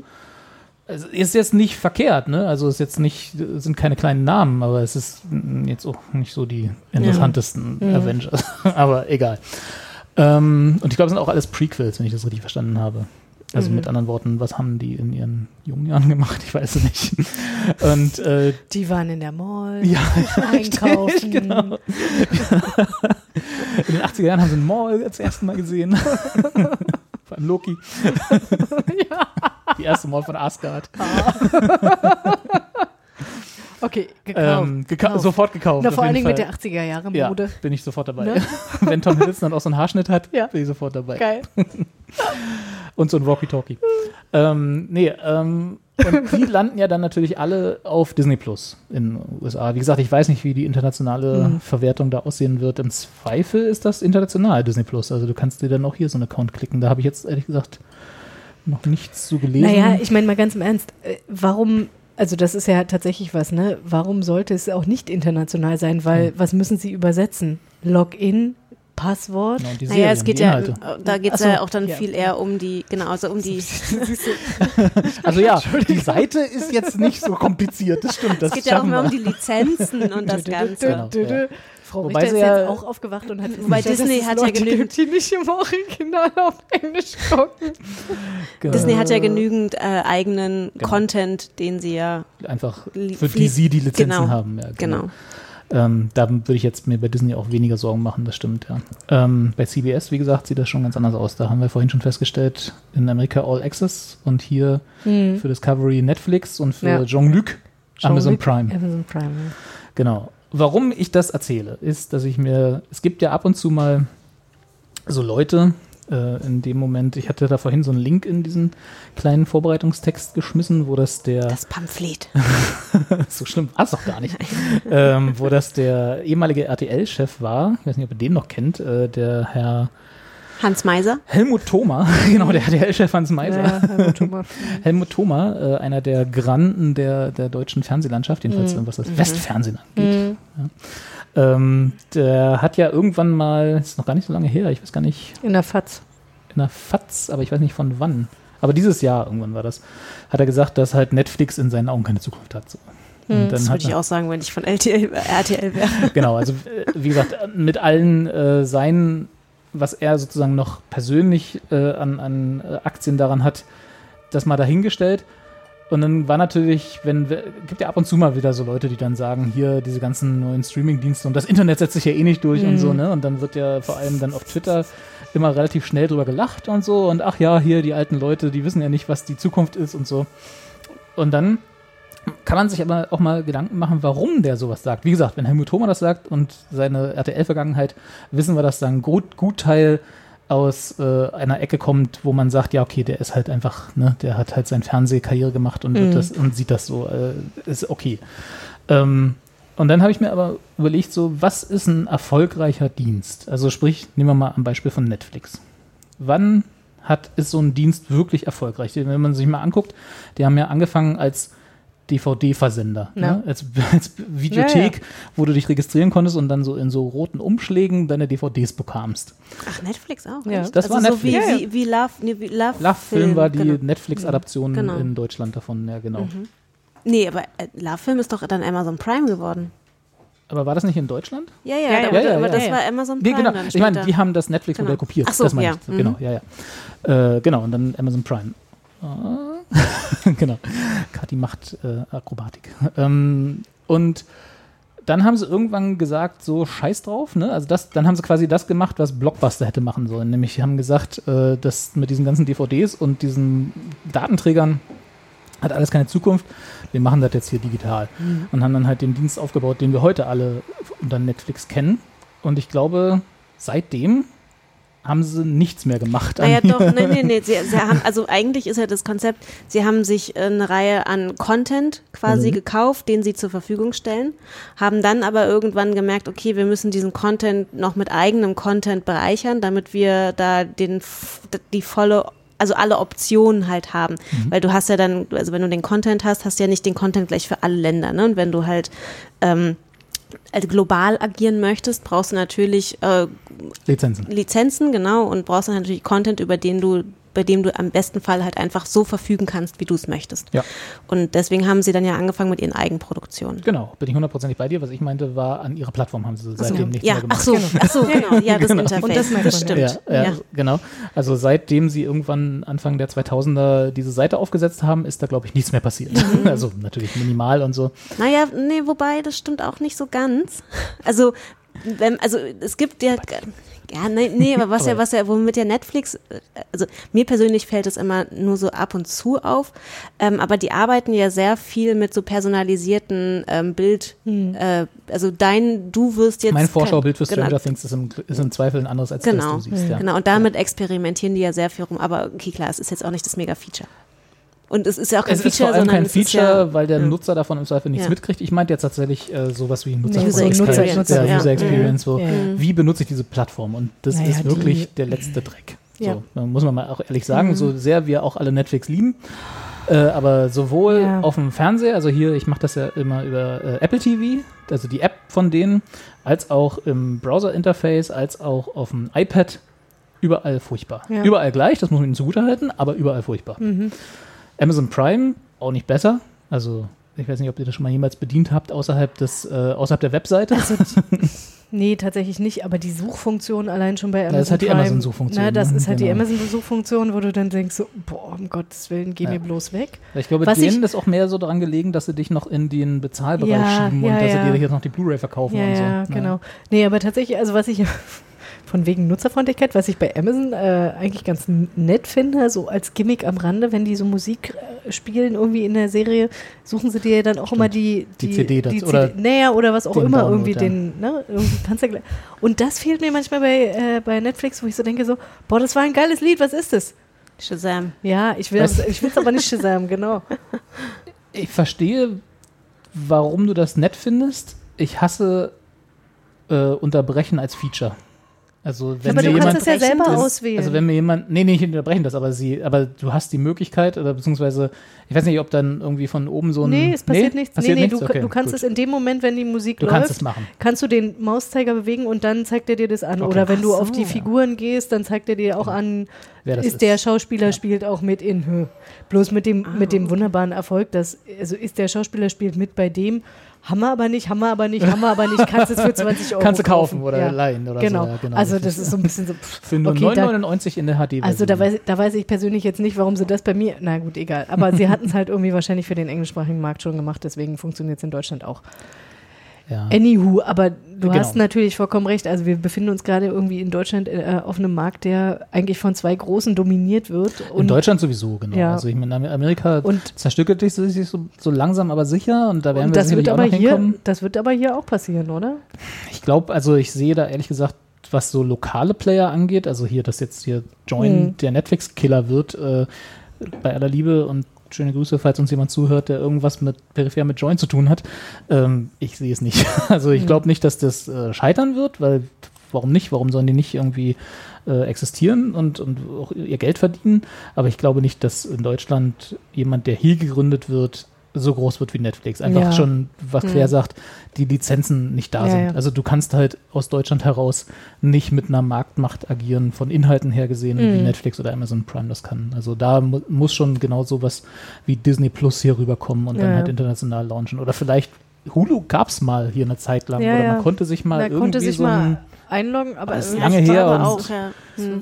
also ist jetzt nicht verkehrt, ne? Also ist jetzt nicht, sind keine kleinen Namen, aber es ist mm, jetzt auch nicht so die interessantesten Mhm. Avengers. (laughs) aber egal. Ähm, und ich glaube, es sind auch alles Prequels, wenn ich das richtig verstanden habe. Also Mhm. mit anderen Worten, was haben die in ihren jungen Jahren gemacht? Ich weiß es nicht. (laughs) Und äh, Die waren in der (laughs) Mall, Ja, einkaufen. genau. in den 80er Jahren haben sie einen Maul das erste Mal (laughs) gesehen. Vor allem Loki. Die erste Maul von Asgard. Okay, gekauft. Ähm, geka sofort gekauft. Na, vor auf allen jeden Dingen mit Fall. der 80er-Jahre-Mode. ja, bin ich sofort dabei. Ne? Wenn Tom Hiddleston dann auch so einen Haarschnitt hat, Ja. bin ich sofort dabei. Geil. Und so ein Walkie-Talkie. ähm, nee, ähm, (laughs) und die landen ja dann natürlich alle auf Disney Plus in den USA. Wie gesagt, ich weiß nicht, wie die internationale Mhm. Verwertung da aussehen wird. Im Zweifel ist das international Disney Plus. Also du kannst dir dann auch hier so einen Account klicken. Da habe ich jetzt ehrlich gesagt noch nichts zu gelesen. Genau, Naja, ich meine mal ganz im Ernst, äh, warum, also das ist ja tatsächlich was, ne? Warum sollte es auch nicht international sein? Weil was müssen sie übersetzen? Login, Passwort? Genau, und die Naja, Serien, es geht die ja, Inhalte. äh, da geht es Ach so, ja auch dann ja. viel eher um die, genau, also um die, (laughs) es (laughs) Also ja, die Seite ist jetzt nicht so kompliziert. Das stimmt, das geht ja auch schaffen mehr um wir. die (laughs) Lizenzen und das Dö, dö, Ganze. (laughs) dö, dö, Genau, dö. Frau Wobei Richter sie ist ja- jetzt auch aufgewacht und hat Wobei festgestellt, Disney dass es hat ja Leute genügend- gibt, die nicht im Original auf Englisch gucken. Genau. Disney hat ja genügend äh, eigenen Genau. Content, den sie ja, Äh, Einfach, Li- für die sie die Lizenzen Genau. haben. Ja, genau. Ähm, da würde ich jetzt mir bei Disney auch weniger Sorgen machen, das stimmt, ja. Ähm, bei CBS, wie gesagt, sieht das schon ganz anders aus. Da haben wir vorhin schon festgestellt, in Amerika All Access und hier für Discovery Netflix und für Hm. Ja. Jean-Luc Amazon Prime. Amazon Prime, ja. Genau. Warum ich das erzähle, ist, dass ich mir, es gibt ja ab und zu mal so Leute, äh, in dem Moment, ich hatte da vorhin so einen Link in diesen kleinen Vorbereitungstext geschmissen, wo das der Das Pamphlet. so schlimm war es doch gar nicht. ähm, wo das der ehemalige RTL-Chef war, ich weiß nicht, ob ihr den noch kennt, äh, der Herr Hans Meiser? Helmut Thoma, (laughs) genau, der RTL-Chef Hans Meiser. Ja, Helmut Thomas. Helmut Thoma, äh, einer der Granden der, der deutschen Fernsehlandschaft, jedenfalls Mhm. was das Westfernsehen angeht. Ja. Ähm, der hat ja irgendwann mal, ist noch gar nicht so lange her, ich weiß gar nicht, In der Fatz. in der FAZ, aber ich weiß nicht von wann. Aber dieses Jahr irgendwann war das, hat er gesagt, dass halt Netflix in seinen Augen keine Zukunft hat. So. Und dann Hm, Das hat würde ich er- auch sagen, wenn ich von LTL, wär- RTL wäre. Genau, also äh, wie gesagt, mit allen äh, seinen, was er sozusagen noch persönlich äh, an, an äh, Aktien daran hat, das mal dahingestellt. Und dann war natürlich, wenn wir- gibt ja ab und zu mal wieder so Leute, die dann sagen, hier diese ganzen neuen Streaming-Dienste und das Internet setzt sich ja eh nicht durch und so, ne? Und dann wird ja vor allem dann auf Twitter immer relativ schnell drüber gelacht und so und ach ja, hier die alten Leute, die wissen ja nicht, was die Zukunft ist und so. Und dann kann man sich aber auch mal Gedanken machen, warum der sowas sagt. Wie gesagt, wenn Helmut Thoma das sagt und seine RTL-Vergangenheit, wissen wir, dass da ein gut, gut Teil aus äh, einer Ecke kommt, wo man sagt, ja, okay, der ist halt einfach, ne, der hat halt seine Fernsehkarriere gemacht und, wird das, und sieht das so, äh, ist okay. Ähm, und dann habe ich mir aber überlegt, so, was ist ein erfolgreicher Dienst? Also sprich, nehmen wir mal am Beispiel von Netflix. Wann hat, ist so ein Dienst wirklich erfolgreich? Wenn man sich mal anguckt, die haben ja angefangen als DVD-Versender, ne? als, (laughs) als Videothek, wo du dich registrieren konntest und dann so in so roten Umschlägen deine DVDs bekamst. Ach, Netflix auch. Ja. echt? Das also war so wie, Netflix. Ja, wie, wie Love, nee, wie Love, Love Film war die genau. Netflix-Adaption Genau. Mhm. in Deutschland davon, ja genau. Nee, aber äh, Love Film ist doch dann Amazon Prime geworden. Aber war das nicht in Deutschland? Ja, ja, ja, aber, ja, aber ja, das ja. war Amazon Nee, Prime. genau. Dann Ich meine, später. die haben das Netflix-Modell Genau. kopiert. Ach so, das meine ja. Mhm. ich. Genau, ja, ja. Äh, genau, und dann Amazon Prime. Ah. (laughs) genau. Kathi macht äh, Akrobatik. Ähm, und dann haben sie irgendwann gesagt, so scheiß drauf, ne? Also das, dann haben sie quasi das gemacht, was Blockbuster hätte machen sollen. Nämlich haben gesagt, äh, das mit diesen ganzen DVDs und diesen Datenträgern hat alles keine Zukunft. Wir machen das jetzt hier digital. Mhm. Und haben dann halt den Dienst aufgebaut, den wir heute alle unter Netflix kennen. Und ich glaube, seitdem haben sie nichts mehr gemacht. an- Naja, doch, nee, nee, nee. Sie, sie haben, also eigentlich ist ja das Konzept, sie haben sich äh, eine Reihe an Content quasi Mhm. gekauft, den sie zur Verfügung stellen, haben dann aber irgendwann gemerkt, okay, wir müssen diesen Content noch mit eigenem Content bereichern, damit wir da den, f- die volle also alle Optionen halt haben, Mhm. weil du hast ja dann, also wenn du den Content hast, hast du ja nicht den Content gleich für alle Länder, ne? Und wenn du halt ähm, also global agieren möchtest, brauchst du natürlich äh, Lizenzen. Lizenzen, genau, und brauchst dann natürlich Content, über den du, bei dem du am besten Fall halt einfach so verfügen kannst, wie du es möchtest. Ja. Und deswegen haben sie dann ja angefangen mit ihren Eigenproduktionen. Genau, bin ich hundertprozentig bei dir. Was ich meinte, war, an ihrer Plattform haben sie seitdem nichts Ja, mehr gemacht. ach so, ach so, genau, ja, das Interface, Und das merkt das man ja. stimmt. Ja, ja, Ja. genau. Also seitdem sie irgendwann Anfang der 2000er diese Seite aufgesetzt haben, ist da, glaube ich, nichts mehr passiert. Mhm. (laughs) Also natürlich minimal und so. Naja, nee, wobei, das stimmt auch nicht so ganz. Also, wenn, also es gibt ja. Ja, nee, nee, aber was ja, was ja, womit ja Netflix, äh, also mir persönlich fällt es immer nur so ab und zu auf, ähm, aber die arbeiten ja sehr viel mit so personalisierten ähm, Bild, äh, also dein, du wirst jetzt. Hm. mein Vorschaubild für genau, Stranger Things ist im, ist im Zweifel ein anderes, als Genau, das du siehst. Ja. genau, und damit experimentieren die ja sehr viel rum, aber okay, klar, es ist jetzt auch nicht das Mega-Feature. Und es ist ja auch kein Es ist Feature, vor allem sondern kein es ist Feature, ja, weil der Nutzer davon im Zweifel nichts Ja. mitkriegt. Ich meinte jetzt tatsächlich äh, sowas wie Nutzer, User Experience, Experience, ja, ja. User Experience wo, Ja. wie benutze ich diese Plattform? Und das Naja, ist wirklich die- der letzte Dreck. Ja. Mhm. So, da muss man mal auch ehrlich sagen, so sehr wir auch alle Netflix lieben, äh, aber sowohl Ja. auf dem Fernseher, also hier, ich mache das ja immer über äh, Apple TV, also die App von denen, als auch im Browser-Interface, als auch auf dem iPad, überall furchtbar. Ja. Mhm. Überall gleich, das muss man ihnen zugutehalten, aber überall furchtbar. Amazon Prime auch nicht besser. Also ich weiß nicht, ob ihr das schon mal jemals bedient habt außerhalb des äh, außerhalb der Webseite. Nee, tatsächlich nicht, aber die Suchfunktion allein schon bei Amazon. ist halt die Prime, Amazon-Suchfunktion, Na, das ne? ist halt die Genau. Amazon-Suchfunktion, wo du dann denkst, so, boah, um Gottes Willen, geh Ja. mir bloß weg. ich glaube, Was denen ich- ist auch mehr so daran gelegen, dass sie dich noch in den Bezahlbereich Ja, schieben ja, und dass sie ja. dir jetzt noch die Blu-ray verkaufen Ja, und so. ja, genau. Nee, aber tatsächlich, also was ich (laughs) von wegen Nutzerfreundlichkeit, was ich bei Amazon äh, eigentlich ganz n- nett finde, so als Gimmick am Rande, wenn die so Musik äh, spielen irgendwie in der Serie, suchen sie dir ja dann auch immer die, Die CD dazu, oder naja, oder was auch den immer Download, irgendwie ja. den, ne, irgendwie kannst du ja gleich- Und das fehlt mir manchmal bei, äh, bei Netflix, wo ich so denke so, boah, das war ein geiles Lied, was ist das? Shazam. Ja, ich will Was? das, ich will's aber nicht (laughs) Shazam, genau. Ich verstehe, warum du das nett findest. Ich hasse äh, Unterbrechen als Feature. Also wenn Aber mir du jemand, kannst das ja selber das- auswählen. also wenn mir jemand, nee, nee, ich unterbrechen das, aber sie, aber du hast die Möglichkeit oder beziehungsweise, ich weiß nicht, ob dann irgendwie von oben so ein, nee, es passiert nichts. passiert nee, nee, nichts? Du, Okay, du kannst gut. es in dem Moment, wenn die Musik Du läuft, kannst es machen. kannst du den Mauszeiger bewegen und dann zeigt er dir das an. Okay. Oder wenn du Ach auf so, die ja. Figuren gehst, dann zeigt er dir auch an, Wer das ist, ist. der Schauspieler spielt auch mit in. Hö. Bloß mit dem, mit Ah. dem wunderbaren Erfolg, dass, also ist der Schauspieler spielt mit bei dem, haben wir aber nicht, haben wir aber nicht, haben wir aber nicht, kannst (laughs) es für 20 Euro Kannst du kaufen oder ja. leihen oder so, genau. ja, genau, Also richtig, das ist so ein bisschen so, pff, Für nur okay, da- 9,99 in der HD-Version. also da weiß, da weiß ich persönlich jetzt nicht, warum sie das bei mir. Na gut, egal. Aber sie hatten es halt irgendwie wahrscheinlich für den englischsprachigen Markt schon gemacht, deswegen funktioniert es in Deutschland auch. ja. Anywho, aber du Genau. hast natürlich vollkommen recht. Also wir befinden uns gerade irgendwie in Deutschland äh, auf einem Markt, der eigentlich von zwei Großen dominiert wird. Und In Deutschland sowieso, genau. Ja. Also ich meine, Amer- Amerika Und- zerstückelt sich so- sich so, so langsam, aber sicher und da werden und wir das wird sicherlich auch aber noch hier, hinkommen. das wird aber hier auch passieren, oder? Ich glaube, also ich sehe da ehrlich gesagt, was so lokale Player angeht, also hier, dass jetzt hier Join der Netflix-Killer wird, äh, bei aller Liebe und schöne Grüße, falls uns jemand zuhört, der irgendwas mit peripher mit Join zu tun hat. Ähm, ich sehe es nicht. (laughs) Also ich glaube nicht, dass das äh, scheitern wird, weil warum nicht? Warum sollen die nicht irgendwie äh, existieren und, und auch ihr Geld verdienen? Aber ich glaube nicht, dass in Deutschland jemand, der hier gegründet wird, so groß wird wie Netflix. Einfach Ja. Hm. schon, was Claire sagt, die Lizenzen nicht da Ja, sind. ja. Also du kannst halt aus Deutschland heraus nicht mit einer Marktmacht agieren, von Inhalten her gesehen, Hm. wie Netflix oder Amazon Prime das kann. Also da mu muss schon genau sowas wie Disney Plus hier rüberkommen und dann Ja. halt international launchen. Oder vielleicht Hulu gab es mal hier eine Zeit lang. Ja, oder ja. man konnte sich mal Da irgendwie konnte sich so ein, mal einloggen, aber Das ist irgendwie- lange her Aber und- auch, ja.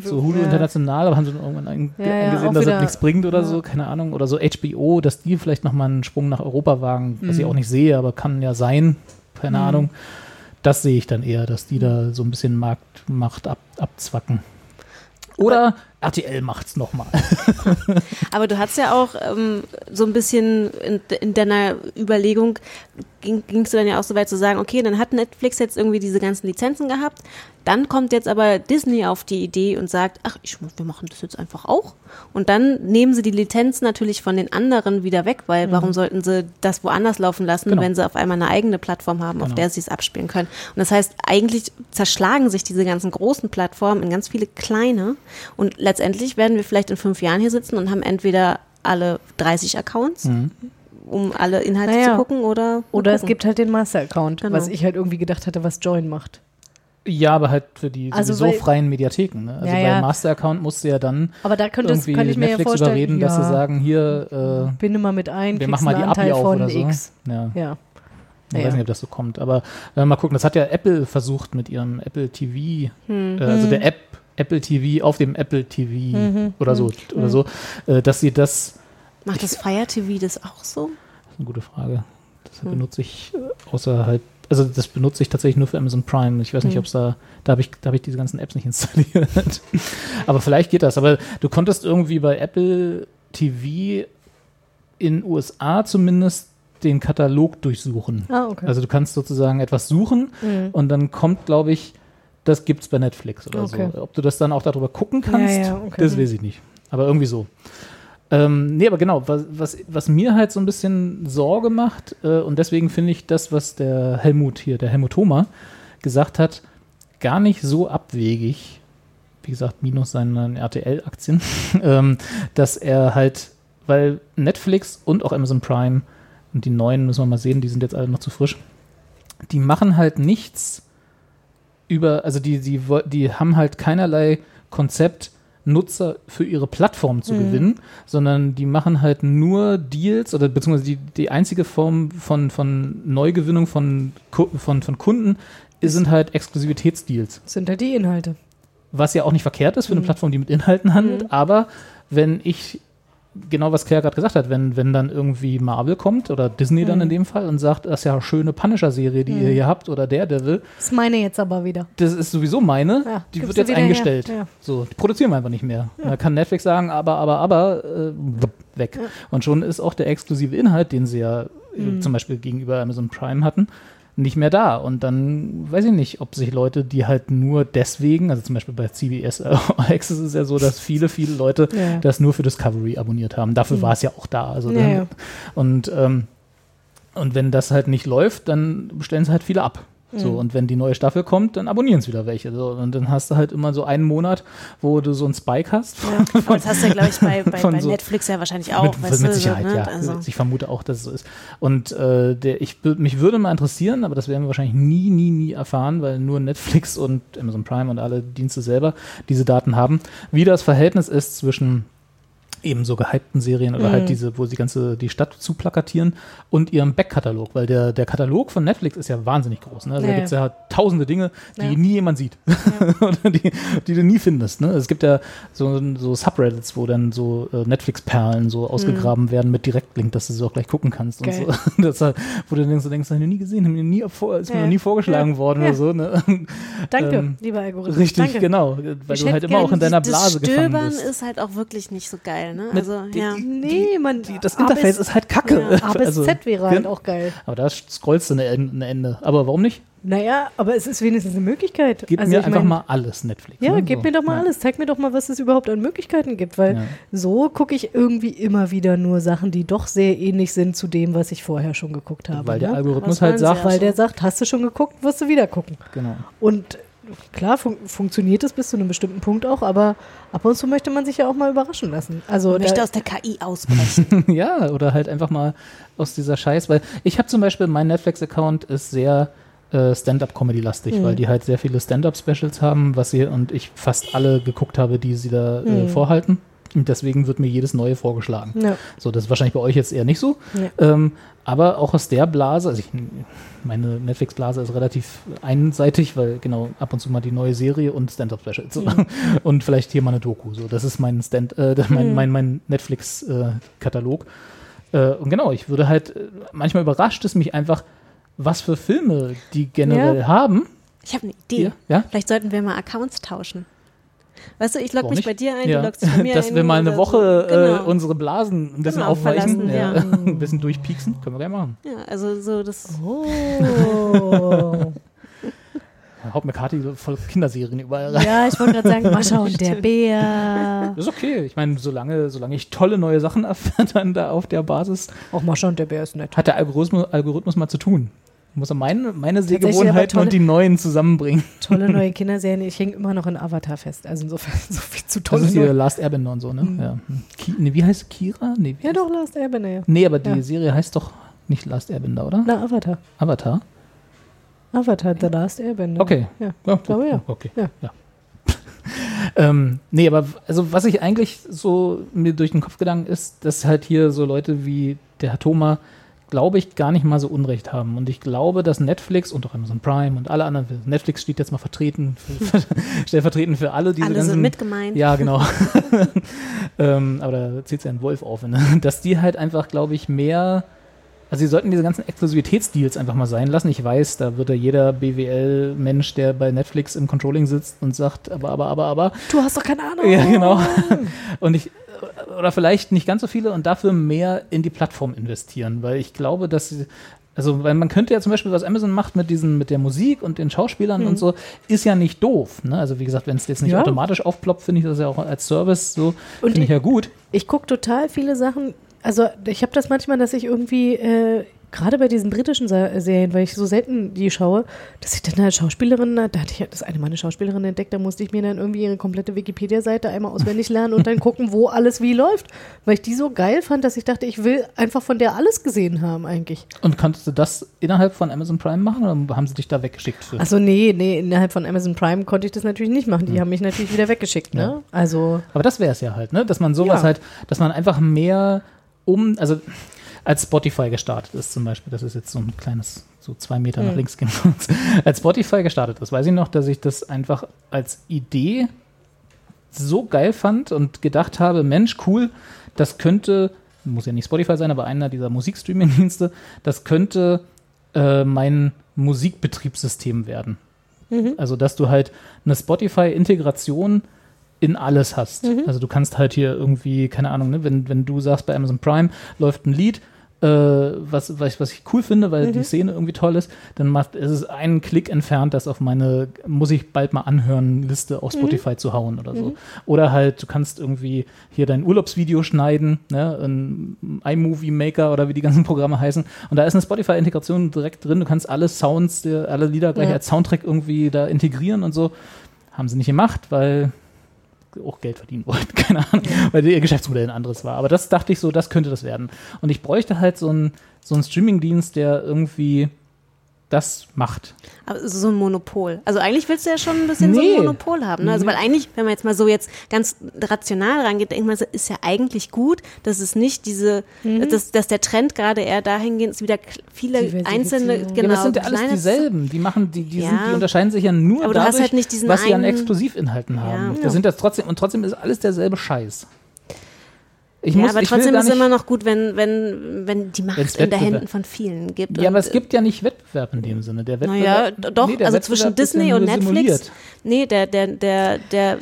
so Hulu Ja. international, aber haben sie dann irgendwann ein- Ja, ja, eingesehen, auch dass das wieder- nichts bringt oder so, keine Ahnung. Oder so HBO, dass die vielleicht nochmal einen Sprung nach Europa wagen, was Mhm. ich auch nicht sehe, aber kann ja sein, keine Ahnung. Das sehe ich dann eher, dass die da so ein bisschen Marktmacht ab, abzwacken. Oder RTL macht's nochmal. Aber du hast ja auch ähm, so ein bisschen in, in deiner Überlegung, ging, gingst du dann ja auch so weit zu sagen, okay, dann hat Netflix jetzt irgendwie diese ganzen Lizenzen gehabt, dann kommt jetzt aber Disney auf die Idee und sagt, ach, ich, wir machen das jetzt einfach auch. Und dann nehmen sie die Lizenz natürlich von den anderen wieder weg, weil warum sollten sie das woanders laufen lassen, Mhm. Genau. wenn sie auf einmal eine eigene Plattform haben, auf Genau. der sie es abspielen können. Und das heißt, eigentlich zerschlagen sich diese ganzen großen Plattformen in ganz viele kleine. Und letztendlich werden wir vielleicht in fünf Jahren hier sitzen und haben entweder alle 30 Accounts, Mhm. um alle Inhalte Naja. zu gucken oder. Oder mal es gucken. gibt halt den Master-Account, Genau. was ich halt irgendwie gedacht hatte, was Join macht. (laughs) Ja, aber halt für die Also sowieso weil- freien Mediatheken. Ne? Also Ja, bei ja. Master-Account musst du ja dann Aber da könnte es- irgendwie könnte ich mir ja Netflix vorstellen, überreden, dass sie ja. Mhm. sagen, hier, Binde mal mit ein, äh, wir kriegst machen mal die einen API Anteil auf von oder so. X. äh, Ja. Ja. Ich Ja. weiß nicht, ob das so kommt, aber wenn wir mal gucken, das hat ja Apple versucht mit ihrem Apple TV, Hm. äh, also der App Apple TV auf dem Apple TV Mhm. oder Hm. so, oder so, äh, dass sie das, Macht das Fire TV das auch so? das ist eine gute Frage, das Hm. benutze ich äh, außerhalb, also das benutze ich tatsächlich nur für Amazon Prime. Ich weiß Hm. nicht, ob es da, da habe ich, da habe ich diese ganzen Apps nicht (laughs) installiert. aber vielleicht geht das, aber du konntest irgendwie bei Apple TV in USA zumindest den Katalog durchsuchen. Ah, okay. Mhm. Also du kannst sozusagen etwas suchen und dann kommt, glaube ich, das gibt's bei Netflix oder Okay. so. Ob du das dann auch darüber gucken kannst, Ja, ja, okay. das weiß ich nicht. Aber irgendwie so. Ähm, nee, aber genau, was, was, was mir halt so ein bisschen Sorge macht, äh, und deswegen finde ich das, was der Helmut hier, der Helmut Thoma, gesagt hat, gar nicht so abwegig, wie gesagt, minus seinen RTL-Aktien, (laughs) ähm, dass er halt, weil Netflix und auch Amazon Prime und die neuen müssen wir mal sehen, die sind jetzt alle noch zu frisch, die machen halt nichts über, also die, die, wo- die haben halt keinerlei Konzept, Nutzer für ihre Plattform zu gewinnen, sondern die machen halt nur Deals oder beziehungsweise die, die einzige Form von, von Neugewinnung von, Ku- von, von Kunden sind halt Exklusivitätsdeals. Das sind halt die Inhalte. Was ja auch nicht verkehrt ist für eine Plattform, die mit Inhalten handelt, aber wenn ich, genau was Claire gerade gesagt hat, wenn, wenn dann irgendwie Marvel kommt oder Disney dann in dem Fall und sagt, das ist ja eine schöne Punisher-Serie, die ihr hier habt oder Daredevil, Das ist meine jetzt aber wieder. das ist sowieso meine, Ja, die wird gibst du jetzt wieder her, eingestellt. ja. So, die produzieren wir einfach nicht mehr. Da kann Netflix sagen, aber, aber, aber, äh, weg. Und schon ist auch der exklusive Inhalt, den sie ja äh, Mhm. zum Beispiel gegenüber Amazon Prime hatten, nicht mehr da. Und dann weiß ich nicht, ob sich Leute, die halt nur deswegen, also zum Beispiel bei CBS (laughs) Access ist es ja so, dass viele, viele Leute Ja. Mhm. das nur für Discovery abonniert haben. Dafür war es ja auch da. Also Ja, dann, ja. Und, ähm, und wenn das halt nicht läuft, dann stellen sie halt viele ab. Mhm. So, und wenn die neue Staffel kommt, dann abonnieren es wieder welche. So, und dann hast du halt immer so einen Monat, wo du so einen Spike hast. (laughs) Aber das hast du ja, glaube ich, bei, bei, Von bei so- Netflix ja wahrscheinlich auch. mit, weißt mit du, Sicherheit, so, ne? ja. Also, Ich vermute auch, dass es so ist. Und äh, der, ich, wür- mich würde mal interessieren, aber das werden wir wahrscheinlich nie, nie, nie erfahren, weil nur Netflix und Amazon Prime und alle Dienste selber diese Daten haben, wie das Verhältnis ist zwischen eben so gehypten Serien oder Mhm. halt diese, wo sie ganze die Stadt zu plakatieren und ihrem Backkatalog, weil der, der Katalog von Netflix ist ja wahnsinnig groß. Ne? Also Da Ja, gibt ja. es ja tausende Dinge, die Ja. nie jemand sieht (laughs) oder die, die du nie findest. Ne? Es gibt ja so, so Subreddits, wo dann so äh, Netflix-Perlen so ausgegraben werden mit Direktlink, dass du sie auch gleich gucken kannst Mhm. Geil. und so. (laughs) Das, halt- wo du denkst, du denkst, hab ich noch nie gesehen, hab ich noch nie, vor- ist mir Ja. noch nie vorgeschlagen worden oder so. Ne? Danke, Ähm, lieber Algorithmus. Richtig, Danke. genau. Weil Ich du halt hätte immer auch in gern deiner das Blase gefangen Stöbern bist. ist halt auch wirklich nicht so geil, ne? Also, ja. Nee, man. das Interface ist halt Also, kacke. (laughs) A bis Z wäre halt ja. auch geil. Aber da scrollst du eine, En- eine Ende. Aber warum nicht? Naja, aber es ist wenigstens eine Möglichkeit. Gib Also mir ich einfach mein, mal alles, Netflix. Ja, ne? gib So. mir doch mal Ja. alles. Zeig mir doch mal, was es überhaupt an Möglichkeiten gibt, weil Ja. so gucke ich irgendwie immer wieder nur Sachen, die doch sehr ähnlich sind zu dem, was ich vorher schon geguckt habe. Weil der ne? Algorithmus Was halt wollen sie sagt, weil der sagt, hast du schon geguckt, wirst du wieder gucken. genau. Und klar fun funktioniert es bis zu einem bestimmten Punkt auch, aber ab und zu möchte man sich ja auch mal überraschen lassen. Also Ich möchte da, aus der KI (laughs) ausbrechen. Ja, oder halt einfach mal aus dieser Scheiß, weil ich habe zum Beispiel, mein Netflix-Account ist sehr äh, Stand-up-Comedy-lastig, Hm. weil die halt sehr viele Stand-up-Specials haben, was sie und ich fast alle geguckt habe, die sie da äh, vorhalten. Und deswegen wird mir jedes neue vorgeschlagen. Hm. Ja. So, das ist wahrscheinlich bei euch jetzt eher nicht so. Nee. Ähm, aber auch aus der Blase, also ich, meine Netflix-Blase ist relativ einseitig, weil genau ab und zu mal die neue Serie und Stand-Up-Special. So. (laughs) Und vielleicht hier mal eine Doku. So, das ist mein, Stand, äh, Mhm. mein, mein, mein Netflix-Katalog. Äh, und genau, ich würde halt, äh, manchmal überrascht es mich einfach, was für Filme die generell Ja. haben. Ich habe eine Idee. Ja, ja. Vielleicht sollten wir mal Accounts tauschen. Weißt du, ich log Warum mich nicht? bei dir ein, ja. du loggst dich (laughs) bei mir Dass ein. wir mal eine oder Woche so. genau. äh, unsere Blasen ein bisschen Genau, verlassen, aufweichen, ja. ja. (laughs) ein bisschen durchpieksen, können wir gerne machen. Ja, also so das. (laughs) oh. Ja, Haut mir Kati voll Kinderserien überall rein. (laughs) ja, ich wollte gerade sagen, Mascha und der Bär. Das (laughs) ist okay. Ich meine, solange, solange ich tolle neue Sachen (laughs) erfahre dann da auf der Basis, Auch Mascha und der Bär ist nett. hat der Algorithmus, Algorithmus mal zu tun. Muss er meine, meine Tatsächlich, Sehgewohnheiten aber tolle- und die neuen (laughs) zusammenbringen. Tolle neue Kinderserien. Ich hänge immer noch in Avatar fest. Also insofern (laughs) so viel zu Das toll. ist die Last Airbender und so, ne? Mhm. Ja. Ki nee, wie heißt Kira? Nee, wie Ja heißt- doch, Last Airbender. ja. nee aber die Ja. Serie heißt doch nicht Last Airbender, oder? Na, Avatar. Avatar. Avatar, The Last Airbender. Okay. Ja. Ja, gut. Glaube ja. Okay. Ja. (laughs) ähm, nee, aber w- also was ich eigentlich so mir durch den Kopf gegangen ist, dass halt hier so Leute wie der Herr Thoma, glaube ich, gar nicht mal so Unrecht haben. Und ich glaube, dass Netflix und auch Amazon Prime und alle anderen, Netflix steht jetzt mal vertreten, für, stellvertretend für alle diese Alle ganzen, sind mit gemeint. Ja, genau. (laughs) ähm, aber da zieht ja ein Wolf auf, ne? dass die halt einfach, glaube ich, mehr also sie sollten diese ganzen Exklusivitätsdeals einfach mal sein lassen. Ich weiß, da würde jeder BWL-Mensch, der bei Netflix im Controlling sitzt und sagt, aber, aber, aber, aber. Du hast doch keine Ahnung. Ja, genau. Und ich, oder vielleicht nicht ganz so viele und dafür mehr in die Plattform investieren, weil ich glaube, dass sie, also, weil man könnte ja zum Beispiel, was Amazon macht mit diesen, mit der Musik und den Schauspielern und so, ist ja nicht doof. Ne? Also wie gesagt, wenn es jetzt nicht Mhm. Ja. automatisch aufploppt, finde ich das ja auch als Service so, finde ich die- ja gut. Ich gucke total viele Sachen. Also ich habe das manchmal, dass ich irgendwie, äh, gerade bei diesen britischen Sa Serien, weil ich so selten die schaue, dass ich dann halt Schauspielerinnen, da hatte ich ja das eine Mal eine Schauspielerin entdeckt, da musste ich mir dann irgendwie ihre komplette Wikipedia-Seite einmal auswendig lernen und dann gucken, wo alles wie läuft. Weil ich die so geil fand, dass ich dachte, ich will einfach von der alles gesehen haben eigentlich. Und konntest du das innerhalb von Amazon Prime machen oder haben sie dich da weggeschickt für? Also nee, nee, innerhalb von Amazon Prime konnte ich das natürlich nicht machen. Die haben mich natürlich wieder weggeschickt, ne? Ja. Also Aber das wäre es ja halt, ne? Dass man sowas Ja. halt, dass man einfach mehr um, also als Spotify gestartet ist zum Beispiel, das ist jetzt so ein kleines, so zwei Meter nach links gehen. wir uns. (laughs) als Spotify gestartet ist, weiß ich noch, dass ich das einfach als Idee so geil fand und gedacht habe, Mensch, cool, das könnte, muss ja nicht Spotify sein, aber einer dieser Musikstreaming-Dienste, das könnte äh, mein Musikbetriebssystem werden. Also, dass du halt eine Spotify-Integration in alles hast. Also du kannst halt hier irgendwie, keine Ahnung, ne, wenn, wenn du sagst, bei Amazon Prime läuft ein Lied, äh, was, was, ich, was ich cool finde, weil die Szene irgendwie toll ist, dann macht, ist es einen Klick entfernt, das auf meine muss ich bald mal anhören Liste auf Spotify zu hauen oder so. Oder halt, du kannst irgendwie hier dein Urlaubsvideo schneiden, ne, in iMovie Maker oder wie die ganzen Programme heißen. Und da ist eine Spotify-Integration direkt drin. Du kannst alle Sounds, der- alle Lieder gleich als Soundtrack irgendwie da integrieren und so. Haben sie nicht gemacht, weil auch Geld verdienen wollten, (laughs) keine Ahnung, weil ihr Geschäftsmodell ein anderes war. Aber das dachte ich so, das könnte das werden. Und ich bräuchte halt so einen, so einen Streamingdienst, der irgendwie das macht. Aber es ist so ein Monopol. Also eigentlich willst du ja schon ein bisschen so Nee. Mhm. ein Monopol haben. Ne? Also weil eigentlich, wenn man jetzt mal so jetzt ganz rational rangeht, denkt man, es ist ja eigentlich gut, dass es nicht diese, Mhm. dass, dass der Trend gerade eher dahingehend ist, wieder kl- viele Diversifizierung. einzelne, genau, ja, aber das sind ja alles kleine- dieselben. Die machen, die, die, sind, Ja. die unterscheiden sich ja nur Aber du hast dadurch, halt nicht diesen was sie an einen- Exklusivinhalten haben. Das sind das trotzdem, und trotzdem ist alles derselbe Scheiß. Ich Ja, muss, aber ich will trotzdem gar ist es nicht, immer noch gut, wenn, wenn, wenn die Macht Wenn's in der Wettbewerb- Händen von vielen gibt. Ja, aber Und, es gibt ja nicht Wettbewerb in dem Sinne. Der Naja, Wettbewerb, d- doch, Nee, der also Wettbewerb zwischen ist ja Disney und nur Netflix. simuliert. Nee, der, der, der, der,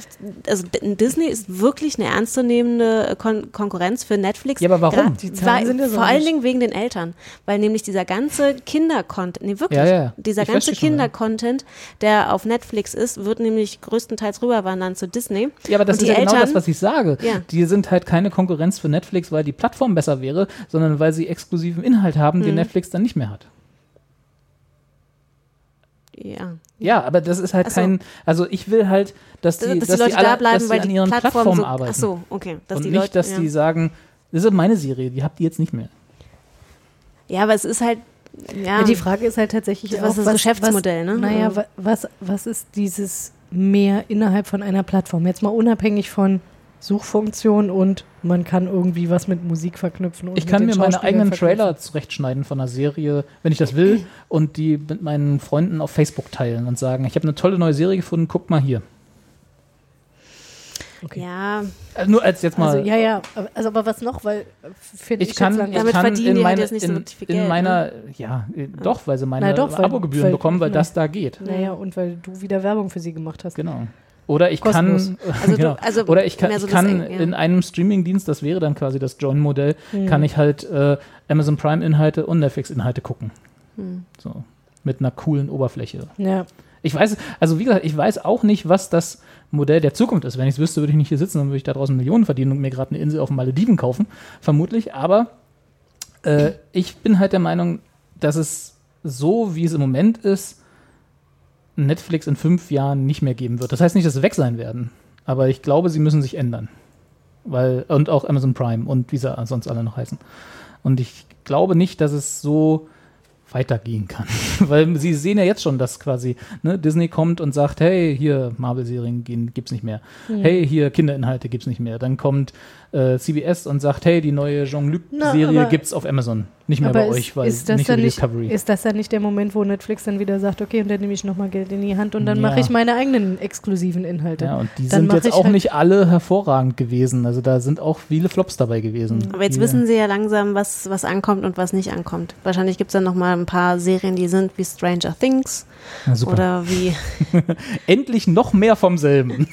also d- Disney ist wirklich eine ernstzunehmende äh, Kon Konkurrenz für Netflix. Ja, aber warum? Grad- Die Zahlen weil, sind ja so vor allen nicht- Dingen wegen den Eltern. Weil nämlich dieser ganze Kinder-Content, nee, wirklich, Ja, ja, dieser ich ganze verstehe schon, ja. Kinder-Content, der auf Netflix ist, wird nämlich größtenteils rüberwandern zu Disney. Ja, aber das und ist die ja Eltern, genau das, was ich sage. Ja. Die sind halt keine Konkurrenz für Netflix, weil die Plattform besser wäre, sondern weil sie exklusiven Inhalt haben, Mhm. den Netflix dann nicht mehr hat. ja. Ja, aber das ist halt Ach so. kein, also ich will halt, dass die, dass, die Leute da alle- dass bleiben, die weil an die ihren Plattform Plattformen so, arbeiten. Ach so, okay. Dass und die nicht, Leute, dass ja. die sagen, das ist meine Serie, die habt ihr jetzt nicht mehr. ja, aber es ist halt, ja. Ja, die Frage ist halt tatsächlich Was ist auch, das Geschäftsmodell, was, ne? Naja, Also- wa- was, was ist dieses mehr innerhalb von einer Plattform? Jetzt mal unabhängig von Suchfunktion und man kann irgendwie was mit Musik verknüpfen. Und Ich mit kann den mir meine Schauspielern eigenen verknüpfen. Trailer zurechtschneiden von einer Serie, wenn ich (clears throat) das will, und die mit meinen Freunden auf Facebook teilen und sagen, ich habe eine tolle neue Serie gefunden, guck mal hier. ja, Also nur als jetzt mal Also, ja, ja, aber- also, aber was noch, weil äh, finde ich, ich kann, jetzt ich lange. Damit kann verdienen in die halt meine- jetzt nicht so in, wirklich viel in Geld, meiner, ja, äh, doch, weil sie meine Na doch, weil- Abo-Gebühren weil- bekommen, weil ja. genau. das da geht. Naja, und weil du wieder Werbung für sie gemacht hast. Genau. Oder ich (laughs) Kostenlos. kann, Also du- genau. also oder ich kann, mehr so ich kann das, ja. Hm. in einem Streamingdienst, das wäre dann quasi das Join-Modell, kann ich halt äh, Amazon Prime-Inhalte und Netflix-Inhalte gucken. Hm. So. Mit einer coolen Oberfläche. Ja, Ich weiß, also wie gesagt, ich weiß auch nicht, was das Modell der Zukunft ist. Wenn ich es wüsste, würde ich nicht hier sitzen, dann würde ich da draußen Millionen verdienen und mir gerade eine Insel auf den Malediven kaufen, vermutlich. Aber äh, ich bin halt der Meinung, dass es so, wie es im Moment ist, Netflix in fünf Jahren nicht mehr geben wird. Das heißt nicht, dass sie weg sein werden, aber ich glaube, sie müssen sich ändern. Weil, und auch Amazon Prime und wie sie sonst alle noch heißen. Und ich glaube nicht, dass es so weitergehen kann. (laughs) Weil sie sehen ja jetzt schon, dass quasi ne, Disney kommt und sagt, hey, hier Marvel-Serien gehen- gibt's nicht mehr. Hey, hier Kinderinhalte gibt's nicht mehr. Dann kommt äh, CBS und sagt, hey, die neue Na, Jean-Luc-Serie aber- gibt's auf Amazon. Nicht mehr aber bei ist, euch, weil ist, das nicht über dann nicht, Discovery. ist das dann nicht der Moment, wo Netflix dann wieder sagt, okay, und dann nehme ich nochmal Geld in die Hand und dann Ja. mache ich meine eigenen exklusiven Inhalte. ja, und die Dann sind mache jetzt ich auch halt- nicht alle hervorragend gewesen. Also da sind auch viele Flops dabei gewesen. aber jetzt Die- wissen sie ja langsam, was, was ankommt und was nicht ankommt. Wahrscheinlich gibt es dann nochmal ein paar Serien, die sind wie Stranger Things Na, super. oder wie. Endlich noch mehr vom selben.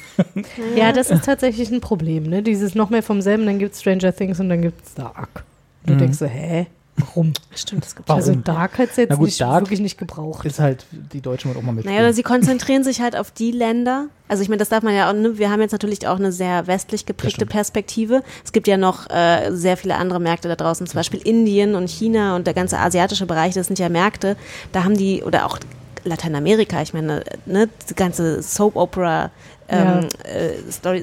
Ja, das ist tatsächlich ein Problem, ne? Dieses noch mehr vom selben, dann gibt's Stranger Things und dann gibt's Dark. Du denkst so, hä? Warum? (laughs) Stimmt, das gibt Also Mhm. Warum? Dark hat's jetzt Na gut, nicht, Dark- wirklich nicht gebraucht. Ist halt die Deutschen wollen auch mal mit. Naja, oder sie konzentrieren sich halt auf die Länder. Also ich meine, das darf man ja auch, ne? wir haben jetzt natürlich auch eine sehr westlich geprägte stimmt. Perspektive. Es gibt ja noch äh, sehr viele andere Märkte da draußen, zum Beispiel Indien und China und der ganze asiatische Bereich, das sind ja Märkte, da haben die, oder auch Lateinamerika, ich meine, ne, die ganze Soap-Opera- ähm, äh, Story,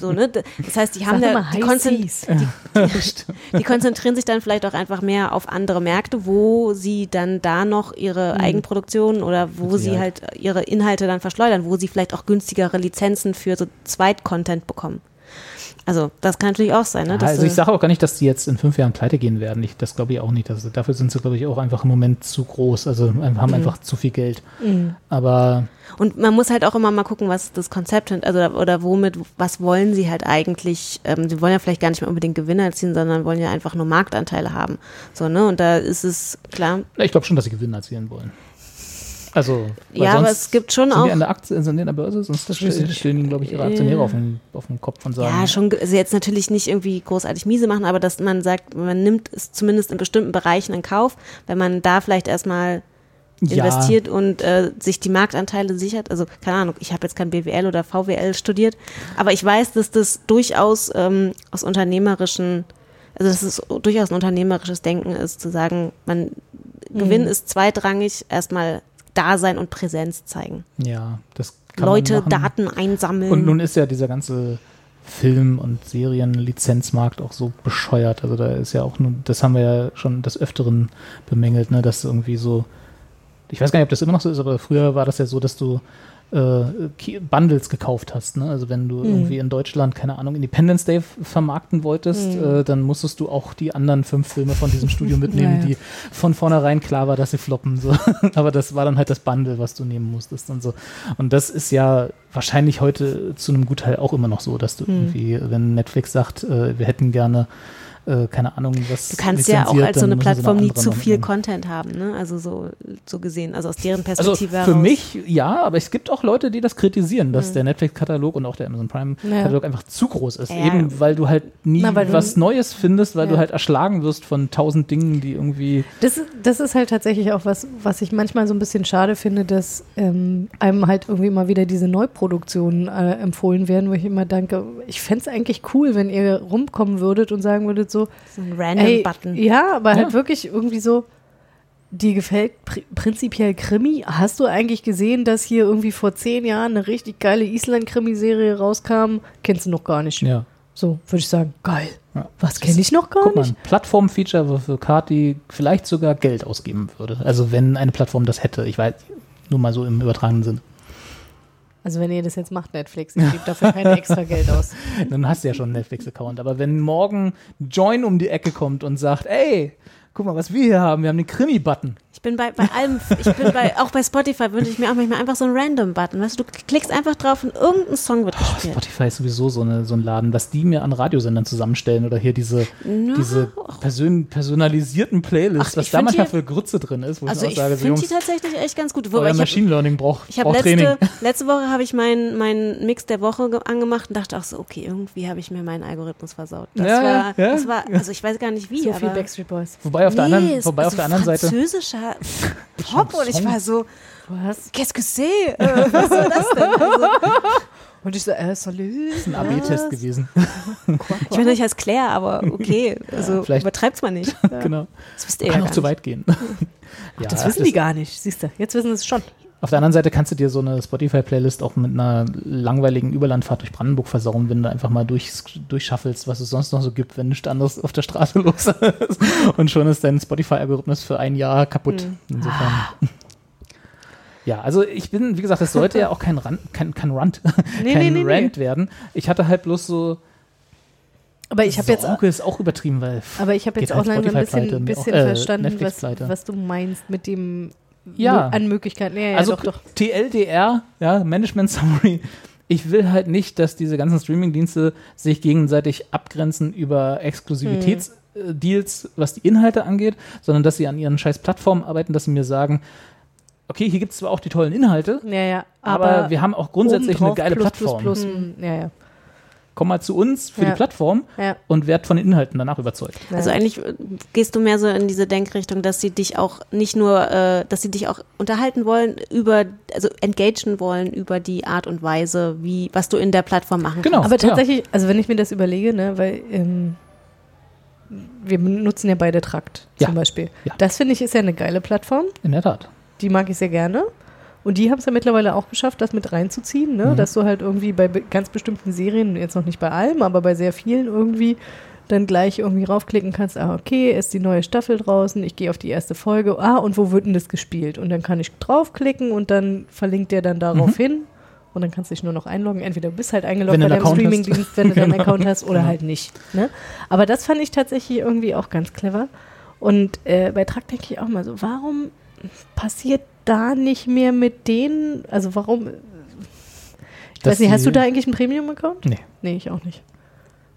so, (laughs) ne? Das heißt, die haben Sag da, mal, die, High konzen Seas. die konzentrieren sich dann vielleicht auch einfach mehr auf andere Märkte, wo sie dann da noch ihre Eigenproduktionen oder wo sie Mhm. Sicherheit. halt ihre Inhalte dann verschleudern, wo sie vielleicht auch günstigere Lizenzen für so Zweitcontent bekommen. Also das kann natürlich auch sein, ne? Ja, dass also ich du- sage auch gar nicht, dass die jetzt in fünf Jahren pleite gehen werden. Ich, das glaube ich auch nicht. Das, dafür sind sie, glaube ich, auch einfach im Moment zu groß. Also ein- Mhm. haben einfach zu viel Geld. Aber und man muss halt auch immer mal gucken, was das Konzept sind, also oder womit, was wollen sie halt eigentlich? Ähm, sie wollen ja vielleicht gar nicht mehr unbedingt Gewinne erzielen, sondern wollen ja einfach nur Marktanteile haben. So, ne? Und da ist es klar, na, ich glaube schon, dass sie Gewinn erzielen wollen. Also, weil Ja, aber sonst es gibt schon sind auch- Die an der Aktie, sind die an der Börse, sonst stehen, stehen ihnen, glaube ich, ihre Aktionäre auf, den, auf den Kopf und sagen. Ja, schon, ge- also jetzt natürlich nicht irgendwie großartig miese machen, aber dass man sagt, man nimmt es zumindest in bestimmten Bereichen in Kauf, wenn man da vielleicht erstmal Ja. investiert und äh, sich die Marktanteile sichert. Also keine Ahnung, ich habe jetzt kein BWL oder VWL studiert, aber ich weiß, dass das durchaus ähm, aus unternehmerischen, also dass es durchaus ein unternehmerisches Denken ist, zu sagen, man Mhm. Gewinn ist zweitrangig, erstmal da sein und Präsenz zeigen. Ja, das kann Leute, man machen. Daten einsammeln. Und nun ist ja dieser ganze Film- und Serienlizenzmarkt auch so bescheuert. Also da ist ja auch nun, das haben wir ja schon des Öfteren bemängelt, ne, dass irgendwie so, ich weiß gar nicht, ob das immer noch so ist, aber früher war das ja so, dass du äh, Ki- Bundles gekauft hast. Ne? Also Mhm. wenn du irgendwie in Deutschland, keine Ahnung, Independence Day f- vermarkten wolltest, Mhm. äh, dann musstest du auch die anderen fünf Filme von diesem Studio (laughs) mitnehmen, Ja, ja. die von vornherein klar war, dass sie floppen. So. (laughs) Aber das war dann halt das Bundle, was du nehmen musstest und so. Und das ist ja wahrscheinlich heute zu einem Gutteil auch immer noch so, dass du Mhm. irgendwie, wenn Netflix sagt, äh, wir hätten gerne, äh, keine Ahnung, was Du kannst ja auch lizenziert, als so dann eine müssen sie Plattform nie andere zu noch viel mitnehmen. Content haben, ne? Also so, so gesehen, also aus deren Also Perspektive für heraus. mich ja, aber es gibt auch Leute, die das kritisieren, Hm. dass der Netflix-Katalog und auch der Amazon Prime-Katalog einfach zu groß ist. Ja. Eben weil du halt nie Na, weil du- was Neues findest, weil du Ja. halt erschlagen wirst von tausend Dingen, die irgendwie Das, ist- das ist halt tatsächlich auch was, was ich manchmal so ein bisschen schade finde, dass ähm, einem halt irgendwie mal wieder diese Neuproduktionen äh, empfohlen werden, wo ich immer denke, ich fände es eigentlich cool, wenn ihr rumkommen würdet und sagen würdet so, So ein random Button. ja, aber Ja. halt wirklich irgendwie so, dir gefällt pri prinzipiell Krimi. Hast du eigentlich gesehen, dass hier irgendwie vor zehn Jahren eine richtig geile Island-Krimiserie rauskam? Kennst du noch gar nicht. ja. So, würde ich sagen, geil. Ja. Was kenne ich noch gar Guck mal, nicht? ein Plattform-Feature, wofür Kati vielleicht sogar Geld ausgeben würde. Also wenn eine Plattform das hätte. Ich weiß, nur mal so im übertragenen Sinn. Also wenn ihr das jetzt (laughs) macht, Netflix, ich gebe dafür kein extra Geld aus. Dann hast du ja schon einen Netflix-Account. Aber wenn morgen Join um die Ecke kommt und sagt, ey, guck mal, was wir hier haben. Wir haben den Krimi-Button. Ich bin bei, bei allem, ich bin (laughs) bei, auch bei Spotify wünsche ich mir auch manchmal einfach so einen random Button. Weißt du, du klickst einfach drauf und irgendein Song wird gespielt. Oh, Spotify ist sowieso so, eine, so ein Laden, was die mir an Radiosendern zusammenstellen oder hier diese, diese persön personalisierten Playlists, Ach, was ich da find manchmal die- für Grütze drin ist, wo Also ich ich mir auch sage, so, finde die Jungs, tatsächlich echt ganz gut. Wobei euer ich hab- Machine Learning braucht, Ich habe braucht Training. (laughs) letzte, letzte Woche habe ich meinen mein Mix der Woche ge- angemacht und dachte auch so, okay, irgendwie habe ich mir meinen Algorithmus versaut. Das, Ja, war, ja, ja. das war, also ich weiß gar nicht wie, So viel aber Backstreet Boys. Wobei auf der nee, anderen, es wobei ist also auf der so anderen Seite. französischer (laughs) Pop und ich Song. war so, Was? Qu'est-ce que (laughs) c'est? Äh, was soll das denn? Also, Und ich so, äh, salut. ein AB-Test gewesen. (laughs) ich meine, ich heiße Claire, aber okay. Also vielleicht- übertreibt's mal (laughs) nicht. genau. Das wisst ihr ja Kann gar auch zu nicht. weit gehen. (laughs) ja, Das wissen die gar nicht, siehst du. Jetzt wissen sie es schon. Auf der anderen Seite kannst du dir so eine Spotify-Playlist auch mit einer langweiligen Überlandfahrt durch Brandenburg versauen, wenn du einfach mal durch, durchschaffelst, was es sonst noch so gibt, wenn nichts anderes auf der Straße (laughs) los ist. Und schon ist dein Spotify-Algorithmus für ein Jahr kaputt. Mhm. Insofern. Ah. (laughs) Ja, also ich bin, wie gesagt, das sollte ja auch kein Rand, kein, kein Rand, (laughs) Nee, kein nee, nee, nee. Rant werden. Ich hatte halt bloß so, Aber ich habe jetzt, Sorge ist auch übertrieben, weil pff, aber ich hab geht jetzt auch halt langsam ein Spotify bisschen, pleite, bisschen auch, äh, verstanden, Netflix was, pleite. was du meinst mit dem Ja. an Möglichkeiten. Ja, ja, also doch, doch. TLDR, ja, Management Summary. Ich will halt nicht, dass diese ganzen Streaming-Dienste sich gegenseitig abgrenzen über Exklusivitätsdeals, Hm. was die Inhalte angeht, sondern dass sie an ihren scheiß Plattformen arbeiten, dass sie mir sagen, okay, hier gibt es zwar auch die tollen Inhalte, Ja, ja. aber, wir haben auch grundsätzlich eine obendrauf geile plus, Plattform. Plus, plus, mm, ja, ja. Komm mal zu uns für Ja. die Plattform Ja. und werd von den Inhalten danach überzeugt. Also eigentlich äh, gehst du mehr so in diese Denkrichtung, dass sie dich auch nicht nur, äh, dass sie dich auch unterhalten wollen über, also engagen wollen über die Art und Weise, wie, was du in der Plattform machen Genau. Aber ja. tatsächlich, also wenn ich mir das überlege, ne, weil ähm, wir benutzen ja beide Trakt Ja. zum Beispiel. Ja. Das finde ich ist ja eine geile Plattform. In der Tat. Die mag ich sehr gerne. Und die haben es ja mittlerweile auch geschafft, das mit reinzuziehen, Mhm. ne? dass du halt irgendwie bei be ganz bestimmten Serien, jetzt noch nicht bei allem, aber bei sehr vielen irgendwie, dann gleich irgendwie raufklicken kannst, ah, okay, ist die neue Staffel draußen, ich gehe auf die erste Folge, ah, und wo wird denn das gespielt? Und dann kann ich draufklicken und dann verlinkt der dann darauf hin und dann kannst du dich nur noch einloggen. Entweder du bist halt eingeloggt Mhm. Wenn du bei einen deinem Account hast. Streamingdienst, wenn du (laughs) deinen Genau. Account hast, oder halt nicht. Ne? Aber das fand ich tatsächlich irgendwie auch ganz clever. Und äh, bei Trakt denke ich auch mal so, warum passiert da nicht mehr mit denen? Also warum? Ich Dass weiß nicht, die- hast du da eigentlich einen Premium-Account? Nee. Nee, ich auch nicht.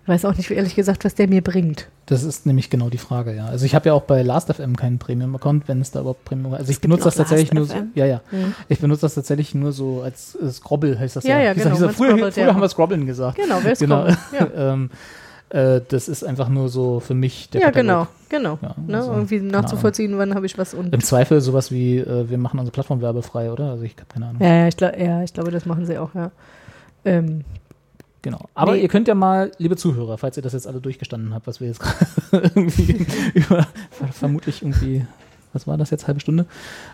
Weiß auch nicht, ehrlich gesagt, was der mir bringt. Das ist nämlich genau die Frage, ja. Also ich habe ja auch bei Last.fm keinen Premium-Account, wenn es da überhaupt Premium Also ich benutze noch das tatsächlich nur so, Last.fm? ja, ja. Ich benutze das tatsächlich nur so als äh, Scrobble heißt das ja. Mhm. Ja, ja, Hieß- genau, hieß man früher scrobbelt, früher ja. haben wir Scrobbeln gesagt. Genau, wer genau. scrobbelt, (laughs) ja. ähm, äh, das ist einfach nur so für mich der ja, Katalog. genau, genau. Ja, ne? also, Irgendwie keine Ahnung. Ähm, nachzuvollziehen, wann habe ich was und. Im Zweifel sowas wie, äh, wir machen unsere Plattform werbefrei, oder? Also ich habe keine Ahnung. Ja, ja, ich glaub, ja, ich glaube, das machen sie auch, ja. Ähm, Genau. Aber Nee. ihr könnt ja mal, liebe Zuhörer, falls ihr das jetzt alle durchgestanden habt, was wir jetzt (laughs) gerade irgendwie (laughs) über vermutlich irgendwie, was war das jetzt, halbe Stunde,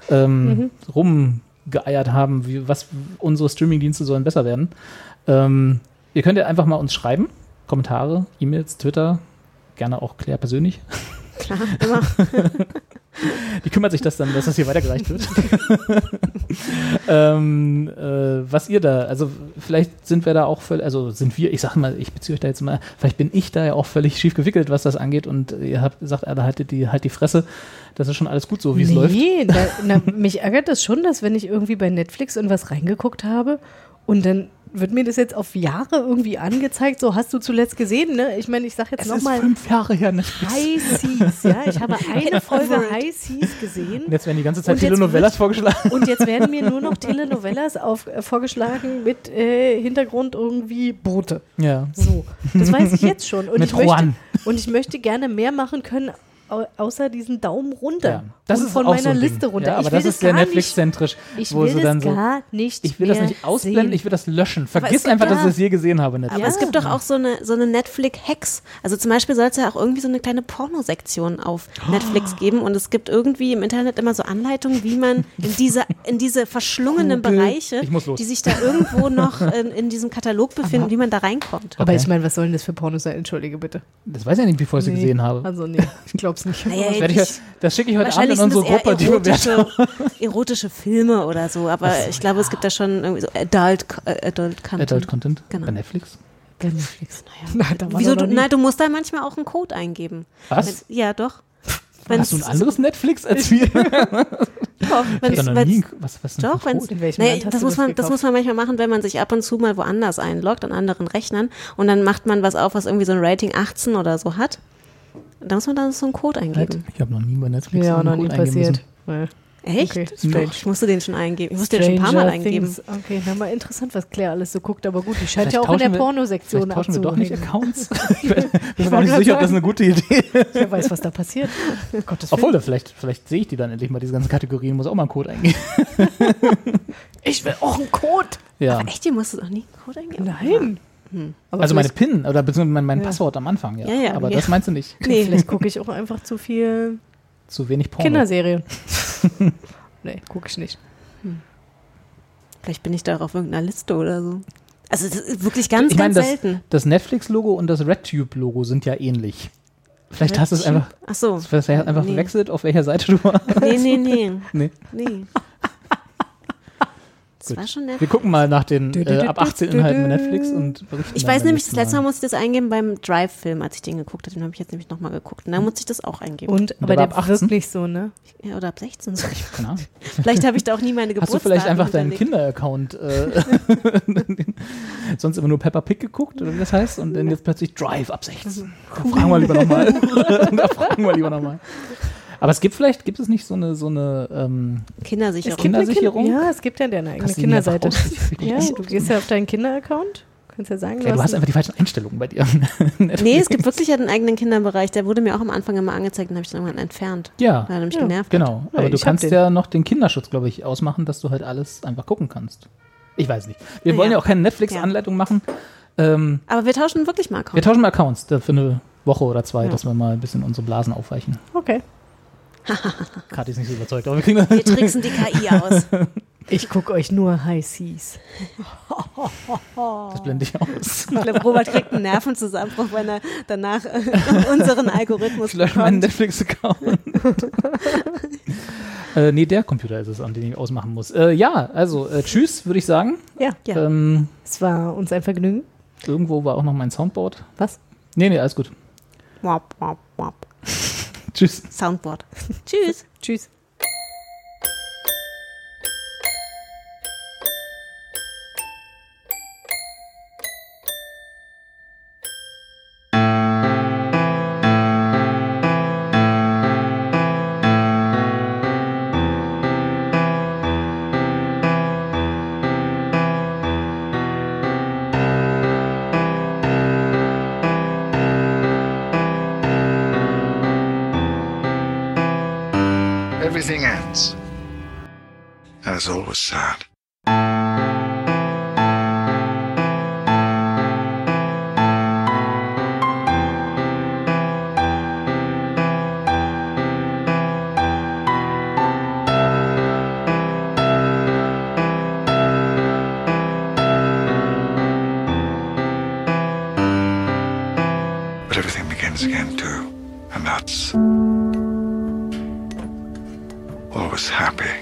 Mhm. ähm, rumgeeiert haben, wie, was unsere Streamingdienste sollen besser werden. Ähm, ihr könnt ja einfach mal uns schreiben, Kommentare, E-Mails, Twitter, gerne auch Claire persönlich. Klar, immer. (laughs) Die kümmert sich das dann, dass das hier weitergereicht wird. (laughs) ähm, äh, was ihr da, also vielleicht sind wir da auch völlig, also sind wir, ich sag mal, ich beziehe euch da jetzt mal, vielleicht bin ich da ja auch völlig schief gewickelt, was das angeht und ihr habt gesagt, alle haltet die, halt die Fresse, das ist schon alles gut so, wie es läuft. nee, da, na, mich ärgert das schon, dass wenn ich irgendwie bei Netflix in was reingeguckt habe und dann wird mir das jetzt auf Jahre irgendwie angezeigt, so hast du zuletzt gesehen, ne? Ich meine, ich sag jetzt nochmal fünf Jahre her, ne? High Seas, ja? Ich habe eine Folge High Seas gesehen. Und jetzt werden die ganze Zeit Und jetzt Telenovelas wird- vorgeschlagen. Und jetzt werden mir nur noch Telenovelas auf, äh, vorgeschlagen mit äh, Hintergrund irgendwie Boote. Ja. So, das weiß ich jetzt schon. Und, Mit ich möchte, Juan. und ich möchte gerne mehr machen können, au- außer diesen Daumen runter. ja. Das und ist von auch meiner so ein Ding. Liste runter. Ja, ich aber will das das ist sehr gar nicht, Netflix-zentrisch, ich wo will sie das dann so, gar nicht ich will das mehr nicht ausblenden, sehen. ich will das löschen. es Vergiss gibt einfach, dass da- ich es je gesehen habe. Netflix. Aber es gibt doch auch so eine, so eine Netflix-Hex. Also zum Beispiel soll es ja auch irgendwie so eine kleine Pornosektion auf Oh. Netflix geben und es gibt irgendwie im Internet immer so Anleitungen, wie man in diese, in diese verschlungenen Google. Bereiche, Ich muss los. die sich da irgendwo noch in, in diesem Katalog befinden, wie man da reinkommt. Aber Okay. ich meine, was soll denn das für Pornos sein? Entschuldige bitte. Das weiß ich ja nicht, bevor ich sie Nee, gesehen habe. Also nee, ich glaub's nicht. Naja, Das, werde ich, das schicke ich heute Abend Wahrscheinlich in sind unsere es eher Gruppe, die bewertet. erotische, (laughs) erotische Filme oder so, aber ich glaube, es gibt da schon irgendwie so Adult, äh, Adult Content. Adult Content Genau. bei Netflix. Bei Netflix, naja. da war Wieso doch du, noch nie- nein, du musst da manchmal auch einen Code eingeben. Was? Ja, doch. Hast du (laughs) ein anderes Netflix als wir? Ich hab da noch nie- was, was denn für ein Doch, wenn Code? In welchem naja, Land hast das, du muss das man, das gekauft? muss man manchmal machen, wenn man sich ab und zu mal woanders einloggt, an anderen Rechnern. Und dann macht man was auf, was irgendwie so ein Rating 18 oder so hat. Da muss man dann so einen Code Halt, eingeben. Ich habe noch nie bei Netflix Mir auch einen noch nie Code eingeben passiert. Nee. Echt? Okay, strange. Doch, ich musste den schon eingeben. Ich musste den schon ein paar Mal Stranger eingeben. Things. Okay, na mal interessant, was Claire alles so guckt, aber gut, die scheint Vielleicht ja auch in tauschen der wir- Pornosektion Vielleicht tauschen wir doch nicht abzuhängen. Accounts. ich weiß- ich bin mir auch wollte nicht gerade sicher, ob das sagen. eine gute Idee ist. Wer weiß, was (laughs) da passiert. Gottes Willen. Obwohl, da vielleicht, vielleicht sehe ich die dann endlich mal, diese ganzen Kategorien, muss auch mal einen Code eingeben. Ich will auch einen Code. Ja. Echt, ihr musstet auch nie einen Code eingeben? Nein. Hm. (laughs) Aber Also meine vielleicht, PIN oder beziehungsweise mein, mein Passwort am Anfang, ja. Ja, ja. Aber Ja. das meinst du nicht. Nee. vielleicht gucke ich auch einfach zu viel Zu wenig Porno. (laughs) Kinderserien. (laughs) nee, gucke ich nicht. Vielleicht bin ich da auch auf irgendeiner Liste oder so. Also das ist wirklich ganz, ich meine, ganz das, selten. das Netflix-Logo und das RedTube-Logo sind ja ähnlich. Vielleicht hast du es einfach, Ach so. vielleicht hast du einfach Nee. verwechselt, auf welcher Seite du warst. Nee, nee, nee. (laughs) Nee. (laughs) Nee. Das war schon nett. Wir gucken mal nach den äh, ab 18 Inhalten bei Netflix und berichten. Ich dann weiß beim nämlich, das nächsten letzte Mal musste ich das eingeben beim Drive-Film, als ich den geguckt habe. Den habe ich jetzt nämlich nochmal geguckt. Und Hm. da musste ich das auch eingeben. Und, aber aber der ab 18? ist nicht so, ne? Ja, oder ab 16 sogar. Keine Ahnung. Vielleicht habe ich da auch nie meine (laughs) Hast du Geburtstag. vielleicht einfach deinen Kinder-Account (laughs) äh, sonst immer nur Peppa Pig geguckt oder wie das heißt und dann jetzt plötzlich Drive ab 16. Da fragen wir lieber (laughs) nochmal. da fragen wir lieber nochmal. Aber es gibt vielleicht, gibt es nicht so eine, so eine ähm, Kindersicherung. Kinder- Kindersicherung? Ja, es gibt ja deine eigene Hast du die mir einfach Kinderseite. raus- Ja, du gehst ja auf deinen Kinderaccount. Kannst ja sagen, ja, du hast ein- einfach die falschen Einstellungen bei dir. (laughs) Nee, es gibt wirklich ja den eigenen Kinderbereich. Der wurde mir auch am Anfang immer angezeigt und habe ich dann irgendwann entfernt. Ja, Weil er mich genervt hat. genau. Aber ich du hab kannst den. ja noch den Kinderschutz, glaube ich, ausmachen, dass du halt alles einfach gucken kannst. Ich weiß nicht. Wir wollen ja auch keine Netflix-Anleitung machen. Ähm, Aber wir tauschen wirklich mal wir Account. tauschen mal Accounts da für eine Woche oder zwei, dass wir mal ein bisschen unsere Blasen aufweichen. Okay. Kathi ist nicht so überzeugt, aber wir kriegen das. Wir tricksen die KI (laughs) aus. Ich gucke euch nur High Seas. Das blende (laughs) ich aus. Ich glaube, Robert kriegt einen Nervenzusammenbruch, wenn er danach äh, (laughs) unseren Algorithmus Ich lösche meinen Netflix-Account. (laughs) äh, nee, der Computer ist es, an den ich ausmachen muss. Äh, ja, also äh, tschüss, würde ich sagen. Ja, Ja. Ähm, es war uns ein Vergnügen. irgendwo war auch noch mein Soundboard. Was? Nee, nee, alles gut. Wop, wop, wop. Tschüss. Soundboard. Tschüss. Tschüss. everything ends. That is always sad. But everything begins again, too. And that's always happy.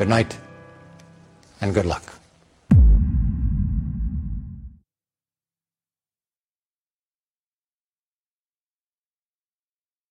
Good night and good luck.